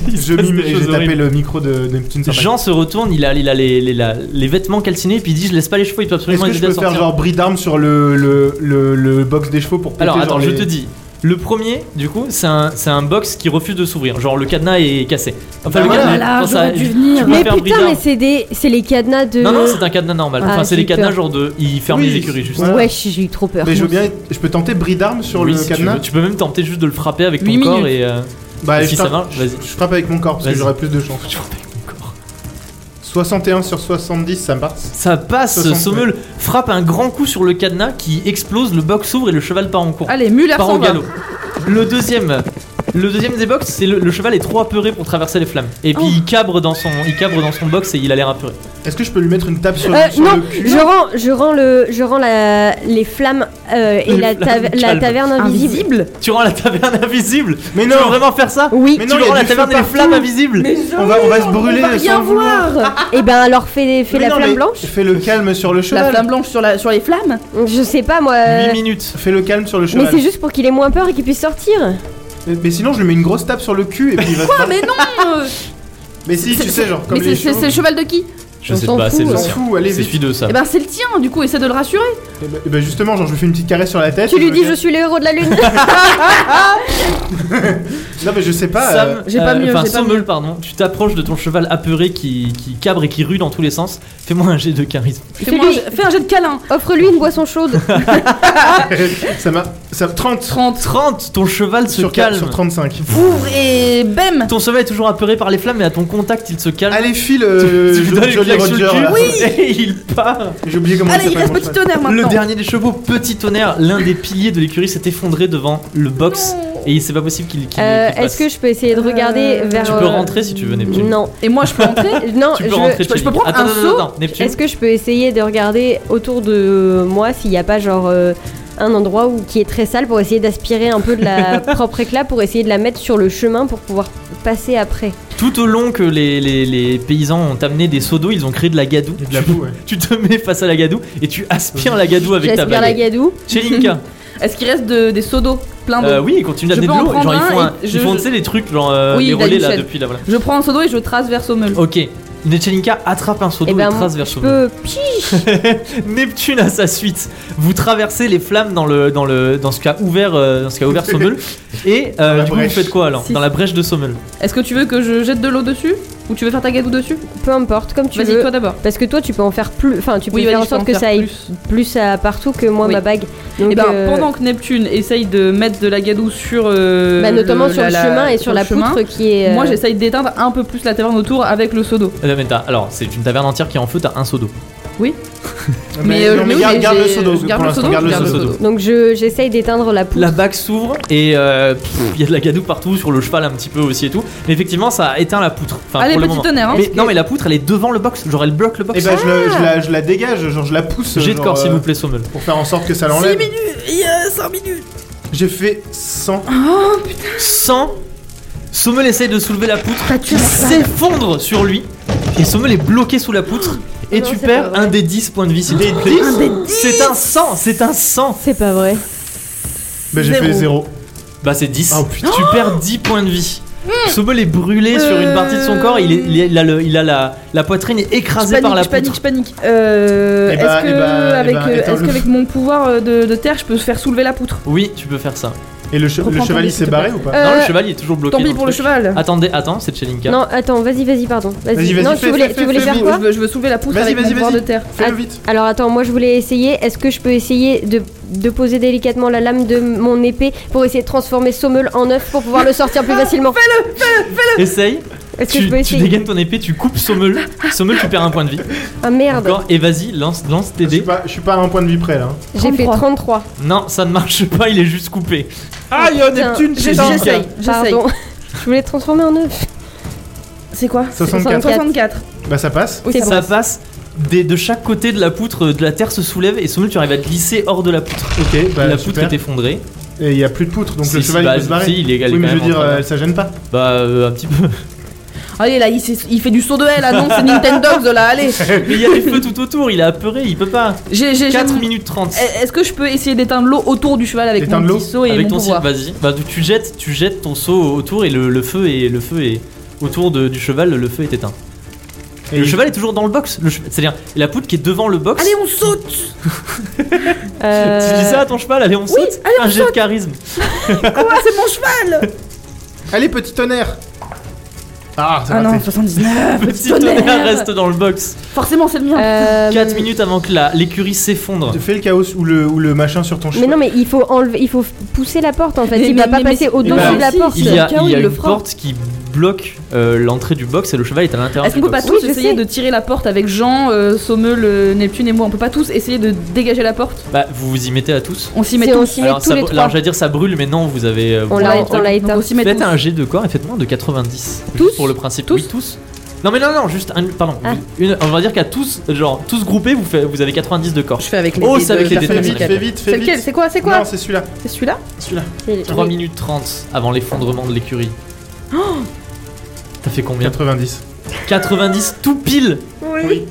[SPEAKER 1] Il se
[SPEAKER 4] Je
[SPEAKER 1] passe
[SPEAKER 4] mime
[SPEAKER 1] des
[SPEAKER 4] et
[SPEAKER 1] choses
[SPEAKER 4] j'ai tapé
[SPEAKER 1] horribles.
[SPEAKER 4] le micro de Neptune. Sarbac.
[SPEAKER 1] Jean se retourne, il a, il a les, les- la- les vêtements calcinés, puis il dit Je laisse pas les chevaux, il peut
[SPEAKER 4] est-ce
[SPEAKER 1] absolument
[SPEAKER 4] que
[SPEAKER 1] les
[SPEAKER 4] je
[SPEAKER 1] aider
[SPEAKER 4] peux
[SPEAKER 1] à sortir.
[SPEAKER 4] faire genre bris d'armes sur le, le, le, le box des chevaux pour péter
[SPEAKER 1] Alors attends,
[SPEAKER 4] genre,
[SPEAKER 1] je
[SPEAKER 4] les-
[SPEAKER 1] te dis. Le premier, du coup, c'est un, c'est un box qui refuse de s'ouvrir. Genre le cadenas est cassé. Enfin,
[SPEAKER 4] Ah
[SPEAKER 1] le cadenas.
[SPEAKER 2] voilà,
[SPEAKER 1] non,
[SPEAKER 2] j'aurais dû
[SPEAKER 1] tu
[SPEAKER 2] venir.
[SPEAKER 1] peux
[SPEAKER 3] Mais
[SPEAKER 1] faire un bris
[SPEAKER 3] putain, mais
[SPEAKER 1] d'armes.
[SPEAKER 3] c'est des, c'est les cadenas de.
[SPEAKER 1] Non, non, c'est un cadenas normal.
[SPEAKER 3] Ah,
[SPEAKER 1] enfin, c'est les
[SPEAKER 3] j'ai peur.
[SPEAKER 1] cadenas genre de. Ils ferment
[SPEAKER 4] Oui,
[SPEAKER 1] les écuries juste.
[SPEAKER 4] ouais.
[SPEAKER 3] Ouais, j'ai eu trop peur.
[SPEAKER 4] Mais je veux bien. Je peux tenter bris d'armes sur
[SPEAKER 1] Oui,
[SPEAKER 4] le
[SPEAKER 1] si tu
[SPEAKER 4] cadenas
[SPEAKER 1] veux. tu, peux même tenter juste de le frapper avec ton
[SPEAKER 2] Huit
[SPEAKER 1] corps
[SPEAKER 2] minutes.
[SPEAKER 1] et. euh,
[SPEAKER 4] Bah,
[SPEAKER 1] Et
[SPEAKER 4] je
[SPEAKER 1] si ça
[SPEAKER 4] frappe-
[SPEAKER 1] marche, vas-y.
[SPEAKER 4] Je frappe avec mon corps parce que
[SPEAKER 1] Vas-y.
[SPEAKER 4] j'aurai plus de chance.
[SPEAKER 1] tu frappes avec ton corps.
[SPEAKER 4] 61 sur 70, ça passe.
[SPEAKER 1] Ça passe,
[SPEAKER 4] 60,
[SPEAKER 1] Sommel frappe un grand coup sur le cadenas qui explose, le box s'ouvre et le cheval part en courant.
[SPEAKER 2] Allez, Muller
[SPEAKER 1] part au
[SPEAKER 2] s'en va.
[SPEAKER 1] galop. Le deuxième, le deuxième des box, c'est le, le cheval est trop apeuré pour traverser les flammes. Et puis
[SPEAKER 2] Oh.
[SPEAKER 1] il cabre dans son, il cabre dans son box et il a l'air apeuré.
[SPEAKER 4] Est-ce que je peux lui mettre une tape sur,
[SPEAKER 3] Euh,
[SPEAKER 4] sur
[SPEAKER 3] non,
[SPEAKER 4] le cul
[SPEAKER 3] je rends, je rends, le, je rends la, les flammes euh, et
[SPEAKER 1] Les
[SPEAKER 3] la,
[SPEAKER 1] flammes
[SPEAKER 3] tave- la
[SPEAKER 1] calmes.
[SPEAKER 3] taverne invisible.
[SPEAKER 2] Invisible
[SPEAKER 1] Tu rends la taverne invisible.
[SPEAKER 4] Mais
[SPEAKER 1] Tu veux
[SPEAKER 4] non
[SPEAKER 1] vraiment faire ça
[SPEAKER 3] Oui,
[SPEAKER 4] Mais
[SPEAKER 1] Tu
[SPEAKER 4] non, il y a
[SPEAKER 1] rends la
[SPEAKER 4] du feu
[SPEAKER 1] taverne des
[SPEAKER 4] partout.
[SPEAKER 1] flammes invisibles.
[SPEAKER 4] on va, on va se brûler
[SPEAKER 3] on va rien
[SPEAKER 4] sans vouloir.
[SPEAKER 3] voir. et ben alors fais, fais
[SPEAKER 4] Mais
[SPEAKER 3] la
[SPEAKER 4] non,
[SPEAKER 3] flamme
[SPEAKER 4] mais
[SPEAKER 3] blanche.
[SPEAKER 4] Fais le calme sur le
[SPEAKER 2] La
[SPEAKER 4] cheval.
[SPEAKER 2] flamme blanche sur, la, sur les flammes
[SPEAKER 3] Je sais pas moi.
[SPEAKER 1] 8
[SPEAKER 3] euh,
[SPEAKER 1] minutes.
[SPEAKER 4] Fais le calme sur le cheval.
[SPEAKER 3] Mais c'est juste pour qu'il ait moins peur et qu'il puisse sortir.
[SPEAKER 4] Mais, mais sinon, je lui mets une grosse tape sur le cul et puis il va. se
[SPEAKER 2] Ah
[SPEAKER 4] barrer.
[SPEAKER 2] mais non euh,
[SPEAKER 4] mais si,
[SPEAKER 2] c'est-
[SPEAKER 4] tu sais, genre comme
[SPEAKER 2] Mais
[SPEAKER 4] les
[SPEAKER 2] c'est- c'est c'est le
[SPEAKER 4] chevaux.
[SPEAKER 2] cheval de qui
[SPEAKER 1] Je
[SPEAKER 3] On
[SPEAKER 1] sais
[SPEAKER 3] s'en
[SPEAKER 1] pas,
[SPEAKER 3] fout,
[SPEAKER 1] c'est le
[SPEAKER 3] on
[SPEAKER 4] s'en
[SPEAKER 1] sien.
[SPEAKER 4] fout, allez
[SPEAKER 1] C'est
[SPEAKER 4] vite.
[SPEAKER 1] celui de ça.
[SPEAKER 2] Eh ben c'est le tien, du coup, essaie de le rassurer.
[SPEAKER 4] Et bah, et bah, justement, genre je lui fais une petite caresse sur la tête.
[SPEAKER 3] Tu
[SPEAKER 4] et
[SPEAKER 3] lui dis
[SPEAKER 4] regarde.
[SPEAKER 3] je suis le héros de la lune.
[SPEAKER 4] Non mais je sais pas.
[SPEAKER 1] Sam,
[SPEAKER 4] euh,
[SPEAKER 2] j'ai pas mieux,
[SPEAKER 1] enfin,
[SPEAKER 2] j'ai pas
[SPEAKER 1] Sommel,
[SPEAKER 2] mieux.
[SPEAKER 1] pardon, tu t'approches de ton cheval apeuré qui, qui cabre et qui rue dans tous les sens. Fais-moi un jet de charisme.
[SPEAKER 2] Fais-moi un
[SPEAKER 3] Fais-lui-
[SPEAKER 2] jet- Fais un jet de câlin.
[SPEAKER 3] Offre-lui une boisson chaude.
[SPEAKER 4] ça m'a. Ça 30
[SPEAKER 2] 30.
[SPEAKER 1] 30, ton cheval se
[SPEAKER 4] sur,
[SPEAKER 1] calme.
[SPEAKER 4] sur 35.
[SPEAKER 2] Ouvre et bam
[SPEAKER 1] Ton cheval est toujours apeuré par les flammes, mais à ton contact, il se calme.
[SPEAKER 4] Allez file euh,
[SPEAKER 1] tu lui donnes une
[SPEAKER 4] Jolly
[SPEAKER 1] claque sur le cul,
[SPEAKER 4] Roger, là.
[SPEAKER 1] et il part.
[SPEAKER 4] J'ai oublié comment
[SPEAKER 2] Allez,
[SPEAKER 4] il
[SPEAKER 2] il
[SPEAKER 4] s'appelle.
[SPEAKER 2] reste
[SPEAKER 4] mon
[SPEAKER 2] petit
[SPEAKER 4] cheval.
[SPEAKER 2] tonnerre maintenant.
[SPEAKER 1] Le dernier des chevaux, petit tonnerre, l'un des piliers de l'écurie s'est effondré devant le box et c'est pas possible qu'il. qu'il-
[SPEAKER 3] Euh,
[SPEAKER 1] qu'il passe.
[SPEAKER 3] Est-ce que je peux essayer de regarder
[SPEAKER 2] Euh,
[SPEAKER 3] vers.
[SPEAKER 1] tu peux
[SPEAKER 3] euh,
[SPEAKER 1] rentrer si tu veux Neptune
[SPEAKER 3] Non.
[SPEAKER 2] Et moi, je peux entrer
[SPEAKER 3] Non,
[SPEAKER 1] Tu
[SPEAKER 3] je
[SPEAKER 1] peux
[SPEAKER 3] veux-
[SPEAKER 1] rentrer.
[SPEAKER 2] je peux-
[SPEAKER 1] Chez
[SPEAKER 2] je peux
[SPEAKER 1] lui.
[SPEAKER 2] prendre
[SPEAKER 1] Attends,
[SPEAKER 2] un
[SPEAKER 1] non, non,
[SPEAKER 2] saut
[SPEAKER 1] non, non, Neptune.
[SPEAKER 3] Est-ce que je peux essayer de regarder autour de moi s'il n'y a pas genre euh, un endroit où, qui est très sale pour essayer d'aspirer un peu de la propre éclat pour essayer de la mettre sur le chemin pour pouvoir passer après
[SPEAKER 1] Tout au long que les, les- les paysans ont amené des seaux d'eau, ils ont créé de la gadoue.
[SPEAKER 4] Et de la boue, ouais.
[SPEAKER 1] Tu te mets face à la gadoue et tu aspires la gadoue avec ta
[SPEAKER 3] J'aspire la
[SPEAKER 1] bague.
[SPEAKER 3] gadoue.
[SPEAKER 1] Chelinka,
[SPEAKER 2] Est-ce qu'il reste de- des seaux d'eau Plein d'eau.
[SPEAKER 1] euh, oui, ils continuent d'amener
[SPEAKER 2] Je
[SPEAKER 1] de
[SPEAKER 2] peux en
[SPEAKER 1] l'eau. Genre,
[SPEAKER 2] prendre
[SPEAKER 1] ils font,
[SPEAKER 2] un
[SPEAKER 1] un-
[SPEAKER 2] et
[SPEAKER 1] ils
[SPEAKER 2] je-
[SPEAKER 1] font, tu sais, les trucs, genre euh,
[SPEAKER 2] Oui,
[SPEAKER 1] les
[SPEAKER 2] la
[SPEAKER 1] relais là
[SPEAKER 2] Michel.
[SPEAKER 1] depuis là, voilà.
[SPEAKER 2] Je prends un seau d'eau et je trace vers Sommel.
[SPEAKER 1] Ok, Nechelinka attrape un seau d'eau
[SPEAKER 3] Eh
[SPEAKER 1] et,
[SPEAKER 3] ben,
[SPEAKER 1] trace vers
[SPEAKER 3] je
[SPEAKER 2] Mmh.
[SPEAKER 1] Sommel.
[SPEAKER 3] peux.
[SPEAKER 1] Neptune à sa suite. Vous traversez les flammes dans le dans le dans ce qu'a ouvert euh, dans ce qu'a ouvert Sommel et euh,
[SPEAKER 4] Dans la
[SPEAKER 1] du coup
[SPEAKER 4] brèche.
[SPEAKER 1] vous faites quoi alors
[SPEAKER 2] Si.
[SPEAKER 1] Dans la brèche de Sommel.
[SPEAKER 2] Est-ce que tu veux que je jette de l'eau dessus Ou tu veux faire ta gadoue dessus
[SPEAKER 3] Peu importe, comme tu
[SPEAKER 2] Vas-y,
[SPEAKER 3] veux.
[SPEAKER 2] toi d'abord.
[SPEAKER 3] Parce que toi, tu peux en faire plus. Enfin, tu peux
[SPEAKER 2] Oui,
[SPEAKER 3] faire
[SPEAKER 2] vas-y,
[SPEAKER 3] en
[SPEAKER 2] je peux
[SPEAKER 3] sorte
[SPEAKER 2] en
[SPEAKER 3] que
[SPEAKER 2] faire
[SPEAKER 3] ça aille
[SPEAKER 2] plus.
[SPEAKER 3] plus à partout que moi
[SPEAKER 2] Oui.
[SPEAKER 3] ma bague. Donc,
[SPEAKER 2] Et ben,
[SPEAKER 3] euh,
[SPEAKER 2] pendant que Neptune essaye de mettre de la gadoue sur. euh,
[SPEAKER 3] bah, notamment
[SPEAKER 2] le-
[SPEAKER 3] sur le
[SPEAKER 2] la-
[SPEAKER 3] chemin et sur
[SPEAKER 2] le
[SPEAKER 3] la
[SPEAKER 2] chemin,
[SPEAKER 3] poutre qui est. euh,
[SPEAKER 2] Moi, j'essaye d'éteindre un peu plus la taverne autour avec le seau d'eau.
[SPEAKER 1] Euh, mais t'as- alors c'est une taverne entière qui est en feu. T'as un seau d'eau.
[SPEAKER 2] Mais, euh,
[SPEAKER 4] non, mais
[SPEAKER 2] oui,
[SPEAKER 4] garde,
[SPEAKER 2] mais
[SPEAKER 4] garde
[SPEAKER 2] j'ai-
[SPEAKER 4] le seau d'eau.
[SPEAKER 2] je garde
[SPEAKER 4] pour
[SPEAKER 2] le
[SPEAKER 4] l'instant,
[SPEAKER 2] seau d'eau,
[SPEAKER 4] garde
[SPEAKER 2] je
[SPEAKER 4] le
[SPEAKER 2] garde
[SPEAKER 4] seau
[SPEAKER 2] le
[SPEAKER 4] d'eau.
[SPEAKER 2] seau
[SPEAKER 3] Donc je- j'essaye d'éteindre la poutre.
[SPEAKER 1] La bague s'ouvre et euh, pff, il y a de la gadoue partout sur le cheval un petit peu aussi et tout. Mais effectivement ça a éteint la poutre. Enfin,
[SPEAKER 2] Allez,
[SPEAKER 1] pour le
[SPEAKER 2] petit
[SPEAKER 1] moment.
[SPEAKER 2] tonnerre. hein.
[SPEAKER 1] Mais non mais la poutre elle est devant le box. Genre elle bloque le box.
[SPEAKER 4] Et bah je, le- je
[SPEAKER 2] Ah.
[SPEAKER 4] la, je la dégage, genre je la pousse.
[SPEAKER 1] J'ai de
[SPEAKER 4] genre,
[SPEAKER 1] corps s'il
[SPEAKER 4] euh,
[SPEAKER 1] vous plaît Sommel.
[SPEAKER 4] Pour faire en sorte que ça l'enlève.
[SPEAKER 2] minutes Yes, 5 minutes
[SPEAKER 4] J'ai fait 100.
[SPEAKER 1] 100 Sommel essaye de soulever la poutre.
[SPEAKER 2] T'as tué
[SPEAKER 1] Il
[SPEAKER 2] la
[SPEAKER 1] s'effondre sur lui et Sommel est bloqué sous la poutre et
[SPEAKER 3] Non,
[SPEAKER 1] tu
[SPEAKER 3] c'est pas
[SPEAKER 1] perds
[SPEAKER 3] vrai.
[SPEAKER 1] un des 10 points de vie s'il te plaît. C'est un 100, c'est un 100.
[SPEAKER 3] C'est pas vrai.
[SPEAKER 4] Bah j'ai fait 0.
[SPEAKER 1] Bah c'est 10.
[SPEAKER 4] Oh, putain.
[SPEAKER 1] tu perds 10 points de vie.
[SPEAKER 3] Mmh.
[SPEAKER 1] Sommel est brûlé sur une
[SPEAKER 2] Euh.
[SPEAKER 1] partie de son corps, il, est- il est- il a, le- il a la, la poitrine
[SPEAKER 2] Je
[SPEAKER 1] écrasée par la
[SPEAKER 2] panique, je
[SPEAKER 1] poutre.
[SPEAKER 2] panique, je panique. Euh,
[SPEAKER 4] Eh
[SPEAKER 2] Est-ce
[SPEAKER 4] bah, eh
[SPEAKER 2] que,
[SPEAKER 4] bah, eh
[SPEAKER 2] avec,
[SPEAKER 4] bah,
[SPEAKER 2] euh,
[SPEAKER 4] éteins-le.
[SPEAKER 2] est-ce qu'avec mon pouvoir euh, de, de terre, je peux faire soulever la poutre
[SPEAKER 1] Oui, tu peux faire ça.
[SPEAKER 4] Et le, che-
[SPEAKER 2] Reprends
[SPEAKER 4] le
[SPEAKER 2] ton
[SPEAKER 4] chevalier
[SPEAKER 2] billet, s'il
[SPEAKER 4] s'est
[SPEAKER 2] te
[SPEAKER 4] barré
[SPEAKER 2] plaît.
[SPEAKER 4] ou pas
[SPEAKER 1] Non, le
[SPEAKER 3] Euh,
[SPEAKER 1] cheval il est toujours bloqué.
[SPEAKER 2] Tant
[SPEAKER 1] dans
[SPEAKER 2] pis pour le
[SPEAKER 1] truc.
[SPEAKER 2] cheval.
[SPEAKER 1] Attendez, attends, c'est Chelinka.
[SPEAKER 3] Non, attends, vas-y, vas-y, pardon. Vas-y,
[SPEAKER 4] Vas-y, vas-y,
[SPEAKER 3] non,
[SPEAKER 4] fais,
[SPEAKER 3] tu voulais,
[SPEAKER 4] fais,
[SPEAKER 3] tu voulais
[SPEAKER 4] fais,
[SPEAKER 3] faire
[SPEAKER 4] fais,
[SPEAKER 2] Je
[SPEAKER 3] quoi
[SPEAKER 2] veux, je veux soulever la poutre
[SPEAKER 4] Vas-y,
[SPEAKER 2] avec mon
[SPEAKER 4] vas-y,
[SPEAKER 2] pouvoir de
[SPEAKER 4] vas-y.
[SPEAKER 2] terre.
[SPEAKER 4] Fais-le
[SPEAKER 3] Ah,
[SPEAKER 4] vite.
[SPEAKER 3] Alors attends, moi je voulais essayer. Est-ce que je peux essayer de, de poser délicatement la lame de mon épée pour essayer de transformer Sommel en œuf pour pouvoir le sortir plus facilement
[SPEAKER 1] Essaye,
[SPEAKER 3] Est-ce que
[SPEAKER 1] tu,
[SPEAKER 3] je peux
[SPEAKER 1] tu
[SPEAKER 3] essayer
[SPEAKER 1] dégaines ton épée, tu coupes Sommel. Sommel, tu perds un point de vie.
[SPEAKER 3] Ah merde,
[SPEAKER 1] Encore, et vas-y, lance, lance tes
[SPEAKER 4] Je suis
[SPEAKER 1] dés.
[SPEAKER 4] pas- je suis pas à un point de vie près là.
[SPEAKER 3] j'ai fait
[SPEAKER 2] 33.
[SPEAKER 3] 33.
[SPEAKER 1] Non, ça ne marche pas, il est juste coupé.
[SPEAKER 4] Aïe,
[SPEAKER 3] putain.
[SPEAKER 4] Neptune,
[SPEAKER 2] Je-
[SPEAKER 4] putain.
[SPEAKER 2] J'essaye, j'essaye.
[SPEAKER 3] Pardon. je voulais transformer en œuf.
[SPEAKER 2] C'est quoi
[SPEAKER 4] 64.
[SPEAKER 2] 64.
[SPEAKER 4] Bah ça passe.
[SPEAKER 2] Oui,
[SPEAKER 3] C'est
[SPEAKER 2] ça
[SPEAKER 1] Ça
[SPEAKER 2] passe.
[SPEAKER 1] passe des, de chaque côté de la poutre, euh, de la terre se soulève et Sommel, tu arrives à te glisser hors de la poutre.
[SPEAKER 4] Ok, bah
[SPEAKER 1] la poutre
[SPEAKER 4] super.
[SPEAKER 1] est effondrée.
[SPEAKER 4] Et il y a plus de poutre, donc
[SPEAKER 1] Si,
[SPEAKER 4] le
[SPEAKER 1] si,
[SPEAKER 4] chevalier
[SPEAKER 1] bah,
[SPEAKER 4] peut se barrer.
[SPEAKER 1] si, il est égal
[SPEAKER 4] Oui, mais je veux
[SPEAKER 1] quand même,
[SPEAKER 4] dire,
[SPEAKER 1] en train de-
[SPEAKER 4] euh, ça gêne pas.
[SPEAKER 1] Bah, euh, un petit peu.
[SPEAKER 2] Allez, là, il, s'est- il fait du saut de haie, là, non, c'est Nintendo, là, allez.
[SPEAKER 1] Mais il y a des feux tout autour, il est apeuré, il peut pas.
[SPEAKER 2] J'ai, j'ai, j'ai-
[SPEAKER 1] 4 minutes 30.
[SPEAKER 2] Est-ce que je peux essayer d'éteindre l'eau autour du cheval avec
[SPEAKER 4] D'éteindre
[SPEAKER 2] mon
[SPEAKER 4] l'eau
[SPEAKER 2] petit seau et
[SPEAKER 1] Avec
[SPEAKER 2] mon
[SPEAKER 1] ton cible,
[SPEAKER 2] pouvoir
[SPEAKER 1] vas-y. Bah, tu- tu jettes, tu jettes ton seau autour et le, le feu est le feu est autour de- du cheval, le feu est éteint.
[SPEAKER 4] Et
[SPEAKER 1] le
[SPEAKER 4] il-
[SPEAKER 1] cheval est toujours dans le box. le che- C'est-à-dire la poutre qui est devant le box.
[SPEAKER 2] Allez, on saute
[SPEAKER 3] Euh,
[SPEAKER 1] Tu dis ça à ton cheval, allez on
[SPEAKER 2] oui,
[SPEAKER 1] saute. un jet de charisme.
[SPEAKER 2] Quoi C'est mon cheval
[SPEAKER 4] Allez, petit tonnerre Ah, ça
[SPEAKER 2] Ah non,
[SPEAKER 4] raté.
[SPEAKER 2] 79
[SPEAKER 1] Petit
[SPEAKER 2] tonnerre. Ah,
[SPEAKER 1] tonnerre reste dans le box.
[SPEAKER 2] Forcément, c'est le mien
[SPEAKER 3] euh,
[SPEAKER 1] 4 minutes avant que la- l'écurie s'effondre.
[SPEAKER 4] Tu fais le chaos ou le, ou le machin sur ton
[SPEAKER 3] Mais
[SPEAKER 4] cheval.
[SPEAKER 3] non, mais il faut enlever, il faut pousser la porte en fait.
[SPEAKER 2] Mais-
[SPEAKER 3] il va
[SPEAKER 2] mais-
[SPEAKER 3] pas
[SPEAKER 2] mais-
[SPEAKER 3] passer
[SPEAKER 2] mais-
[SPEAKER 3] au-dessus
[SPEAKER 4] mais-
[SPEAKER 3] de la
[SPEAKER 2] si,
[SPEAKER 3] porte.
[SPEAKER 1] Il y a,
[SPEAKER 2] Chaos,
[SPEAKER 1] il y a
[SPEAKER 2] il le
[SPEAKER 1] une
[SPEAKER 2] fera.
[SPEAKER 1] porte qui bloque euh, l'entrée du box et le cheval est à l'intérieur
[SPEAKER 2] Est-ce
[SPEAKER 1] du
[SPEAKER 2] qu'on peut
[SPEAKER 1] box.
[SPEAKER 2] pas
[SPEAKER 3] box.
[SPEAKER 2] tous
[SPEAKER 3] Oui, je
[SPEAKER 2] essayer
[SPEAKER 3] sais.
[SPEAKER 2] de tirer la porte avec Jean, euh, Sommel, euh, Neptune et moi On peut pas tous essayer de dégager la porte
[SPEAKER 1] Bah, vous vous y mettez à tous.
[SPEAKER 2] On s'y met
[SPEAKER 3] C'est- on
[SPEAKER 2] tous.
[SPEAKER 3] s'y met
[SPEAKER 1] alors,
[SPEAKER 3] tous
[SPEAKER 1] ça
[SPEAKER 3] les
[SPEAKER 1] br-
[SPEAKER 3] trois.
[SPEAKER 1] alors, j'allais dire ça brûle, mais non, vous avez. euh,
[SPEAKER 3] On
[SPEAKER 1] vous
[SPEAKER 3] l'a-
[SPEAKER 1] avez-
[SPEAKER 3] on l'a éteint.
[SPEAKER 2] Donc on s'y met
[SPEAKER 1] Faites
[SPEAKER 2] tous.
[SPEAKER 1] un jet de corps et faites moins de 90.
[SPEAKER 2] Tous
[SPEAKER 1] Juste pour le principe.
[SPEAKER 2] Tous
[SPEAKER 1] Oui, tous. Non, mais non, non, juste un. Pardon.
[SPEAKER 3] Ah.
[SPEAKER 1] Une- on va dire qu'à tous, genre, tous groupés, vous, fait- vous avez 90 de corps.
[SPEAKER 5] Je fais avec les
[SPEAKER 1] Oh,
[SPEAKER 5] dés
[SPEAKER 1] c'est
[SPEAKER 5] de
[SPEAKER 1] avec les
[SPEAKER 5] Captain
[SPEAKER 1] dés
[SPEAKER 4] Fais
[SPEAKER 1] de
[SPEAKER 4] vite,
[SPEAKER 1] Captain
[SPEAKER 5] America.
[SPEAKER 4] fais vite, fais
[SPEAKER 2] C'est
[SPEAKER 4] vite.
[SPEAKER 2] lequel C'est quoi C'est quoi
[SPEAKER 4] Non, c'est celui-là.
[SPEAKER 2] C'est celui-là
[SPEAKER 4] Celui-là.
[SPEAKER 3] C'est-
[SPEAKER 1] 3
[SPEAKER 3] oui.
[SPEAKER 1] minutes 30 avant l'effondrement de l'écurie.
[SPEAKER 2] Oh
[SPEAKER 1] T'as fait combien
[SPEAKER 4] 90.
[SPEAKER 1] 90 tout pile
[SPEAKER 4] Oui.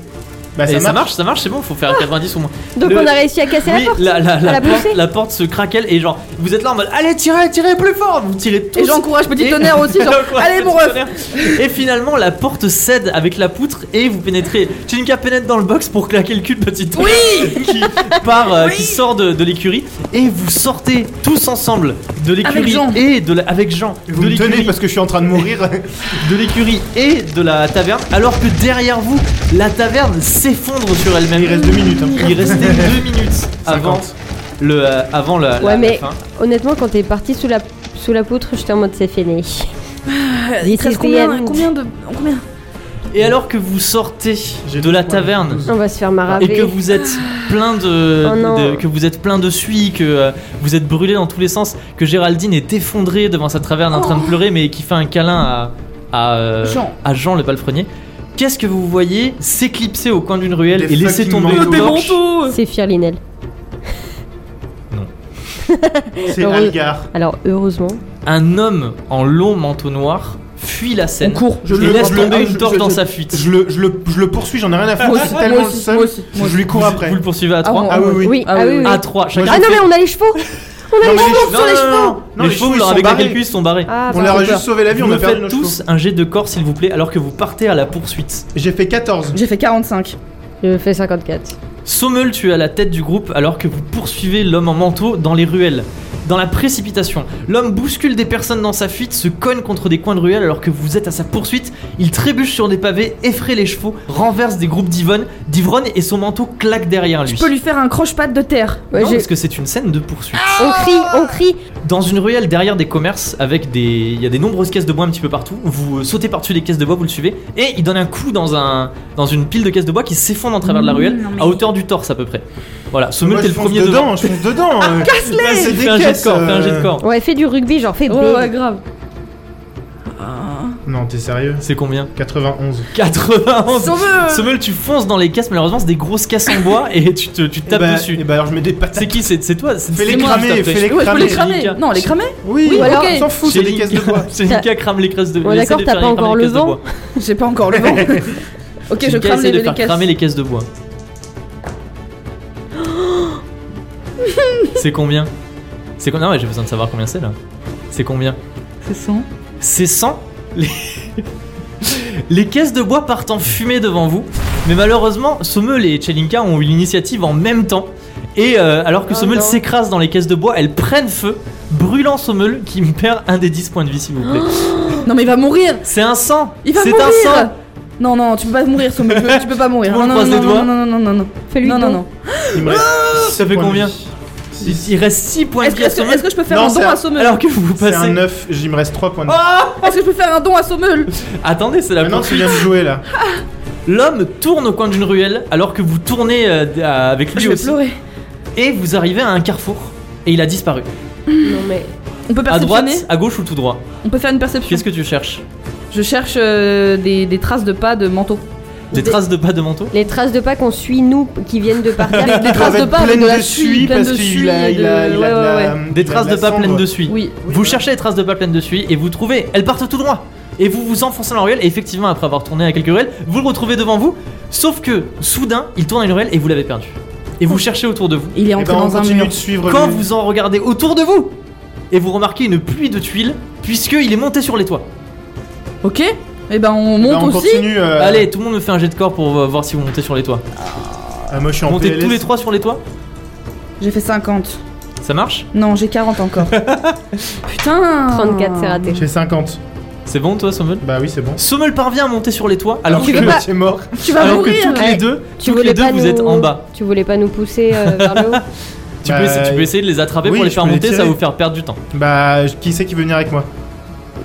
[SPEAKER 4] Bah,
[SPEAKER 1] Et
[SPEAKER 4] ça marche.
[SPEAKER 1] ça marche, c'est bon, faut
[SPEAKER 2] Ah,
[SPEAKER 1] faire 90 au moins.
[SPEAKER 3] Donc
[SPEAKER 1] Le-
[SPEAKER 3] on a réussi à casser la
[SPEAKER 1] Oui,
[SPEAKER 3] porte.
[SPEAKER 1] la, la- la
[SPEAKER 3] à la
[SPEAKER 1] porte,
[SPEAKER 3] pousser.
[SPEAKER 1] la porte se craquelle et genre, vous êtes là en mode Allez, tirez, tirez plus fort Vous tirez tous.
[SPEAKER 2] Et j'encourage Petit Tonnerre aussi, genre,
[SPEAKER 1] J'encourage
[SPEAKER 2] allez, mon
[SPEAKER 1] Petit
[SPEAKER 2] ref.
[SPEAKER 1] Tonnerre. Et finalement, la porte cède avec la poutre et vous pénétrez. Chinka pénètre dans le box pour claquer le cul de Petit Tonnerre. qui, part, euh, qui sort de, de l'écurie et vous sortez tous ensemble de l'écurie
[SPEAKER 2] Jean.
[SPEAKER 1] et de la- avec Jean.
[SPEAKER 4] Vous
[SPEAKER 1] de
[SPEAKER 4] me tenez
[SPEAKER 1] l'écurie
[SPEAKER 4] parce que je suis en train de mourir.
[SPEAKER 1] de l'écurie et de la taverne, alors que derrière vous, la taverne s'effondre sur elle-même.
[SPEAKER 4] Il reste deux minutes. hein.
[SPEAKER 1] Il restait deux minutes avant,
[SPEAKER 4] 50.
[SPEAKER 1] le, euh, avant la, la-
[SPEAKER 3] Ouais,
[SPEAKER 1] la
[SPEAKER 3] mais-
[SPEAKER 1] fin.
[SPEAKER 3] Honnêtement, quand t'es parti sous la, sous la poutre, j'étais en mode c'est fini.
[SPEAKER 2] Il
[SPEAKER 3] This
[SPEAKER 2] te reste
[SPEAKER 3] is the
[SPEAKER 2] combien,
[SPEAKER 3] end.
[SPEAKER 2] combien de. Combien
[SPEAKER 1] Et alors que vous sortez
[SPEAKER 4] J'ai
[SPEAKER 1] de la
[SPEAKER 4] douze points,
[SPEAKER 1] taverne
[SPEAKER 4] douze.
[SPEAKER 3] On va se faire
[SPEAKER 1] et
[SPEAKER 3] maraver.
[SPEAKER 1] que vous êtes plein de,
[SPEAKER 3] Oh non.
[SPEAKER 1] de- que vous êtes plein de suie, que euh, vous êtes brûlé dans tous les sens, que Géraldine est effondrée devant sa taverne en train
[SPEAKER 3] Oh.
[SPEAKER 1] de pleurer, mais qui fait un câlin à à, euh,
[SPEAKER 2] Jean.
[SPEAKER 1] à Jean le palefrenier. Qu'est-ce que vous voyez s'éclipser au coin d'une ruelle
[SPEAKER 4] Des
[SPEAKER 1] et laisser
[SPEAKER 4] fucking
[SPEAKER 1] tomber
[SPEAKER 4] manteaux.
[SPEAKER 1] une
[SPEAKER 4] Des
[SPEAKER 1] torche
[SPEAKER 3] C'est Firlinel.
[SPEAKER 4] C'est
[SPEAKER 3] Heureux.
[SPEAKER 4] Algar.
[SPEAKER 3] Alors heureusement.
[SPEAKER 1] un homme en long manteau noir fuit la
[SPEAKER 2] On
[SPEAKER 1] scène
[SPEAKER 2] court.
[SPEAKER 1] et
[SPEAKER 4] Je le-
[SPEAKER 1] laisse
[SPEAKER 4] je le-
[SPEAKER 1] tomber
[SPEAKER 4] je-
[SPEAKER 1] une
[SPEAKER 4] je-
[SPEAKER 1] torche
[SPEAKER 4] je-
[SPEAKER 1] dans sa fuite.
[SPEAKER 4] Je le, je, le, je le poursuis, j'en ai rien à foutre.
[SPEAKER 2] Moi aussi,
[SPEAKER 4] c'est tellement
[SPEAKER 2] moi
[SPEAKER 4] le
[SPEAKER 2] aussi,
[SPEAKER 4] seul.
[SPEAKER 2] moi aussi, moi
[SPEAKER 4] Je lui cours après.
[SPEAKER 1] Vous le poursuivez à
[SPEAKER 2] Ah,
[SPEAKER 1] 3
[SPEAKER 2] bon.
[SPEAKER 4] Ah oui, oui.
[SPEAKER 3] Oui,
[SPEAKER 2] Ah
[SPEAKER 3] ah,
[SPEAKER 2] oui,
[SPEAKER 3] oui, oui.
[SPEAKER 1] À 3, chacun
[SPEAKER 3] Ah non,
[SPEAKER 1] fait-
[SPEAKER 3] mais on a les chevaux On a
[SPEAKER 4] Non,
[SPEAKER 3] les
[SPEAKER 4] mais les
[SPEAKER 3] chevaux
[SPEAKER 4] chevaux-
[SPEAKER 3] sur les
[SPEAKER 1] non, non, non,
[SPEAKER 3] chevaux
[SPEAKER 1] non.
[SPEAKER 4] Non,
[SPEAKER 1] les
[SPEAKER 4] les
[SPEAKER 1] chevaux, leur-
[SPEAKER 4] chevaux, ils
[SPEAKER 1] avec
[SPEAKER 4] sont
[SPEAKER 1] les
[SPEAKER 4] barrés.
[SPEAKER 1] cuisses, sont barrés.
[SPEAKER 3] Ah,
[SPEAKER 4] On
[SPEAKER 3] pardon.
[SPEAKER 4] leur a juste sauvé la vie,
[SPEAKER 1] Vous
[SPEAKER 4] on
[SPEAKER 1] me
[SPEAKER 4] a perdu
[SPEAKER 1] faites
[SPEAKER 4] nos
[SPEAKER 1] tous
[SPEAKER 4] chevaux.
[SPEAKER 1] un jet de corps, s'il vous plaît, alors que vous partez à la poursuite.
[SPEAKER 4] J'ai fait 14.
[SPEAKER 2] J'ai fait 45.
[SPEAKER 3] Je fais 54.
[SPEAKER 1] Sommel, tu es à la tête du groupe alors que vous poursuivez l'homme en manteau dans les ruelles. Dans la précipitation, l'homme bouscule des personnes dans sa fuite, se cogne contre des coins de ruelles alors que vous êtes à sa poursuite. Il trébuche sur des pavés, effraie les chevaux, renverse des groupes d'ivonnes d'ivronnes et son manteau claque derrière lui.
[SPEAKER 2] Je peux lui faire un croche-patte de terre.
[SPEAKER 3] Ouais,
[SPEAKER 1] Non,
[SPEAKER 3] j'ai-
[SPEAKER 1] parce que c'est une scène de poursuite.
[SPEAKER 3] On crie, on crie
[SPEAKER 1] Dans une ruelle derrière des commerces, avec des. Il y a des nombreuses caisses de bois un petit peu partout. Vous euh, sautez par-dessus les caisses de bois, vous le suivez, et il donne un coup dans, un... dans une pile de caisses de bois qui s'effondre en travers de la ruelle,
[SPEAKER 2] Mmh, Non, mais-
[SPEAKER 1] à hauteur du torse à peu près. Voilà, ce
[SPEAKER 4] Moi,
[SPEAKER 1] t'es
[SPEAKER 4] je
[SPEAKER 1] le
[SPEAKER 4] fonce
[SPEAKER 1] premier
[SPEAKER 4] dedans, je fonce dedans. euh. Là,
[SPEAKER 1] Fais
[SPEAKER 4] c'est des
[SPEAKER 1] un jet de
[SPEAKER 4] caisses,
[SPEAKER 1] corps, fais un jet de
[SPEAKER 4] euh.
[SPEAKER 1] corps.
[SPEAKER 3] Ouais, fais du rugby, genre fais
[SPEAKER 2] Ouais,
[SPEAKER 3] B.
[SPEAKER 2] ouais, grave.
[SPEAKER 4] Non, t'es sérieux
[SPEAKER 1] C'est combien
[SPEAKER 4] 91.
[SPEAKER 1] 91
[SPEAKER 2] Sauveur
[SPEAKER 1] Sommel, tu fonces dans les caisses, malheureusement, c'est des grosses caisses en bois et tu te tu
[SPEAKER 4] Eh
[SPEAKER 1] tapes
[SPEAKER 4] bah, eh
[SPEAKER 1] dessus.
[SPEAKER 4] bah alors je mets des patates.
[SPEAKER 1] C'est qui C'est c'est toi C'est-
[SPEAKER 4] Fais-les
[SPEAKER 1] c'est moi,
[SPEAKER 4] cramer,
[SPEAKER 1] juste après.
[SPEAKER 4] fais-les
[SPEAKER 2] Ouais, faut les
[SPEAKER 1] Cramer.
[SPEAKER 2] cramer. Non, les cramer
[SPEAKER 4] Oui,
[SPEAKER 3] Oui,
[SPEAKER 4] alors,
[SPEAKER 3] ok.
[SPEAKER 4] on s'en fout, c'est des caisses de bois.
[SPEAKER 1] Jenica crame les caisses de
[SPEAKER 3] On
[SPEAKER 1] bois.
[SPEAKER 3] est d'accord, t'as pas encore le vent
[SPEAKER 2] J'ai pas encore le vent. ok, je
[SPEAKER 1] Jenica
[SPEAKER 2] crame
[SPEAKER 1] essaie
[SPEAKER 2] les,
[SPEAKER 1] de
[SPEAKER 2] les
[SPEAKER 1] faire
[SPEAKER 2] caisses.
[SPEAKER 1] cramer les caisses de bois. C'est combien C'est combien Non, mais j'ai besoin de savoir combien c'est là. C'est combien
[SPEAKER 2] C'est son.
[SPEAKER 1] C'est 100 les... les caisses de bois partent en fumée devant vous. Mais malheureusement, Sommel et Chelinka ont eu l'initiative en même temps. Et euh, alors
[SPEAKER 2] Ah
[SPEAKER 1] que
[SPEAKER 3] Oh
[SPEAKER 1] Sommel
[SPEAKER 3] non.
[SPEAKER 1] s'écrase dans les caisses de bois, elles prennent feu, brûlant Sommel qui me perd un des 10 points de vie s'il vous plaît.
[SPEAKER 2] Non, mais il va mourir
[SPEAKER 1] C'est un 100
[SPEAKER 2] Oh. Il va
[SPEAKER 1] C'est
[SPEAKER 2] mourir
[SPEAKER 1] un 100
[SPEAKER 2] Non, non, tu peux pas mourir, Sommel. tu peux- tu peux pas mourir.
[SPEAKER 1] Tout le
[SPEAKER 2] Non,
[SPEAKER 1] monde
[SPEAKER 2] non,
[SPEAKER 1] croise
[SPEAKER 2] non,
[SPEAKER 1] les
[SPEAKER 2] non,
[SPEAKER 1] doigts.
[SPEAKER 2] non, non, non, non.
[SPEAKER 3] Fais-lui
[SPEAKER 2] Non, non,
[SPEAKER 3] don.
[SPEAKER 2] non.
[SPEAKER 4] Il me reste
[SPEAKER 1] Ça fait
[SPEAKER 4] points de
[SPEAKER 1] combien
[SPEAKER 4] vie.
[SPEAKER 1] Il
[SPEAKER 4] Six.
[SPEAKER 1] il reste 6 points de
[SPEAKER 2] Est-ce que,
[SPEAKER 1] vie à
[SPEAKER 2] est-ce que-
[SPEAKER 1] Sommel
[SPEAKER 2] est-ce que je peux faire
[SPEAKER 4] Non,
[SPEAKER 2] un don
[SPEAKER 4] c'est
[SPEAKER 2] à
[SPEAKER 4] un-
[SPEAKER 2] Sommel
[SPEAKER 1] alors que vous
[SPEAKER 4] C'est un
[SPEAKER 1] passez.
[SPEAKER 4] 9, il me reste 3 points de vie.
[SPEAKER 1] Ah
[SPEAKER 2] Est-ce que je peux faire un don à Sommel
[SPEAKER 1] Attendez, c'est la
[SPEAKER 4] Maintenant, tu
[SPEAKER 1] poursuite.
[SPEAKER 4] viens de jouer là.
[SPEAKER 1] L'homme tourne au coin d'une ruelle alors que vous tournez euh, d- à- avec lui
[SPEAKER 2] Je vais
[SPEAKER 1] aussi.
[SPEAKER 2] pleurer.
[SPEAKER 1] Et vous arrivez à un carrefour et il a disparu.
[SPEAKER 3] Non mais.
[SPEAKER 2] On peut
[SPEAKER 1] À droite,
[SPEAKER 2] perceptionner
[SPEAKER 1] à gauche ou tout droit
[SPEAKER 2] On peut faire une perception.
[SPEAKER 1] Qu'est-ce que tu cherches
[SPEAKER 2] Je cherche euh, des, des traces de pas de manteau.
[SPEAKER 1] Des traces de pas de manteau
[SPEAKER 3] Les traces de pas qu'on suit nous qui viennent de partir.
[SPEAKER 2] Des, des traces de pas avec
[SPEAKER 4] pleine
[SPEAKER 2] de la
[SPEAKER 4] de
[SPEAKER 2] suie,
[SPEAKER 4] suie
[SPEAKER 2] pleine
[SPEAKER 4] parce
[SPEAKER 2] de
[SPEAKER 4] qu'il
[SPEAKER 2] suie.
[SPEAKER 4] a,
[SPEAKER 2] et
[SPEAKER 4] il
[SPEAKER 2] de-
[SPEAKER 4] a, il a
[SPEAKER 2] ouais,
[SPEAKER 4] de
[SPEAKER 2] ouais,
[SPEAKER 4] la-
[SPEAKER 2] ouais.
[SPEAKER 1] Des
[SPEAKER 4] il a
[SPEAKER 1] traces de pas
[SPEAKER 4] cendre.
[SPEAKER 1] pleines de suie.
[SPEAKER 2] Oui.
[SPEAKER 1] Vous cherchez les traces de pas pleines de suie et vous trouvez, elles partent tout droit. Et vous vous enfoncez dans la ruelle et effectivement après avoir tourné à quelques ruelles, vous le retrouvez devant vous. Sauf que soudain, il tourne à une ruelle et vous l'avez perdu. Et vous cherchez autour de vous.
[SPEAKER 2] Il est
[SPEAKER 4] Eh
[SPEAKER 2] entré
[SPEAKER 4] ben, on
[SPEAKER 2] dans un
[SPEAKER 4] continue
[SPEAKER 2] mur.
[SPEAKER 4] de suivre
[SPEAKER 1] Quand
[SPEAKER 4] le-
[SPEAKER 1] vous en regardez autour de vous et vous remarquez une pluie de tuiles puisqu'il est monté sur les toits.
[SPEAKER 2] Ok. Et ben on
[SPEAKER 4] Eh ben,
[SPEAKER 2] monte
[SPEAKER 4] on
[SPEAKER 2] aussi.
[SPEAKER 4] continue. euh,
[SPEAKER 1] Allez, tout le monde me fait un jet de corps pour euh, voir si vous montez sur les toits.
[SPEAKER 4] ah, moi je suis en
[SPEAKER 1] Montez
[SPEAKER 4] PLS.
[SPEAKER 1] tous les trois sur les toits
[SPEAKER 2] J'ai fait 50.
[SPEAKER 1] Ça marche
[SPEAKER 2] Non, j'ai 40 encore. Putain
[SPEAKER 3] 34, c'est raté.
[SPEAKER 4] J'ai 50.
[SPEAKER 1] C'est bon toi Sommel
[SPEAKER 4] Bah oui, c'est bon.
[SPEAKER 1] Sommel parvient à monter sur les toits alors
[SPEAKER 4] Tu
[SPEAKER 1] que,
[SPEAKER 4] veux
[SPEAKER 3] pas-
[SPEAKER 4] C'est mort.
[SPEAKER 2] Tu vas
[SPEAKER 1] alors que
[SPEAKER 2] mourir
[SPEAKER 1] toutes
[SPEAKER 3] Ouais.
[SPEAKER 1] les deux,
[SPEAKER 3] Tu
[SPEAKER 1] toutes les
[SPEAKER 3] voulais
[SPEAKER 1] deux
[SPEAKER 3] pas
[SPEAKER 1] vous
[SPEAKER 3] nous-
[SPEAKER 1] êtes en bas.
[SPEAKER 3] Tu voulais pas nous pousser euh, vers le haut
[SPEAKER 1] Tu, peux,
[SPEAKER 4] Bah,
[SPEAKER 1] essa- tu peux essayer de les attraper
[SPEAKER 4] oui,
[SPEAKER 1] pour les
[SPEAKER 4] je
[SPEAKER 1] faire
[SPEAKER 4] peux les
[SPEAKER 1] monter, ça va
[SPEAKER 4] tirer.
[SPEAKER 1] vous faire perdre du temps.
[SPEAKER 4] Bah, qui c'est qui veut venir avec moi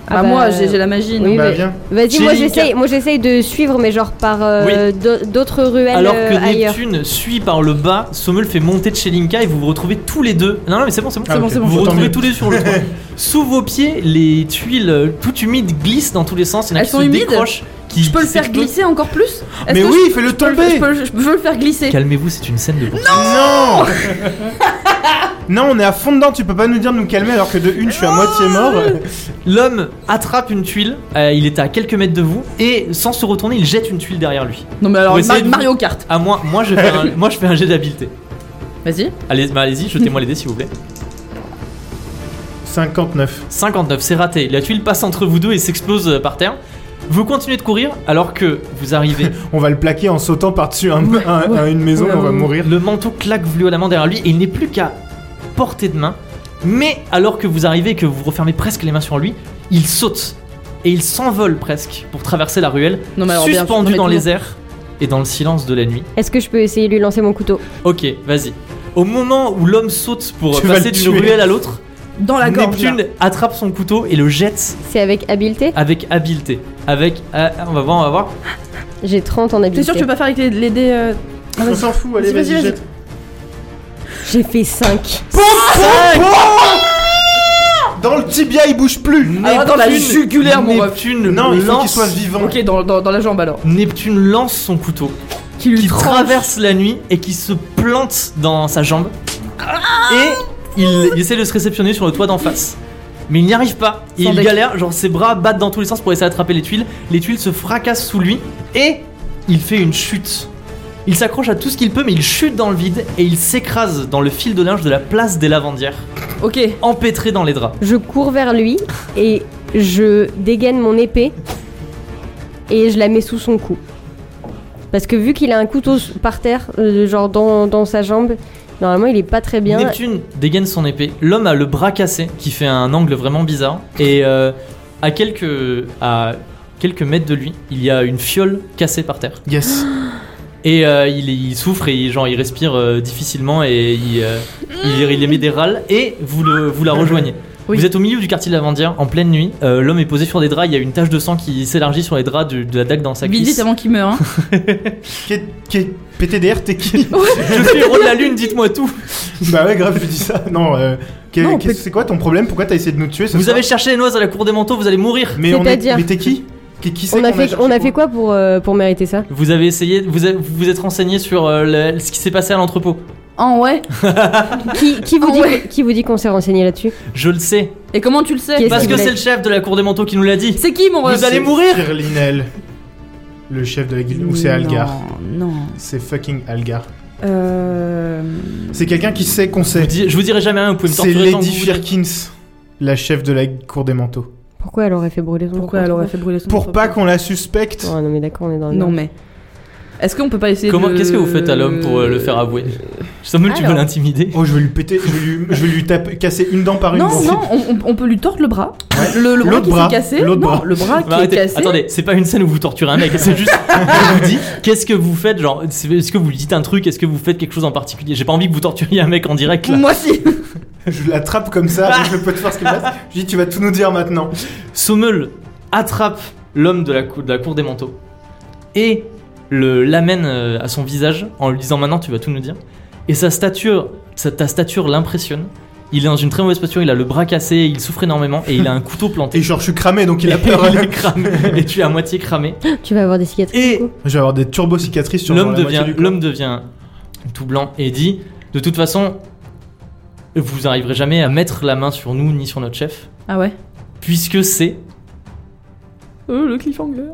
[SPEAKER 3] Ah
[SPEAKER 2] Bah, moi,
[SPEAKER 3] bah,
[SPEAKER 2] j'ai j'ai la magie. non
[SPEAKER 3] Oui,
[SPEAKER 4] bah
[SPEAKER 3] mais-
[SPEAKER 4] viens.
[SPEAKER 3] Vas-y, moi
[SPEAKER 1] Chilling.
[SPEAKER 3] j'essaye, moi j'essaye de suivre, mais genre par euh, d'au- d'autres ruelles
[SPEAKER 1] Alors
[SPEAKER 3] euh,
[SPEAKER 1] que
[SPEAKER 3] ailleurs.
[SPEAKER 1] Neptune suit par le bas, Sommel fait monter Chelinka et vous vous retrouvez tous les deux. Non, non, mais c'est bon, c'est bon.
[SPEAKER 4] Ah, ok.
[SPEAKER 2] c'est bon,
[SPEAKER 1] Vous vous
[SPEAKER 4] Tant
[SPEAKER 1] retrouvez
[SPEAKER 4] mieux.
[SPEAKER 1] tous les deux sur le toit. Sous vos pieds, les tuiles euh, toutes humides glissent dans tous les sens. Il y en a
[SPEAKER 2] Elles
[SPEAKER 1] qui
[SPEAKER 2] sont
[SPEAKER 1] se
[SPEAKER 2] humides
[SPEAKER 1] décrochent. Qui,
[SPEAKER 2] Je peux le
[SPEAKER 1] qui
[SPEAKER 2] faire
[SPEAKER 1] s'explosent.
[SPEAKER 2] glisser encore plus Est-ce
[SPEAKER 4] Mais
[SPEAKER 2] que
[SPEAKER 4] oui,
[SPEAKER 2] je-
[SPEAKER 4] fais-le
[SPEAKER 2] je peux
[SPEAKER 4] tomber.
[SPEAKER 2] Je peux, je peux le faire glisser.
[SPEAKER 1] Calmez-vous, c'est une scène de poursuite.
[SPEAKER 4] Non Non, on est à fond dedans, tu peux pas nous dire de nous calmer alors que de une, je suis à moitié mort.
[SPEAKER 1] L'homme attrape une tuile, euh, il est à quelques mètres de vous, et sans se retourner, il jette une tuile derrière lui.
[SPEAKER 2] Non mais alors
[SPEAKER 1] Pour essayer
[SPEAKER 2] Mar-
[SPEAKER 1] de-
[SPEAKER 2] Mario Kart.
[SPEAKER 1] À moi, moi je fais un, moi, je fais un jet d'habileté.
[SPEAKER 2] Vas-y.
[SPEAKER 1] Allez, bah, allez-y, jetez-moi les dés s'il vous plaît.
[SPEAKER 4] 59.
[SPEAKER 1] 59, c'est raté. La tuile passe entre vous deux et s'explose euh, par terre. Vous continuez de courir alors que vous arrivez.
[SPEAKER 4] On va le plaquer en sautant par-dessus un- un- un- une maison
[SPEAKER 2] Ouais,
[SPEAKER 4] et on va
[SPEAKER 2] ouais.
[SPEAKER 4] mourir.
[SPEAKER 1] le manteau claque violemment derrière lui et il n'est plus qu'à portée de main. Mais alors que vous arrivez et que vous refermez presque les mains sur lui, il saute et il s'envole presque pour traverser la ruelle,
[SPEAKER 2] Non mais alors bien sûr,
[SPEAKER 1] suspendu
[SPEAKER 2] non, mais
[SPEAKER 1] dans les
[SPEAKER 2] toujours.
[SPEAKER 1] airs et dans le silence de la nuit.
[SPEAKER 3] Est-ce que je peux essayer de lui lancer mon couteau
[SPEAKER 1] Ok, vas-y. Au moment où l'homme saute pour euh,
[SPEAKER 4] Tu vas
[SPEAKER 1] passer
[SPEAKER 4] le
[SPEAKER 1] d'une
[SPEAKER 4] tuer.
[SPEAKER 1] ruelle à l'autre,
[SPEAKER 2] Dans la gorge. là.
[SPEAKER 1] Neptune attrape son couteau et le jette
[SPEAKER 3] C'est avec habileté
[SPEAKER 1] avec habileté. Avec, euh, on va voir, on va voir.
[SPEAKER 3] J'ai 30 en
[SPEAKER 2] T'es
[SPEAKER 3] habileté.
[SPEAKER 2] sûr que tu peux pas faire avec les, les dés euh, Ah,
[SPEAKER 4] On
[SPEAKER 2] vas-y.
[SPEAKER 4] s'en fout, allez,
[SPEAKER 2] Vas-y,
[SPEAKER 4] vas-y,
[SPEAKER 2] vas-y,
[SPEAKER 4] jette.
[SPEAKER 3] J'ai fait 5.
[SPEAKER 4] Dans le tibia, il bouge plus
[SPEAKER 2] Ah, dans la jugulaire, mon ref.
[SPEAKER 1] Neptune
[SPEAKER 4] Non, il faut qu'il
[SPEAKER 1] lance.
[SPEAKER 4] soit vivant.
[SPEAKER 2] Ok, dans, dans, dans la jambe alors.
[SPEAKER 1] Neptune lance son couteau
[SPEAKER 2] Qui lui
[SPEAKER 1] qui
[SPEAKER 2] tranche.
[SPEAKER 1] traverse la nuit et qui se plante dans sa jambe.
[SPEAKER 2] Ah
[SPEAKER 1] Et il, il essaie de se réceptionner sur le toit d'en face. Mais il n'y arrive pas. Et
[SPEAKER 2] Sans
[SPEAKER 1] il
[SPEAKER 2] bec.
[SPEAKER 1] galère, genre ses bras battent dans tous les sens pour essayer d'attraper les tuiles. Les tuiles se fracassent sous lui et il fait une chute. Il s'accroche à tout ce qu'il peut, mais il chute dans le vide et il s'écrase dans le fil de linge de la place des lavandières,
[SPEAKER 2] Ok.
[SPEAKER 1] empêtré dans les draps.
[SPEAKER 3] Je cours vers lui et je dégaine mon épée et je la mets sous son cou. Parce que vu qu'il a un couteau s- par terre, euh, genre dans, dans sa jambe, normalement il est pas très bien.
[SPEAKER 1] Neptune dégaine son épée. L'homme a le bras cassé, qui fait un angle vraiment bizarre. Et euh, à, quelques, à quelques mètres de lui, il y a une fiole cassée par terre.
[SPEAKER 4] Yes
[SPEAKER 1] Et euh, il, il souffre et il, genre, il respire euh, difficilement et il, euh, il, il émet des râles. Et vous, le, vous la rejoignez.
[SPEAKER 2] Oui.
[SPEAKER 1] Vous êtes au milieu du quartier de Lavandière, en pleine nuit. Euh, L'homme est posé sur des draps. Il y a une tache de sang qui s'élargit sur les draps du- de la dague dans sa
[SPEAKER 2] Vite, vite
[SPEAKER 1] cuisse.
[SPEAKER 2] avant qu'il meure. Hein.
[SPEAKER 4] Qu'est- qu'est- PTDR, t'es qui
[SPEAKER 1] Je suis héros de la lune, dites-moi tout.
[SPEAKER 4] Bah ouais, grave, je dis ça. Non, euh, qu'est-
[SPEAKER 2] Non, on
[SPEAKER 4] qu'est-
[SPEAKER 2] peut-
[SPEAKER 4] c'est quoi ton problème Pourquoi t'as essayé de nous tuer ce
[SPEAKER 1] Vous
[SPEAKER 4] soir
[SPEAKER 1] avez cherché les noises à la cour des manteaux, vous allez mourir.
[SPEAKER 4] Mais on est-
[SPEAKER 3] C'est-à-dire
[SPEAKER 4] mais t'es qui Qui, qui c'est
[SPEAKER 3] On a,
[SPEAKER 4] qu'on
[SPEAKER 3] fait,
[SPEAKER 4] cherché
[SPEAKER 3] on a
[SPEAKER 4] pour-
[SPEAKER 3] fait quoi pour, euh, pour mériter ça
[SPEAKER 1] Vous avez essayé, vous êtes- vous vous êtes renseigné sur euh, le- ce qui s'est passé à l'entrepôt.
[SPEAKER 2] Ah ouais.
[SPEAKER 3] qui, qui vous
[SPEAKER 2] Ah
[SPEAKER 3] dit,
[SPEAKER 2] ouais.
[SPEAKER 3] qui vous dit qu'on s'est renseigné là-dessus
[SPEAKER 1] Je le sais.
[SPEAKER 2] Et comment tu le sais Bah,
[SPEAKER 3] Qu'est-ce
[SPEAKER 1] Parce que
[SPEAKER 3] qu'il est
[SPEAKER 1] c'est le chef de la cour des manteaux qui nous l'a dit.
[SPEAKER 2] C'est qui mon ref
[SPEAKER 1] Vous allez
[SPEAKER 4] C'est
[SPEAKER 1] mourir
[SPEAKER 4] Kirlinel, le chef de la guilde, ou c'est Algar
[SPEAKER 2] Non. non.
[SPEAKER 4] C'est fucking Algar.
[SPEAKER 2] Euh...
[SPEAKER 4] C'est quelqu'un qui sait qu'on
[SPEAKER 1] Je vous
[SPEAKER 4] sait.
[SPEAKER 1] dis- Je vous dirai jamais rien, vous pouvez me
[SPEAKER 4] C'est
[SPEAKER 1] torturer tant que
[SPEAKER 4] Lady
[SPEAKER 1] vous voulez.
[SPEAKER 4] Firkins, la chef de la cour des manteaux.
[SPEAKER 3] Pourquoi elle aurait fait brûler son
[SPEAKER 2] Pourquoi elle aurait fait brûler son
[SPEAKER 4] Pour
[SPEAKER 2] propre-
[SPEAKER 4] pas qu'on la suspecte.
[SPEAKER 3] Oh, non mais d'accord, on est dans le
[SPEAKER 2] Non
[SPEAKER 3] merde.
[SPEAKER 2] mais. Est-ce qu'on peut pas essayer
[SPEAKER 1] Comment
[SPEAKER 2] de...
[SPEAKER 1] Qu'est-ce que vous faites à l'homme pour euh, le faire avouer Samuel, tu veux
[SPEAKER 2] Alors.
[SPEAKER 1] l'intimider
[SPEAKER 4] Oh, je vais lui péter, je vais lui, je vais lui taper, casser une dent par une.
[SPEAKER 2] Non,
[SPEAKER 4] dent.
[SPEAKER 2] non, on, on- on peut lui tordre le bras. Le, le bras
[SPEAKER 4] L'autre
[SPEAKER 2] qui
[SPEAKER 4] bras.
[SPEAKER 2] s'est cassé.
[SPEAKER 4] L'autre
[SPEAKER 2] non,
[SPEAKER 4] bras.
[SPEAKER 2] le bras
[SPEAKER 1] Bah,
[SPEAKER 2] qui est
[SPEAKER 1] arrêtez.
[SPEAKER 2] cassé.
[SPEAKER 1] Attendez, c'est pas une scène où vous torturez un mec, c'est juste je vous dis qu'est-ce que vous faites genre c'est- est-ce que vous lui dites un truc, est-ce que vous faites quelque chose en particulier J'ai pas envie que vous torturiez un mec en direct là.
[SPEAKER 2] Moi si.
[SPEAKER 4] Je l'attrape comme ça,
[SPEAKER 2] Ah.
[SPEAKER 4] je peux te faire ce qu'il passe. Je dis, tu vas tout nous dire maintenant.
[SPEAKER 1] Sommel attrape l'homme de la, cou- de la cour des manteaux et le l'amène euh, à son visage en lui disant maintenant tu vas tout nous dire. Et sa stature, sa- ta stature l'impressionne. Il est dans une très mauvaise posture, il a le bras cassé, il souffre énormément et il a un couteau planté.
[SPEAKER 4] Et genre, je suis cramé, donc il a peur.
[SPEAKER 1] il est cramé, et tu es à moitié cramé.
[SPEAKER 3] Tu vas avoir des cicatrices.
[SPEAKER 1] Et
[SPEAKER 4] Je vais avoir des turbo cicatrices sur
[SPEAKER 1] l'homme
[SPEAKER 4] genre la moitié
[SPEAKER 1] devient,
[SPEAKER 4] du corps.
[SPEAKER 1] l'homme devient tout blanc et dit de toute façon, vous arriverez jamais à mettre la main sur nous ni sur notre chef,
[SPEAKER 2] Ah ouais.
[SPEAKER 1] puisque c'est
[SPEAKER 2] Oh le cliffhanger.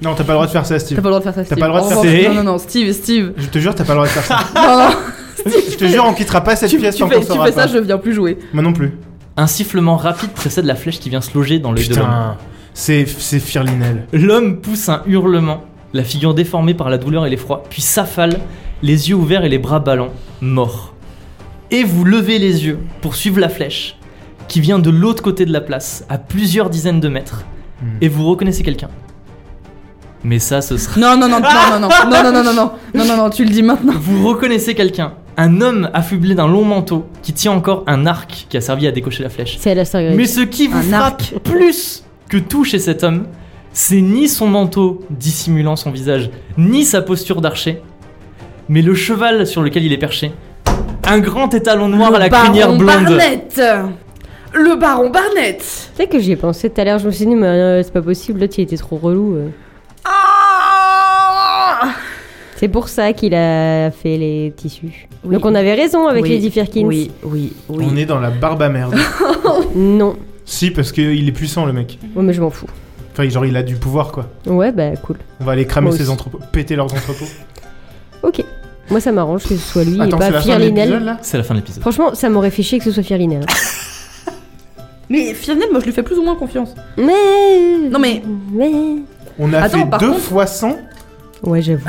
[SPEAKER 4] Non, t'as pas le droit de faire ça,
[SPEAKER 2] T'as
[SPEAKER 4] Steve.
[SPEAKER 2] pas le droit de faire ça. Steve.
[SPEAKER 4] pas le droit de
[SPEAKER 2] Au
[SPEAKER 4] faire
[SPEAKER 2] revoir.
[SPEAKER 1] ça.
[SPEAKER 2] Non non non, Steve, Steve.
[SPEAKER 4] Je te jure, t'as pas le droit de faire ça.
[SPEAKER 2] Non non.
[SPEAKER 4] je te jure, on quittera pas cette
[SPEAKER 2] Tu fais,
[SPEAKER 4] pièce
[SPEAKER 2] tu
[SPEAKER 4] tant qu'on
[SPEAKER 2] fais
[SPEAKER 4] saura pas.
[SPEAKER 2] ça, je viens plus jouer.
[SPEAKER 4] Moi non plus.
[SPEAKER 1] un sifflement rapide précède la flèche qui vient se loger dans l'œil de l'homme.
[SPEAKER 4] Putain, c'est c'est Firlinel.
[SPEAKER 1] L'homme pousse un hurlement, la figure déformée par la douleur et l'effroi, puis s'affale, les yeux ouverts et les bras ballants, mort. Et vous levez les yeux pour suivre la flèche, qui vient de l'autre côté de la place, à plusieurs dizaines de mètres,
[SPEAKER 4] Hmm.
[SPEAKER 1] et vous reconnaissez quelqu'un. Mais ça, ce sera...
[SPEAKER 2] Non non non non non non non non non non non non non non, tu le dis maintenant.
[SPEAKER 1] Vous reconnaissez quelqu'un, un homme affublé d'un long manteau, qui tient encore un arc qui a servi à décocher la flèche.
[SPEAKER 3] C'est à la Stargate.
[SPEAKER 1] Mais ce qui vous
[SPEAKER 2] Euh, Un
[SPEAKER 1] frappe plus que tout chez cet homme, c'est ni son manteau dissimulant son visage, ni sa posture d'archer, mais le cheval sur lequel il est perché. Un grand étalon noir à la crinière
[SPEAKER 2] baron
[SPEAKER 1] blonde.
[SPEAKER 2] Barnett Le baron Barnett
[SPEAKER 3] Tu sais que j'y ai pensé tout à l'heure, je me suis dit, mais euh, c'est pas possible, l'autre il était trop relou. euh.
[SPEAKER 2] Ah
[SPEAKER 3] C'est pour ça qu'il a fait les tissus.
[SPEAKER 2] Oui.
[SPEAKER 3] Donc on avait raison avec
[SPEAKER 2] Oui,
[SPEAKER 3] les Lady Firkins.
[SPEAKER 2] Oui, oui, oui.
[SPEAKER 4] On est dans la barbe à merde.
[SPEAKER 3] Non,
[SPEAKER 4] si, parce qu'il est puissant le mec.
[SPEAKER 3] Ouais, mais je m'en fous.
[SPEAKER 4] Enfin, genre, il a du pouvoir quoi.
[SPEAKER 3] Ouais, bah cool.
[SPEAKER 4] On va aller cramer
[SPEAKER 3] Moi
[SPEAKER 4] ses
[SPEAKER 3] aussi.
[SPEAKER 4] entrepôts, péter leurs entrepôts.
[SPEAKER 3] Ok. Moi ça m'arrange que ce soit lui
[SPEAKER 4] Attends,
[SPEAKER 3] et
[SPEAKER 4] c'est
[SPEAKER 3] pas
[SPEAKER 4] la fin de
[SPEAKER 3] bah, Firlinel.
[SPEAKER 4] l'épisode là
[SPEAKER 1] C'est la fin de l'épisode.
[SPEAKER 3] Franchement, ça m'aurait fait chier que ce soit Firlinel.
[SPEAKER 2] Mais Fionnel, moi je lui fais plus ou moins confiance.
[SPEAKER 3] mais.
[SPEAKER 2] Non, mais-
[SPEAKER 3] mais-
[SPEAKER 4] On
[SPEAKER 3] Ah
[SPEAKER 4] a
[SPEAKER 2] Attends,
[SPEAKER 4] fait
[SPEAKER 2] par
[SPEAKER 4] deux
[SPEAKER 2] contre-
[SPEAKER 4] fois 100,
[SPEAKER 3] Ouais, j'avoue.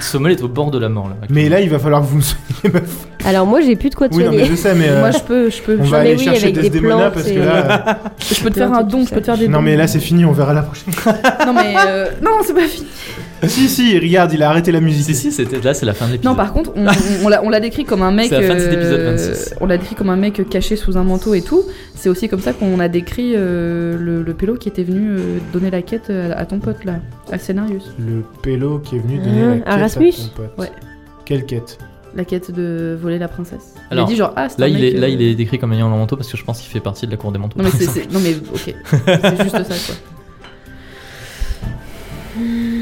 [SPEAKER 1] Sommel est au bord de la mort là.
[SPEAKER 4] mais là il va falloir que vous me soigniez. meuf.
[SPEAKER 3] Alors moi j'ai plus de quoi te
[SPEAKER 4] Oui, non, mais
[SPEAKER 3] soigner.
[SPEAKER 4] je sais, mais. euh,
[SPEAKER 2] Moi je peux, je peux,
[SPEAKER 4] On
[SPEAKER 2] je,
[SPEAKER 4] va
[SPEAKER 3] mais
[SPEAKER 4] aller
[SPEAKER 3] oui,
[SPEAKER 4] chercher
[SPEAKER 3] avec des
[SPEAKER 4] Desdemona
[SPEAKER 3] plantes
[SPEAKER 4] parce
[SPEAKER 3] et-
[SPEAKER 4] que là.
[SPEAKER 2] peux te faire un don, je peux te faire des
[SPEAKER 4] non,
[SPEAKER 2] dons.
[SPEAKER 4] mais là c'est fini, on verra la prochaine.
[SPEAKER 2] Non mais euh, non, c'est pas fini.
[SPEAKER 4] si, si, regarde, il a arrêté la musique.
[SPEAKER 1] Si, si, c'était là, c'est la fin de l'épisode.
[SPEAKER 2] Non, par contre, on, on- on l'a- on l'a décrit comme un mec.
[SPEAKER 1] C'est la fin de cet épisode
[SPEAKER 2] euh,
[SPEAKER 1] 26.
[SPEAKER 2] on l'a décrit comme un mec caché sous un manteau et tout. C'est aussi comme ça qu'on a décrit euh, le, le pélo qui était venu euh, donner la quête à, à ton pote là, à Scénarius.
[SPEAKER 4] Le pélo qui est venu donner
[SPEAKER 3] Ah,
[SPEAKER 4] la quête
[SPEAKER 3] Erasmus
[SPEAKER 4] à ton pote.
[SPEAKER 2] Ouais.
[SPEAKER 4] Quelle quête
[SPEAKER 2] La quête de voler la princesse.
[SPEAKER 1] Alors,
[SPEAKER 2] il a dit genre ah c'est
[SPEAKER 1] Là,
[SPEAKER 2] un
[SPEAKER 1] il est,
[SPEAKER 2] mec,
[SPEAKER 1] là,
[SPEAKER 2] euh,
[SPEAKER 1] il est décrit comme ayant le manteau parce que je pense qu'il fait partie de la cour des manteaux.
[SPEAKER 2] Non mais c'est, c'est- non mais ok. C'est juste ça quoi.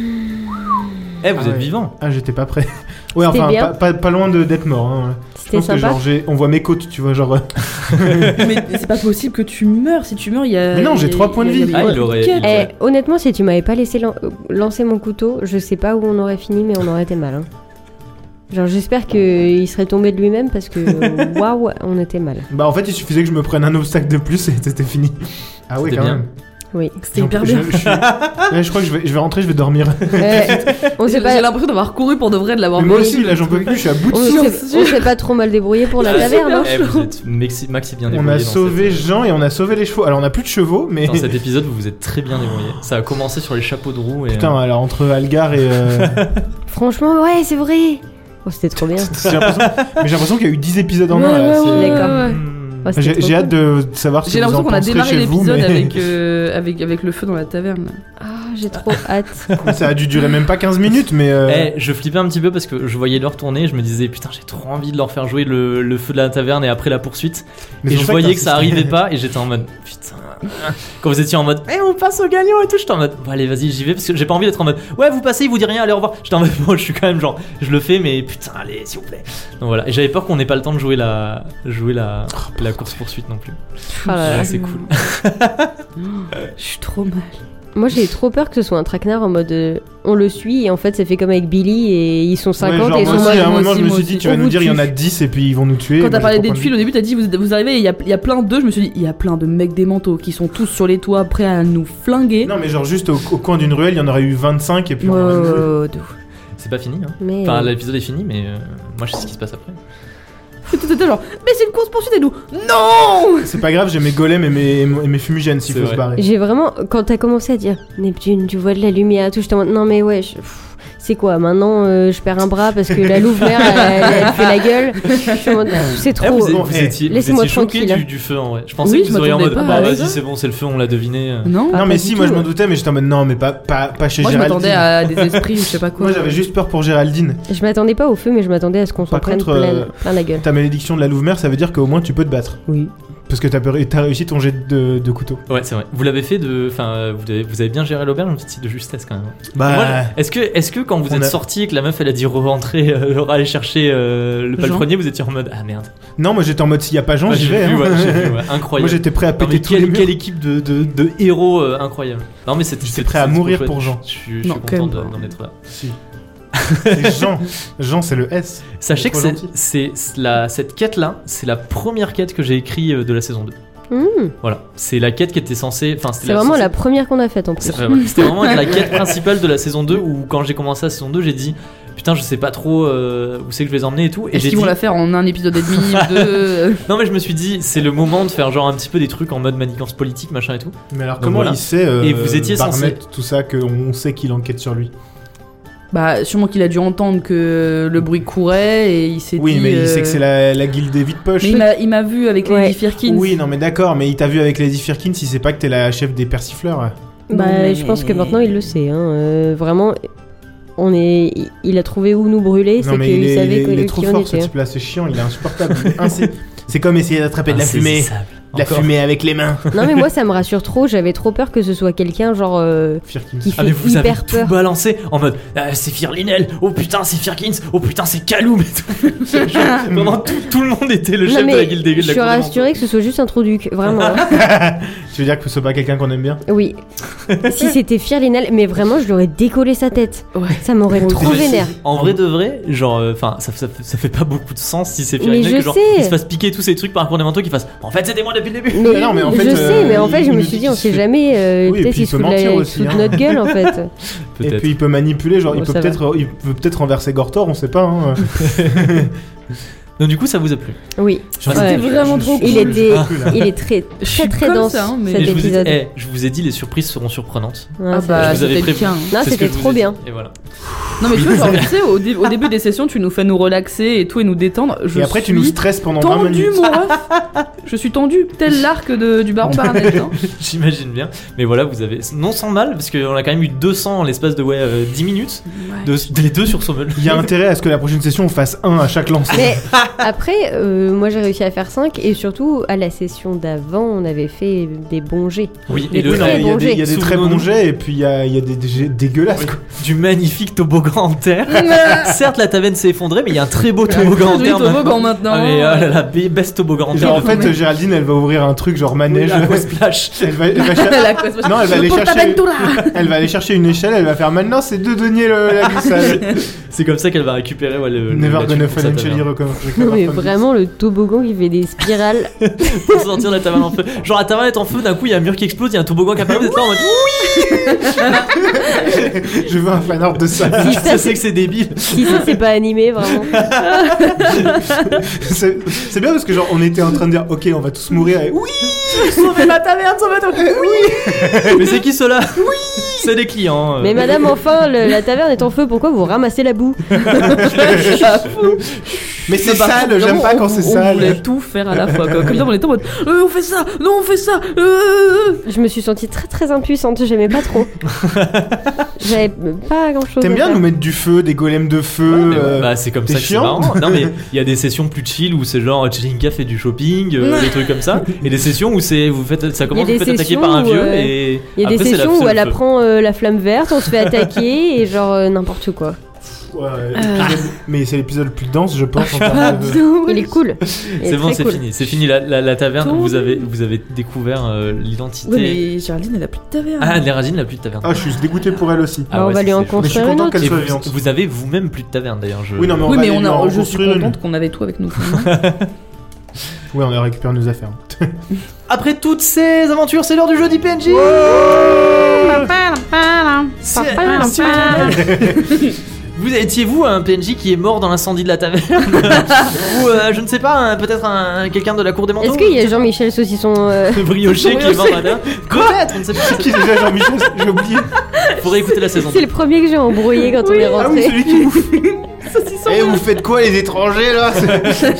[SPEAKER 1] Eh, vous
[SPEAKER 4] Ah
[SPEAKER 1] êtes
[SPEAKER 4] ouais.
[SPEAKER 1] vivant
[SPEAKER 4] Ah, j'étais pas prêt. Ouais,
[SPEAKER 3] C'était
[SPEAKER 4] enfin,
[SPEAKER 3] bien.
[SPEAKER 4] pas, pas- pas loin de- d'être mort. hein. Je
[SPEAKER 3] C'était
[SPEAKER 4] pense que
[SPEAKER 3] sympa.
[SPEAKER 4] genre, j'ai- on voit mes côtes, tu vois, genre.
[SPEAKER 2] mais c'est pas possible que tu meurs. Si tu meurs, il y a.
[SPEAKER 4] Mais non, j'ai
[SPEAKER 2] il y a-
[SPEAKER 4] trois points de
[SPEAKER 2] il y a-
[SPEAKER 4] vie.
[SPEAKER 2] il y a-
[SPEAKER 1] Ah, il aurait-
[SPEAKER 2] Quel-
[SPEAKER 1] il
[SPEAKER 3] Eh,
[SPEAKER 1] aurait-
[SPEAKER 3] honnêtement, si tu m'avais pas laissé lan- euh, lancer mon couteau, je sais pas où on aurait fini, mais on aurait été mal. hein. Genre, j'espère qu'il serait tombé de lui-même parce que waouh, on était mal.
[SPEAKER 4] Bah, en fait, il suffisait que je me prenne un obstacle de plus et c'était fini. Ah, ouais,
[SPEAKER 1] C'était
[SPEAKER 4] quand
[SPEAKER 1] bien.
[SPEAKER 4] même.
[SPEAKER 3] Oui.
[SPEAKER 2] C'était
[SPEAKER 4] J'en-
[SPEAKER 2] hyper
[SPEAKER 4] je-
[SPEAKER 2] bien.
[SPEAKER 4] Je, suis- Là, je crois que je vais, je vais rentrer, je vais dormir.
[SPEAKER 3] Euh, on
[SPEAKER 2] J'ai
[SPEAKER 3] sait pas.
[SPEAKER 2] l'impression d'avoir couru pour de vrai, de l'avoir
[SPEAKER 4] Mais moi
[SPEAKER 2] volé.
[SPEAKER 4] aussi, là, j'en peux plus, je suis à bout de
[SPEAKER 3] On
[SPEAKER 4] sang.
[SPEAKER 3] s'est on s'est pas trop mal débrouillé pour la
[SPEAKER 1] Ah,
[SPEAKER 3] taverne. hein.
[SPEAKER 1] Eh, vous êtes maxi, maxi bien
[SPEAKER 4] On
[SPEAKER 1] débrouillé.
[SPEAKER 4] a
[SPEAKER 1] dans
[SPEAKER 4] sauvé
[SPEAKER 1] cette-
[SPEAKER 4] Jean et on a sauvé les chevaux. Alors, on a plus de chevaux, mais.
[SPEAKER 1] Dans cet épisode, vous vous êtes très bien débrouillé. Ça a commencé sur les chapeaux de roue et. euh,
[SPEAKER 4] Putain, alors entre Algar et. euh,
[SPEAKER 3] Franchement, ouais, c'est vrai. Oh, c'était trop bien.
[SPEAKER 4] j'ai l'impression- mais j'ai l'impression qu'il y a eu 10 épisodes en
[SPEAKER 2] Ouais,
[SPEAKER 4] un. là,
[SPEAKER 2] ouais,
[SPEAKER 4] c'est-
[SPEAKER 2] ouais,
[SPEAKER 3] D'accord.
[SPEAKER 2] Ah ouais, ouais.
[SPEAKER 1] Hmm.
[SPEAKER 3] Oh, c'était
[SPEAKER 4] J'ai
[SPEAKER 3] trop
[SPEAKER 4] j'ai hâte de savoir si
[SPEAKER 2] J'ai
[SPEAKER 4] vous en
[SPEAKER 2] l'impression qu'on a
[SPEAKER 4] penserez
[SPEAKER 2] démarré
[SPEAKER 4] chez vous,
[SPEAKER 2] l'épisode
[SPEAKER 4] mais-
[SPEAKER 2] avec, euh, avec, avec le feu dans la taverne. là.
[SPEAKER 3] cool. Ah, j'ai trop hâte.
[SPEAKER 4] Ça a dû durer même pas 15 minutes, mais. euh,
[SPEAKER 1] Eh, je flippais un petit peu parce que je voyais leur tournée, je me disais putain j'ai trop envie de leur faire jouer le, le feu de la taverne et après la poursuite.
[SPEAKER 4] mais
[SPEAKER 1] et
[SPEAKER 4] c'est
[SPEAKER 1] je
[SPEAKER 4] pour
[SPEAKER 1] voyais que ça
[SPEAKER 4] t'insistais.
[SPEAKER 1] arrivait pas et j'étais en mode putain. Quand vous étiez en mode eh on passe au gagnant et tout, j'étais en mode bon allez vas-y j'y vais parce que j'ai pas envie d'être en mode ouais vous passez, il vous dit rien, allez au revoir. J'étais en mode bon je suis quand même genre je le fais mais putain allez s'il vous plaît. Donc voilà, et j'avais peur qu'on ait pas le temps de jouer la jouer la, la course poursuite non plus.
[SPEAKER 3] Ah là là.
[SPEAKER 1] c'est cool.
[SPEAKER 2] Je suis trop mal.
[SPEAKER 3] Moi, j'ai trop peur que ce soit un traquenard en mode euh, on le suit et en fait, ça fait comme avec Billy et ils sont
[SPEAKER 4] Ouais,
[SPEAKER 3] 50
[SPEAKER 4] genre,
[SPEAKER 3] et ils
[SPEAKER 4] moi
[SPEAKER 3] sont
[SPEAKER 4] aussi,
[SPEAKER 3] moins
[SPEAKER 4] à un
[SPEAKER 2] moi
[SPEAKER 4] moment,
[SPEAKER 2] aussi,
[SPEAKER 4] je me
[SPEAKER 2] moi
[SPEAKER 4] suis dit,
[SPEAKER 2] aussi.
[SPEAKER 4] tu vas
[SPEAKER 3] On
[SPEAKER 4] nous
[SPEAKER 3] vous
[SPEAKER 4] dire, il y en a
[SPEAKER 3] tue.
[SPEAKER 4] 10 et puis ils vont nous tuer.
[SPEAKER 2] Quand
[SPEAKER 4] Moi,
[SPEAKER 2] t'as
[SPEAKER 4] j'ai
[SPEAKER 2] parlé
[SPEAKER 4] trop
[SPEAKER 2] des
[SPEAKER 4] envie.
[SPEAKER 2] tuiles au début, t'as dit vous, vous arrivez, il y a, il y a plein d'eux. Je me suis dit il y a plein de mecs des manteaux qui sont tous sur les toits prêts à nous flinguer.
[SPEAKER 4] Non, mais genre, juste au, au coin d'une ruelle, il y en aurait eu 25 et puis
[SPEAKER 3] Ouais,
[SPEAKER 4] on aurait
[SPEAKER 3] ouais,
[SPEAKER 4] tué.
[SPEAKER 3] ouais, de ouf.
[SPEAKER 1] C'est pas fini hein.
[SPEAKER 3] Mais
[SPEAKER 1] Enfin
[SPEAKER 3] euh,
[SPEAKER 1] l'épisode est fini mais euh, moi je sais ce qui se passe après.
[SPEAKER 2] Et tout était genre mais c'est une course poursuite et nous non.
[SPEAKER 4] C'est pas grave, j'ai mes golems et mes, et mes fumigènes s'il
[SPEAKER 1] C'est
[SPEAKER 4] faut
[SPEAKER 1] vrai.
[SPEAKER 4] se barrer.
[SPEAKER 3] j'ai vraiment quand t'as commencé à dire Neptune, tu vois de la lumière, et tout j'étais en mode, non mais ouais, je- pff, c'est quoi Maintenant, euh, je perds un bras parce que la louve mère elle, elle fait la gueule. Je suis en mode, c'est
[SPEAKER 1] Eh,
[SPEAKER 3] trop.
[SPEAKER 1] vous, êtes-
[SPEAKER 4] Oh,
[SPEAKER 1] vous
[SPEAKER 4] eh,
[SPEAKER 1] étiez, vous
[SPEAKER 3] laissez-moi
[SPEAKER 1] étiez choqué du,
[SPEAKER 3] tranquille.
[SPEAKER 1] du feu en vrai. Je pensais
[SPEAKER 2] Oui,
[SPEAKER 1] que
[SPEAKER 2] je
[SPEAKER 1] vous seriez en mode
[SPEAKER 2] m'attendais pas
[SPEAKER 1] bah
[SPEAKER 2] à
[SPEAKER 1] vas-y,
[SPEAKER 2] ça.
[SPEAKER 1] c'est bon, c'est le feu, on l'a deviné. euh.
[SPEAKER 2] Non.
[SPEAKER 3] Ah,
[SPEAKER 4] non, mais
[SPEAKER 3] pas
[SPEAKER 4] si,
[SPEAKER 3] du
[SPEAKER 4] moi
[SPEAKER 3] tout.
[SPEAKER 4] je m'en doutais, mais j'étais en mode non, mais pas, pas, pas chez
[SPEAKER 2] Moi je
[SPEAKER 4] Géraldine.
[SPEAKER 2] m'attendais à des esprits ou je sais pas quoi.
[SPEAKER 4] Moi j'avais juste peur pour Géraldine.
[SPEAKER 3] Je m'attendais pas au feu, mais je m'attendais à ce qu'on s'en
[SPEAKER 4] Par
[SPEAKER 3] prenne
[SPEAKER 4] contre,
[SPEAKER 3] plein,
[SPEAKER 4] euh,
[SPEAKER 3] plein la gueule.
[SPEAKER 4] Ta malédiction de la Louve-Mère, ça veut dire qu'au moins tu peux te battre.
[SPEAKER 3] Oui.
[SPEAKER 4] Parce que t'as peur- t'as réussi ton jet de, de couteau.
[SPEAKER 1] Ouais, c'est vrai. Vous l'avez fait de. Enfin, euh, vous avez, vous avez bien géré l'auberge, un petit de justesse quand même. Moi, je- est-ce que, est-ce que quand vous
[SPEAKER 4] on
[SPEAKER 1] êtes
[SPEAKER 4] a-
[SPEAKER 1] sorti et que la meuf elle a dit re-rentrer, euh, re- aller chercher euh, le
[SPEAKER 2] Jean.
[SPEAKER 1] palefrenier, vous étiez en mode ah merde.
[SPEAKER 4] Non, moi j'étais en mode s'il y a pas Jean,
[SPEAKER 1] Bah,
[SPEAKER 4] j'y
[SPEAKER 1] j'ai
[SPEAKER 4] vais.
[SPEAKER 1] vu,
[SPEAKER 4] hein.
[SPEAKER 1] ouais, j'ai vu, ouais.
[SPEAKER 4] Moi
[SPEAKER 1] incroyable.
[SPEAKER 4] j'étais prêt à
[SPEAKER 1] Non, mais
[SPEAKER 4] péter tous les
[SPEAKER 1] quelle,
[SPEAKER 4] murs.
[SPEAKER 1] quelle équipe de, de, de héros euh, incroyable. Non mais c'était.
[SPEAKER 4] J'étais
[SPEAKER 1] c'était-
[SPEAKER 4] prêt à
[SPEAKER 1] c'était
[SPEAKER 4] mourir
[SPEAKER 1] trop chouette.
[SPEAKER 4] pour Jean.
[SPEAKER 1] Je suis je suis
[SPEAKER 2] Non, quand
[SPEAKER 1] content
[SPEAKER 2] même
[SPEAKER 1] de-
[SPEAKER 2] pas.
[SPEAKER 1] d'en être là.
[SPEAKER 4] Si. C'est Jean. Jean, c'est le S.
[SPEAKER 1] Sachez que
[SPEAKER 4] trop
[SPEAKER 1] c'est,
[SPEAKER 4] gentil.
[SPEAKER 1] c'est c'est la, cette quête là, c'est la première quête que j'ai écrite euh, de la saison 2.
[SPEAKER 3] Mmh.
[SPEAKER 1] Voilà, c'est la quête qui était censée. Enfin, c'était
[SPEAKER 3] C'est vraiment
[SPEAKER 1] censée-
[SPEAKER 3] la première qu'on a faite en plus.
[SPEAKER 1] C'est vrai, ouais. C'était vraiment la quête principale de la saison 2 où quand j'ai commencé la saison 2 j'ai dit putain je sais pas trop euh, où c'est que je vais les emmener et tout et
[SPEAKER 2] Est-ce
[SPEAKER 1] j'ai
[SPEAKER 2] qu'ils
[SPEAKER 1] dit
[SPEAKER 2] vont la faire en un épisode et demi, deux
[SPEAKER 1] non mais je me suis dit c'est le moment de faire genre un petit peu des trucs en mode manigance politique machin et tout
[SPEAKER 4] Mais alors
[SPEAKER 1] Donc
[SPEAKER 4] comment
[SPEAKER 1] voilà.
[SPEAKER 4] il sait euh,
[SPEAKER 1] Et vous étiez
[SPEAKER 4] Barnett, tout ça qu'on sait qu'il enquête sur lui
[SPEAKER 2] Bah, sûrement qu'il a dû entendre que le bruit courait et il s'est
[SPEAKER 4] Oui,
[SPEAKER 2] dit.
[SPEAKER 4] mais il sait que
[SPEAKER 2] euh,
[SPEAKER 4] c'est la, la guilde des vite poches.
[SPEAKER 2] mais il m'a- il m'a vu avec
[SPEAKER 3] Ouais.
[SPEAKER 2] Lady Firkin.
[SPEAKER 4] Oui, non, mais d'accord, mais il t'a vu avec Lady Firkin si c'est pas que t'es la chef des persifleurs.
[SPEAKER 3] Bah,
[SPEAKER 2] mais-
[SPEAKER 3] je pense que maintenant il le sait. hein. Euh, vraiment, on est. il- Il a trouvé où nous brûler, c'est
[SPEAKER 4] non, mais il
[SPEAKER 3] qu'il
[SPEAKER 4] est, il
[SPEAKER 3] savait
[SPEAKER 4] est-
[SPEAKER 3] que-
[SPEAKER 4] il est
[SPEAKER 3] qui
[SPEAKER 4] trop
[SPEAKER 3] on
[SPEAKER 4] fort ce
[SPEAKER 3] était. hein.
[SPEAKER 4] type-là, c'est chiant, il est insupportable. Insé- c'est comme essayer d'attraper de la fumée.
[SPEAKER 1] Insaisissable.
[SPEAKER 4] De la
[SPEAKER 1] Ah, Encore.
[SPEAKER 4] fumée avec les mains.
[SPEAKER 3] Non, mais moi ça me rassure trop. J'avais trop peur que ce soit quelqu'un genre euh,
[SPEAKER 4] Firkin.
[SPEAKER 3] qui fait
[SPEAKER 1] Ah mais vous avez
[SPEAKER 3] hyper
[SPEAKER 1] tout
[SPEAKER 3] peur.
[SPEAKER 1] balancé en mode Ah, c'est Firlinel, oh putain c'est Firkins, oh putain c'est Kaloum et tout. Vraiment tout, tout le monde était le
[SPEAKER 3] Non,
[SPEAKER 1] chef de la
[SPEAKER 3] mais
[SPEAKER 1] guilde des
[SPEAKER 3] je
[SPEAKER 1] de la
[SPEAKER 3] suis
[SPEAKER 1] Cour des
[SPEAKER 3] rassurée que ce soit juste un trou duc, vraiment. hein.
[SPEAKER 4] Tu veux dire que ce soit pas quelqu'un qu'on aime bien
[SPEAKER 3] Oui. si c'était Firlinal, mais vraiment, je lui aurais décollé sa tête.
[SPEAKER 2] Ouais.
[SPEAKER 3] Ça m'aurait
[SPEAKER 1] Manteaux.
[SPEAKER 3] trop
[SPEAKER 1] Mais
[SPEAKER 3] vénère.
[SPEAKER 1] c'est- En vrai de vrai, genre, euh, enfin, ça, ça, ça fait pas beaucoup de sens si c'est Firlinel
[SPEAKER 3] Mais
[SPEAKER 1] que
[SPEAKER 3] je
[SPEAKER 1] genre
[SPEAKER 3] sais.
[SPEAKER 1] il se fasse piquer tous ces trucs par la Cour des manteaux qui fasse. En fait c'était moi depuis le début.
[SPEAKER 3] Mais,
[SPEAKER 4] non, mais en fait,
[SPEAKER 3] je
[SPEAKER 4] euh,
[SPEAKER 3] sais, mais en fait,
[SPEAKER 4] il
[SPEAKER 3] je me
[SPEAKER 4] nous
[SPEAKER 3] suis
[SPEAKER 4] dit
[SPEAKER 3] dit, on
[SPEAKER 4] qu'il
[SPEAKER 3] sait
[SPEAKER 4] se-
[SPEAKER 3] jamais. euh,
[SPEAKER 4] Oui, et
[SPEAKER 3] peut-être
[SPEAKER 4] puis
[SPEAKER 3] il
[SPEAKER 4] il
[SPEAKER 3] se
[SPEAKER 4] peut
[SPEAKER 3] fout de la-
[SPEAKER 4] mentir
[SPEAKER 3] il se
[SPEAKER 4] aussi,
[SPEAKER 3] fout de
[SPEAKER 4] hein.
[SPEAKER 3] notre gueule, en fait.
[SPEAKER 4] Et
[SPEAKER 1] Peut-être.
[SPEAKER 4] puis il peut manipuler, genre
[SPEAKER 3] Bon,
[SPEAKER 4] il peut
[SPEAKER 3] ça
[SPEAKER 4] peut-être euh, il peut peut-être renverser Gortor, on sait pas. hein.
[SPEAKER 1] Donc du coup ça vous a plu.
[SPEAKER 3] Oui.
[SPEAKER 1] J'en
[SPEAKER 3] Ouais.
[SPEAKER 1] étais
[SPEAKER 2] C'était vraiment trop
[SPEAKER 3] Il
[SPEAKER 2] cool.
[SPEAKER 3] était,
[SPEAKER 4] Ah.
[SPEAKER 3] il est très, très,
[SPEAKER 2] Je suis
[SPEAKER 3] très
[SPEAKER 2] comme
[SPEAKER 3] dense
[SPEAKER 2] ça, hein, mais-
[SPEAKER 1] Et
[SPEAKER 3] cet
[SPEAKER 1] je vous, ai,
[SPEAKER 3] épisode.
[SPEAKER 1] eh, je vous ai dit les surprises seront surprenantes.
[SPEAKER 3] Ouais,
[SPEAKER 2] Ah
[SPEAKER 3] c'est
[SPEAKER 2] bah,
[SPEAKER 3] vrai.
[SPEAKER 1] Je vous avais
[SPEAKER 2] c'était le
[SPEAKER 1] prévenu.
[SPEAKER 2] tien.
[SPEAKER 3] Non,
[SPEAKER 1] C'est ce
[SPEAKER 3] c'était
[SPEAKER 1] que je vous
[SPEAKER 3] trop
[SPEAKER 1] ai
[SPEAKER 3] bien.
[SPEAKER 1] dit. Et voilà.
[SPEAKER 2] Non, mais tu vois, genre, tu sais, au, dé- au début des sessions, tu nous fais nous relaxer et tout et nous détendre. Je
[SPEAKER 4] Et après tu
[SPEAKER 2] suis
[SPEAKER 4] nous stresses pendant 20
[SPEAKER 2] Tendu,
[SPEAKER 4] minutes.
[SPEAKER 2] mon ref. Je suis tendu, tel l'arc de- du baron Baranel. hein.
[SPEAKER 1] J'imagine bien. Mais voilà, vous avez. Non sans mal, parce qu'on a quand même eu 200 en l'espace de ouais, euh, 10 minutes. De, de- les deux sur Sommel.
[SPEAKER 4] Il y a intérêt à ce que la prochaine session on fasse un à chaque lance.
[SPEAKER 3] Mais après, euh, moi, j'ai réussi à faire 5 et surtout, à la session d'avant, on avait fait des bons jets.
[SPEAKER 1] Oui,
[SPEAKER 3] Mais
[SPEAKER 1] et le
[SPEAKER 4] Oui, non,
[SPEAKER 3] très
[SPEAKER 4] mais il y a
[SPEAKER 3] bon
[SPEAKER 4] des, il y a des
[SPEAKER 1] jet.
[SPEAKER 4] très bons
[SPEAKER 1] Souvenons-nous.
[SPEAKER 4] jets et puis il y a, il y a des, des jets dégueulasses.
[SPEAKER 1] Oui.
[SPEAKER 4] quoi.
[SPEAKER 1] du magnifique toboggan en terre. Certes, la taverne s'est effondrée, mais il y a un très beau toboggan en
[SPEAKER 2] Joli
[SPEAKER 1] terre.
[SPEAKER 2] toboggan
[SPEAKER 1] maintenant.
[SPEAKER 2] maintenant. euh,
[SPEAKER 1] Ah, mais oh là là, be- best toboggan en terre.
[SPEAKER 4] Genre en fait
[SPEAKER 2] mais-
[SPEAKER 4] Géraldine elle va ouvrir un truc genre manège.
[SPEAKER 2] ah
[SPEAKER 1] Aqua splash.
[SPEAKER 4] Elle va, elle va cher-
[SPEAKER 2] La cause-
[SPEAKER 4] Non, elle va
[SPEAKER 2] Le
[SPEAKER 4] aller
[SPEAKER 2] Porta
[SPEAKER 4] chercher-
[SPEAKER 2] Ventura.
[SPEAKER 4] elle va aller chercher une échelle, elle va faire maintenant c'est deux deniers le, la glissade.
[SPEAKER 1] C'est comme ça qu'elle va récupérer ouais, le.
[SPEAKER 4] Never
[SPEAKER 1] la
[SPEAKER 4] gonna
[SPEAKER 1] thune pour
[SPEAKER 4] fall
[SPEAKER 1] sa
[SPEAKER 4] and
[SPEAKER 1] taverne.
[SPEAKER 4] Shelly recommence.
[SPEAKER 3] Non, mais vraiment, le toboggan, il fait des spirales.
[SPEAKER 1] Pour sortir la taverne en feu. Genre la taverne est en feu, d'un coup il y a un mur qui explose, il y a un toboggan qui apparaît, vous êtes là en mode.
[SPEAKER 4] Je veux un fanart de ça.
[SPEAKER 3] Si
[SPEAKER 1] Ah, Je
[SPEAKER 3] ça,
[SPEAKER 1] sais que c'est débile.
[SPEAKER 3] si ça, c'est pas animé, vraiment.
[SPEAKER 4] C'est c'est bien parce que genre on était en train de dire ok on va tous mourir et oui
[SPEAKER 2] Sauvez ma taverne, sauvez ton
[SPEAKER 1] Mais c'est qui cela Oui C'est des clients. euh.
[SPEAKER 3] Mais madame, enfin, le- la taverne est en feu, pourquoi vous ramassez la boue
[SPEAKER 4] mais c'est
[SPEAKER 2] Mais par
[SPEAKER 4] sale j'aime
[SPEAKER 2] contre, Bah, vraiment,
[SPEAKER 4] pas
[SPEAKER 2] on-
[SPEAKER 4] quand c'est
[SPEAKER 2] On voulait
[SPEAKER 4] sale
[SPEAKER 2] tout faire à la fois. Quoi. Comme ça, on était en mode euh, on fait ça, non, on fait ça. euh.
[SPEAKER 3] Je me suis sentie très très impuissante, j'aimais pas trop. J'avais pas grand chose.
[SPEAKER 4] t'aimes
[SPEAKER 3] à
[SPEAKER 4] bien
[SPEAKER 3] faire.
[SPEAKER 4] nous mettre du feu des golems de feu
[SPEAKER 1] Ouais, mais ouais,
[SPEAKER 4] euh,
[SPEAKER 1] bah, c'est comme
[SPEAKER 4] t'es
[SPEAKER 1] ça que c'est
[SPEAKER 4] chiant.
[SPEAKER 1] marrant. Non mais il y a des sessions plus chill où c'est genre Chelinka fait du shopping, euh, des trucs comme ça, et des sessions où c'est vous faites ça commence
[SPEAKER 3] Il y a
[SPEAKER 1] vous
[SPEAKER 3] des
[SPEAKER 1] faites attaquer
[SPEAKER 3] sessions
[SPEAKER 1] par un
[SPEAKER 3] où,
[SPEAKER 1] vieux
[SPEAKER 3] euh,
[SPEAKER 1] et
[SPEAKER 3] Il y a
[SPEAKER 1] après,
[SPEAKER 3] des
[SPEAKER 1] c'est la-
[SPEAKER 3] sessions
[SPEAKER 1] c'est
[SPEAKER 3] où
[SPEAKER 1] le
[SPEAKER 3] elle
[SPEAKER 1] feu.
[SPEAKER 3] apprend euh, la flamme verte, on se fait attaquer et genre euh, n'importe quoi.
[SPEAKER 4] ouais,
[SPEAKER 2] Ah.
[SPEAKER 4] l'épisode- mais c'est l'épisode le plus dense je pense en termes de-
[SPEAKER 3] Il est cool.
[SPEAKER 1] C'est bon, c'est fini, c'est fini la, la- la taverne.
[SPEAKER 2] Tout
[SPEAKER 1] Vous avez
[SPEAKER 2] bien.
[SPEAKER 1] vous avez découvert euh, l'identité.
[SPEAKER 2] Oui, mais Géraldine, elle a plus de taverne.
[SPEAKER 1] Ah, Lérazine n'a plus de taverne.
[SPEAKER 4] ah je suis dégoûté pour elle aussi
[SPEAKER 1] Ah
[SPEAKER 3] Bah, on
[SPEAKER 1] ouais,
[SPEAKER 3] va
[SPEAKER 1] c'est-
[SPEAKER 3] lui en
[SPEAKER 1] c'est-
[SPEAKER 4] mais je suis
[SPEAKER 3] construire une
[SPEAKER 4] content
[SPEAKER 3] autre.
[SPEAKER 4] qu'elle
[SPEAKER 1] Et
[SPEAKER 4] soit
[SPEAKER 1] vous,
[SPEAKER 4] vivante
[SPEAKER 1] vous avez vous-même plus de taverne d'ailleurs. Je...
[SPEAKER 4] oui non mais on
[SPEAKER 2] oui,
[SPEAKER 4] va
[SPEAKER 2] mais
[SPEAKER 4] aller
[SPEAKER 2] on
[SPEAKER 4] lui en
[SPEAKER 2] a, je suis
[SPEAKER 4] reconstruire une.
[SPEAKER 2] contente qu'on avait tout avec nous.
[SPEAKER 4] oui on a récupéré nos affaires
[SPEAKER 1] Après toutes ces aventures, c'est l'heure du jeu du PNJ C'est- c'est- Vous étiez-vous un PNJ qui est mort dans l'incendie de la taverne Ou euh, je ne sais pas, un- peut-être un, quelqu'un de la cour des manteaux
[SPEAKER 3] Est-ce qu'il y a Jean-Michel Saucisson euh,
[SPEAKER 1] Le brioché qui est mort dans la taverne Peut-être, on ne sait pas.
[SPEAKER 4] qui est déjà Jean-Michel j'ai oublié
[SPEAKER 1] Faudrait écouter la saison.
[SPEAKER 3] C'est le premier que j'ai embrouillé quand on est
[SPEAKER 4] ah oui
[SPEAKER 3] rentré.
[SPEAKER 4] celui qui bouffe et Eh, vous faites quoi les étrangers là C'est-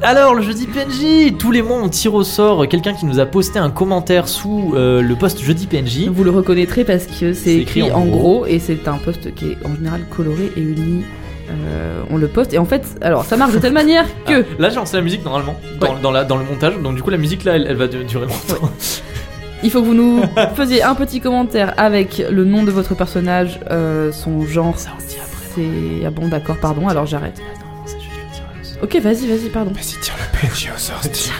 [SPEAKER 1] Alors, le jeudi PNJ, tous les mois on tire au sort quelqu'un qui nous a posté un commentaire sous euh, le post jeudi PNJ.
[SPEAKER 2] Vous le reconnaîtrez parce que c'est écrit, en
[SPEAKER 1] gros.
[SPEAKER 2] gros. et c'est un poste qui est en général coloré et uni. Euh, on le poste et en fait, alors ça marche de telle manière que
[SPEAKER 1] Là, j'ai lancé la musique normalement, dans, dans la- dans le montage, donc du coup la musique là elle, elle va du- durer longtemps.
[SPEAKER 2] il faut que vous nous faisiez un petit commentaire avec le nom de votre personnage, euh, son genre.
[SPEAKER 1] Ça, on se dit après.
[SPEAKER 2] C'est ah bon d'accord pardon alors j'arrête.
[SPEAKER 1] Normalement, c'est juste le tirage au sort.
[SPEAKER 2] Ok vas-y vas-y pardon.
[SPEAKER 4] vas-y tire le PNJ au sort Steve.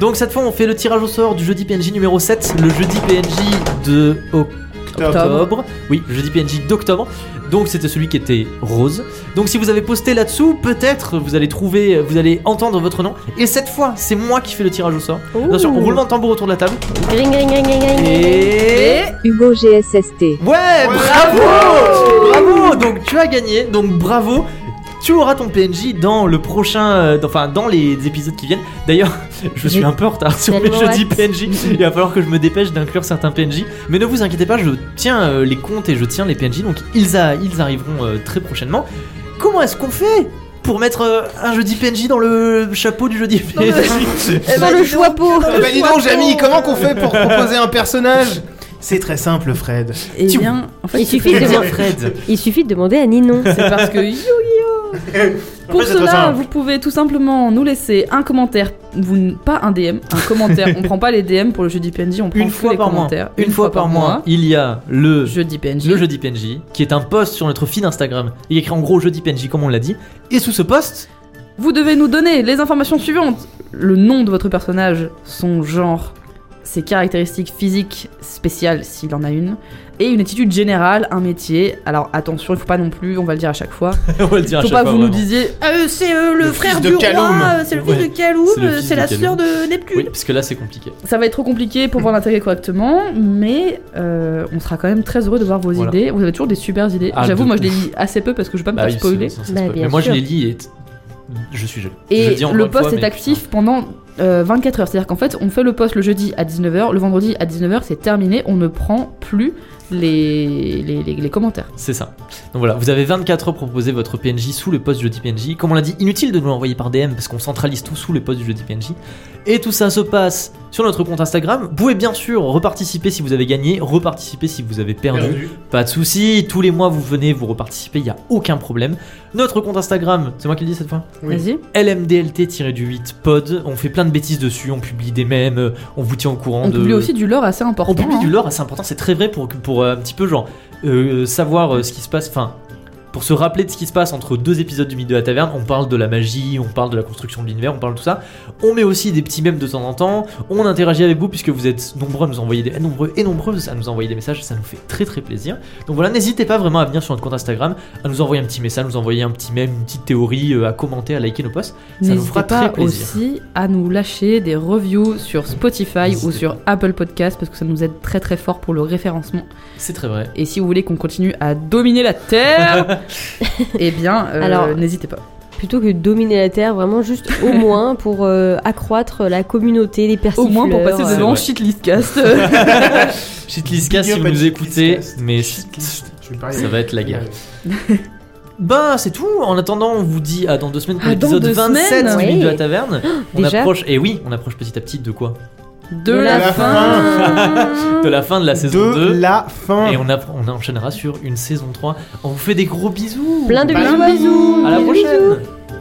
[SPEAKER 1] Donc cette fois on fait le tirage au sort du jeudi PNJ numéro 7, le jeudi PNJ de
[SPEAKER 2] Octobre.
[SPEAKER 1] octobre. Oui, le jeudi PNJ d'octobre. Donc c'était celui qui était rose. Donc si vous avez posté là-dessous, peut-être vous allez trouver, vous allez entendre votre nom. Et cette fois, c'est moi qui fais le tirage au sort. Bien sûr,
[SPEAKER 3] Ouh.
[SPEAKER 1] roulement de tambour autour de la table.
[SPEAKER 3] Ring, ring, ring, ring, ring.
[SPEAKER 1] Et...
[SPEAKER 5] Hugo GSST.
[SPEAKER 1] Ouais, bravo Bravo Donc tu as gagné, donc bravo Tu auras ton PNJ dans le prochain, euh, dans- enfin dans les épisodes qui viennent. D'ailleurs, je suis
[SPEAKER 3] J'ai
[SPEAKER 1] un peu en retard sur mes
[SPEAKER 3] tellement
[SPEAKER 1] jeudis
[SPEAKER 3] hâte.
[SPEAKER 1] PNJ. Il va falloir que je me dépêche d'inclure certains PNJ. Mais ne vous inquiétez pas, je tiens euh, les comptes et je tiens les PNJ, donc ils, a- ils arriveront euh, très prochainement. Comment est-ce qu'on fait pour mettre euh, un jeudi PNJ dans le chapeau du jeudi
[SPEAKER 2] mais-
[SPEAKER 4] Eh
[SPEAKER 1] PNJ
[SPEAKER 3] Sans
[SPEAKER 2] bah,
[SPEAKER 3] le
[SPEAKER 2] dis donc.
[SPEAKER 3] choix peau
[SPEAKER 4] Ah bah dis donc, Jamy, comment qu'on fait pour proposer un personnage C'est très simple, Fred.
[SPEAKER 2] Et
[SPEAKER 1] Tu-
[SPEAKER 2] Eh bien, en fait,
[SPEAKER 3] Il
[SPEAKER 2] c'est
[SPEAKER 3] suffit
[SPEAKER 2] très
[SPEAKER 3] de
[SPEAKER 2] bien.
[SPEAKER 3] voir-
[SPEAKER 1] Fred.
[SPEAKER 3] Il suffit de demander à Ninon.
[SPEAKER 2] C'est parce que yo-yo Pour
[SPEAKER 4] c'est très
[SPEAKER 2] cela,
[SPEAKER 4] simple.
[SPEAKER 2] vous pouvez tout simplement nous laisser un commentaire, vous, n- pas un DM, un commentaire. on prend pas les DM pour le jeudi PNJ, on prend
[SPEAKER 1] Une
[SPEAKER 2] que
[SPEAKER 1] fois
[SPEAKER 2] les
[SPEAKER 1] par mois.
[SPEAKER 2] commentaires.
[SPEAKER 1] Une fois par mois, il y a le
[SPEAKER 2] Jeudi PNJ.
[SPEAKER 1] le jeudi PNJ, qui est un post sur notre feed Instagram. Il y a écrit en gros jeudi PNJ, comme on l'a dit. Et sous ce post,
[SPEAKER 2] Vous devez nous donner les informations suivantes le nom de votre personnage, son genre, ses caractéristiques physiques spéciales s'il en a une, et une attitude générale, un métier. Alors attention, il faut pas non plus, on va le dire à chaque fois.
[SPEAKER 1] on va le dire à
[SPEAKER 2] Faut
[SPEAKER 1] chaque
[SPEAKER 2] pas
[SPEAKER 1] fois,
[SPEAKER 2] vous nous
[SPEAKER 1] vraiment.
[SPEAKER 2] disiez
[SPEAKER 5] Ah, euh, c'est euh, le,
[SPEAKER 4] Le
[SPEAKER 5] frère
[SPEAKER 4] fils
[SPEAKER 5] du
[SPEAKER 4] de Kaloum.
[SPEAKER 5] roi, euh, c'est le fils
[SPEAKER 1] Ouais.
[SPEAKER 5] de Kaloum,
[SPEAKER 1] C'est le
[SPEAKER 5] euh,
[SPEAKER 1] fils
[SPEAKER 5] c'est
[SPEAKER 1] de
[SPEAKER 5] la
[SPEAKER 1] Kaloum.
[SPEAKER 5] sœur de Neptune.
[SPEAKER 1] Oui, parce que là c'est compliqué.
[SPEAKER 2] Ça va être trop compliqué pour pouvoir l'intégrer correctement, mais euh, on sera quand même très heureux de voir vos
[SPEAKER 1] Voilà.
[SPEAKER 2] idées. Vous avez toujours des super idées.
[SPEAKER 1] Ah,
[SPEAKER 2] J'avoue,
[SPEAKER 1] de
[SPEAKER 2] moi je les
[SPEAKER 1] ouf.
[SPEAKER 2] lis assez peu parce que je veux pas me
[SPEAKER 1] Bah
[SPEAKER 2] faire
[SPEAKER 1] oui,
[SPEAKER 2] spoiler.
[SPEAKER 1] sinon, ça se
[SPEAKER 3] Bah,
[SPEAKER 1] spoil.
[SPEAKER 3] bien
[SPEAKER 1] Mais moi je
[SPEAKER 3] sûr.
[SPEAKER 1] les lis et t- je suis gelé. Je
[SPEAKER 2] Et
[SPEAKER 1] dis encore
[SPEAKER 2] le
[SPEAKER 1] une fois,
[SPEAKER 2] post est
[SPEAKER 1] mais
[SPEAKER 2] actif pendant euh, 24 heures. C'est-à-dire qu'en fait, on fait le post le jeudi à 19h, le vendredi à 19h, c'est terminé, on ne prend plus les, les, les- les commentaires.
[SPEAKER 1] ah, C'est ça. Donc voilà, vous avez 24 heures pour proposer votre PNJ sous le post jeudi PNJ. Comme on l'a dit, inutile de nous l'envoyer par DM parce qu'on centralise tout sous le post du jeudi PNJ. Et tout ça se passe sur notre compte Instagram. Vous pouvez bien sûr reparticiper si vous avez gagné, reparticiper si vous avez perdu. Pas de souci, tous les mois vous venez, vous reparticipez, il n'y a aucun problème. Notre compte Instagram, c'est moi qui le dis cette fois
[SPEAKER 4] Oui.
[SPEAKER 2] Vas-y.
[SPEAKER 1] LMDLT-8 pod, on fait plein de bêtises dessus, on publie des mèmes, euh, on vous tient au courant
[SPEAKER 2] On
[SPEAKER 1] de...
[SPEAKER 2] publie aussi du lore assez important.
[SPEAKER 1] On publie
[SPEAKER 2] hein.
[SPEAKER 1] du lore assez important, c'est très vrai pour, pour euh, un petit peu genre euh, savoir euh, ce qui se passe, enfin pour se rappeler de ce qui se passe entre deux épisodes du Mythe de la Taverne, on parle de la magie, on parle de la construction de l'univers, on parle de tout ça. On met aussi des petits mèmes de temps en temps, on interagit avec vous puisque vous êtes nombreux à nous envoyer des et nombreux et nombreuses à nous envoyer des messages, ça nous fait très très plaisir. Donc voilà, n'hésitez pas vraiment à venir sur notre compte Instagram, à nous envoyer un petit message, à nous envoyer un petit mème, une petite théorie, euh, à commenter, à liker nos posts. Ça nous
[SPEAKER 2] N'hésitez
[SPEAKER 1] fera
[SPEAKER 2] pas
[SPEAKER 1] très plaisir.
[SPEAKER 2] aussi à nous lâcher des reviews sur Spotify
[SPEAKER 1] N'hésitez
[SPEAKER 2] ou sur Apple Podcast parce que ça nous aide très très fort pour le référencement.
[SPEAKER 1] C'est très vrai.
[SPEAKER 2] Et si vous voulez qu'on continue à dominer la Terre, eh bien, euh,
[SPEAKER 3] Alors-
[SPEAKER 2] n'hésitez pas.
[SPEAKER 3] Plutôt que de dominer la Terre, vraiment juste au moins pour euh, accroître la communauté des
[SPEAKER 2] Au
[SPEAKER 3] persifleurs. euh,
[SPEAKER 2] moins pour passer
[SPEAKER 1] c'est
[SPEAKER 2] devant euh,
[SPEAKER 1] vrai.
[SPEAKER 2] Shitlistcast.
[SPEAKER 1] Shitlistcast, si vous nous écoutez, mais ça va être la guerre. Bah c'est tout. En attendant, on vous dit à dans deux semaines pour
[SPEAKER 2] Ah, dans
[SPEAKER 1] l'épisode
[SPEAKER 2] deux
[SPEAKER 1] 27
[SPEAKER 2] semaines,
[SPEAKER 1] du Mythe
[SPEAKER 3] oui. Ah,
[SPEAKER 1] de la taverne. on
[SPEAKER 3] déjà
[SPEAKER 1] approche et oui, on approche petit à petit de quoi
[SPEAKER 2] De la,
[SPEAKER 4] la
[SPEAKER 2] fin.
[SPEAKER 1] De la fin de la saison
[SPEAKER 4] de
[SPEAKER 1] 2.
[SPEAKER 4] la fin.
[SPEAKER 1] Et on, appre- on enchaînera sur une saison 3. On vous fait des gros bisous.
[SPEAKER 3] Plein de
[SPEAKER 4] Bah,
[SPEAKER 3] bisous,
[SPEAKER 4] bisous.
[SPEAKER 3] bisous.
[SPEAKER 1] À la
[SPEAKER 3] Bisous,
[SPEAKER 1] prochaine.
[SPEAKER 3] bisous.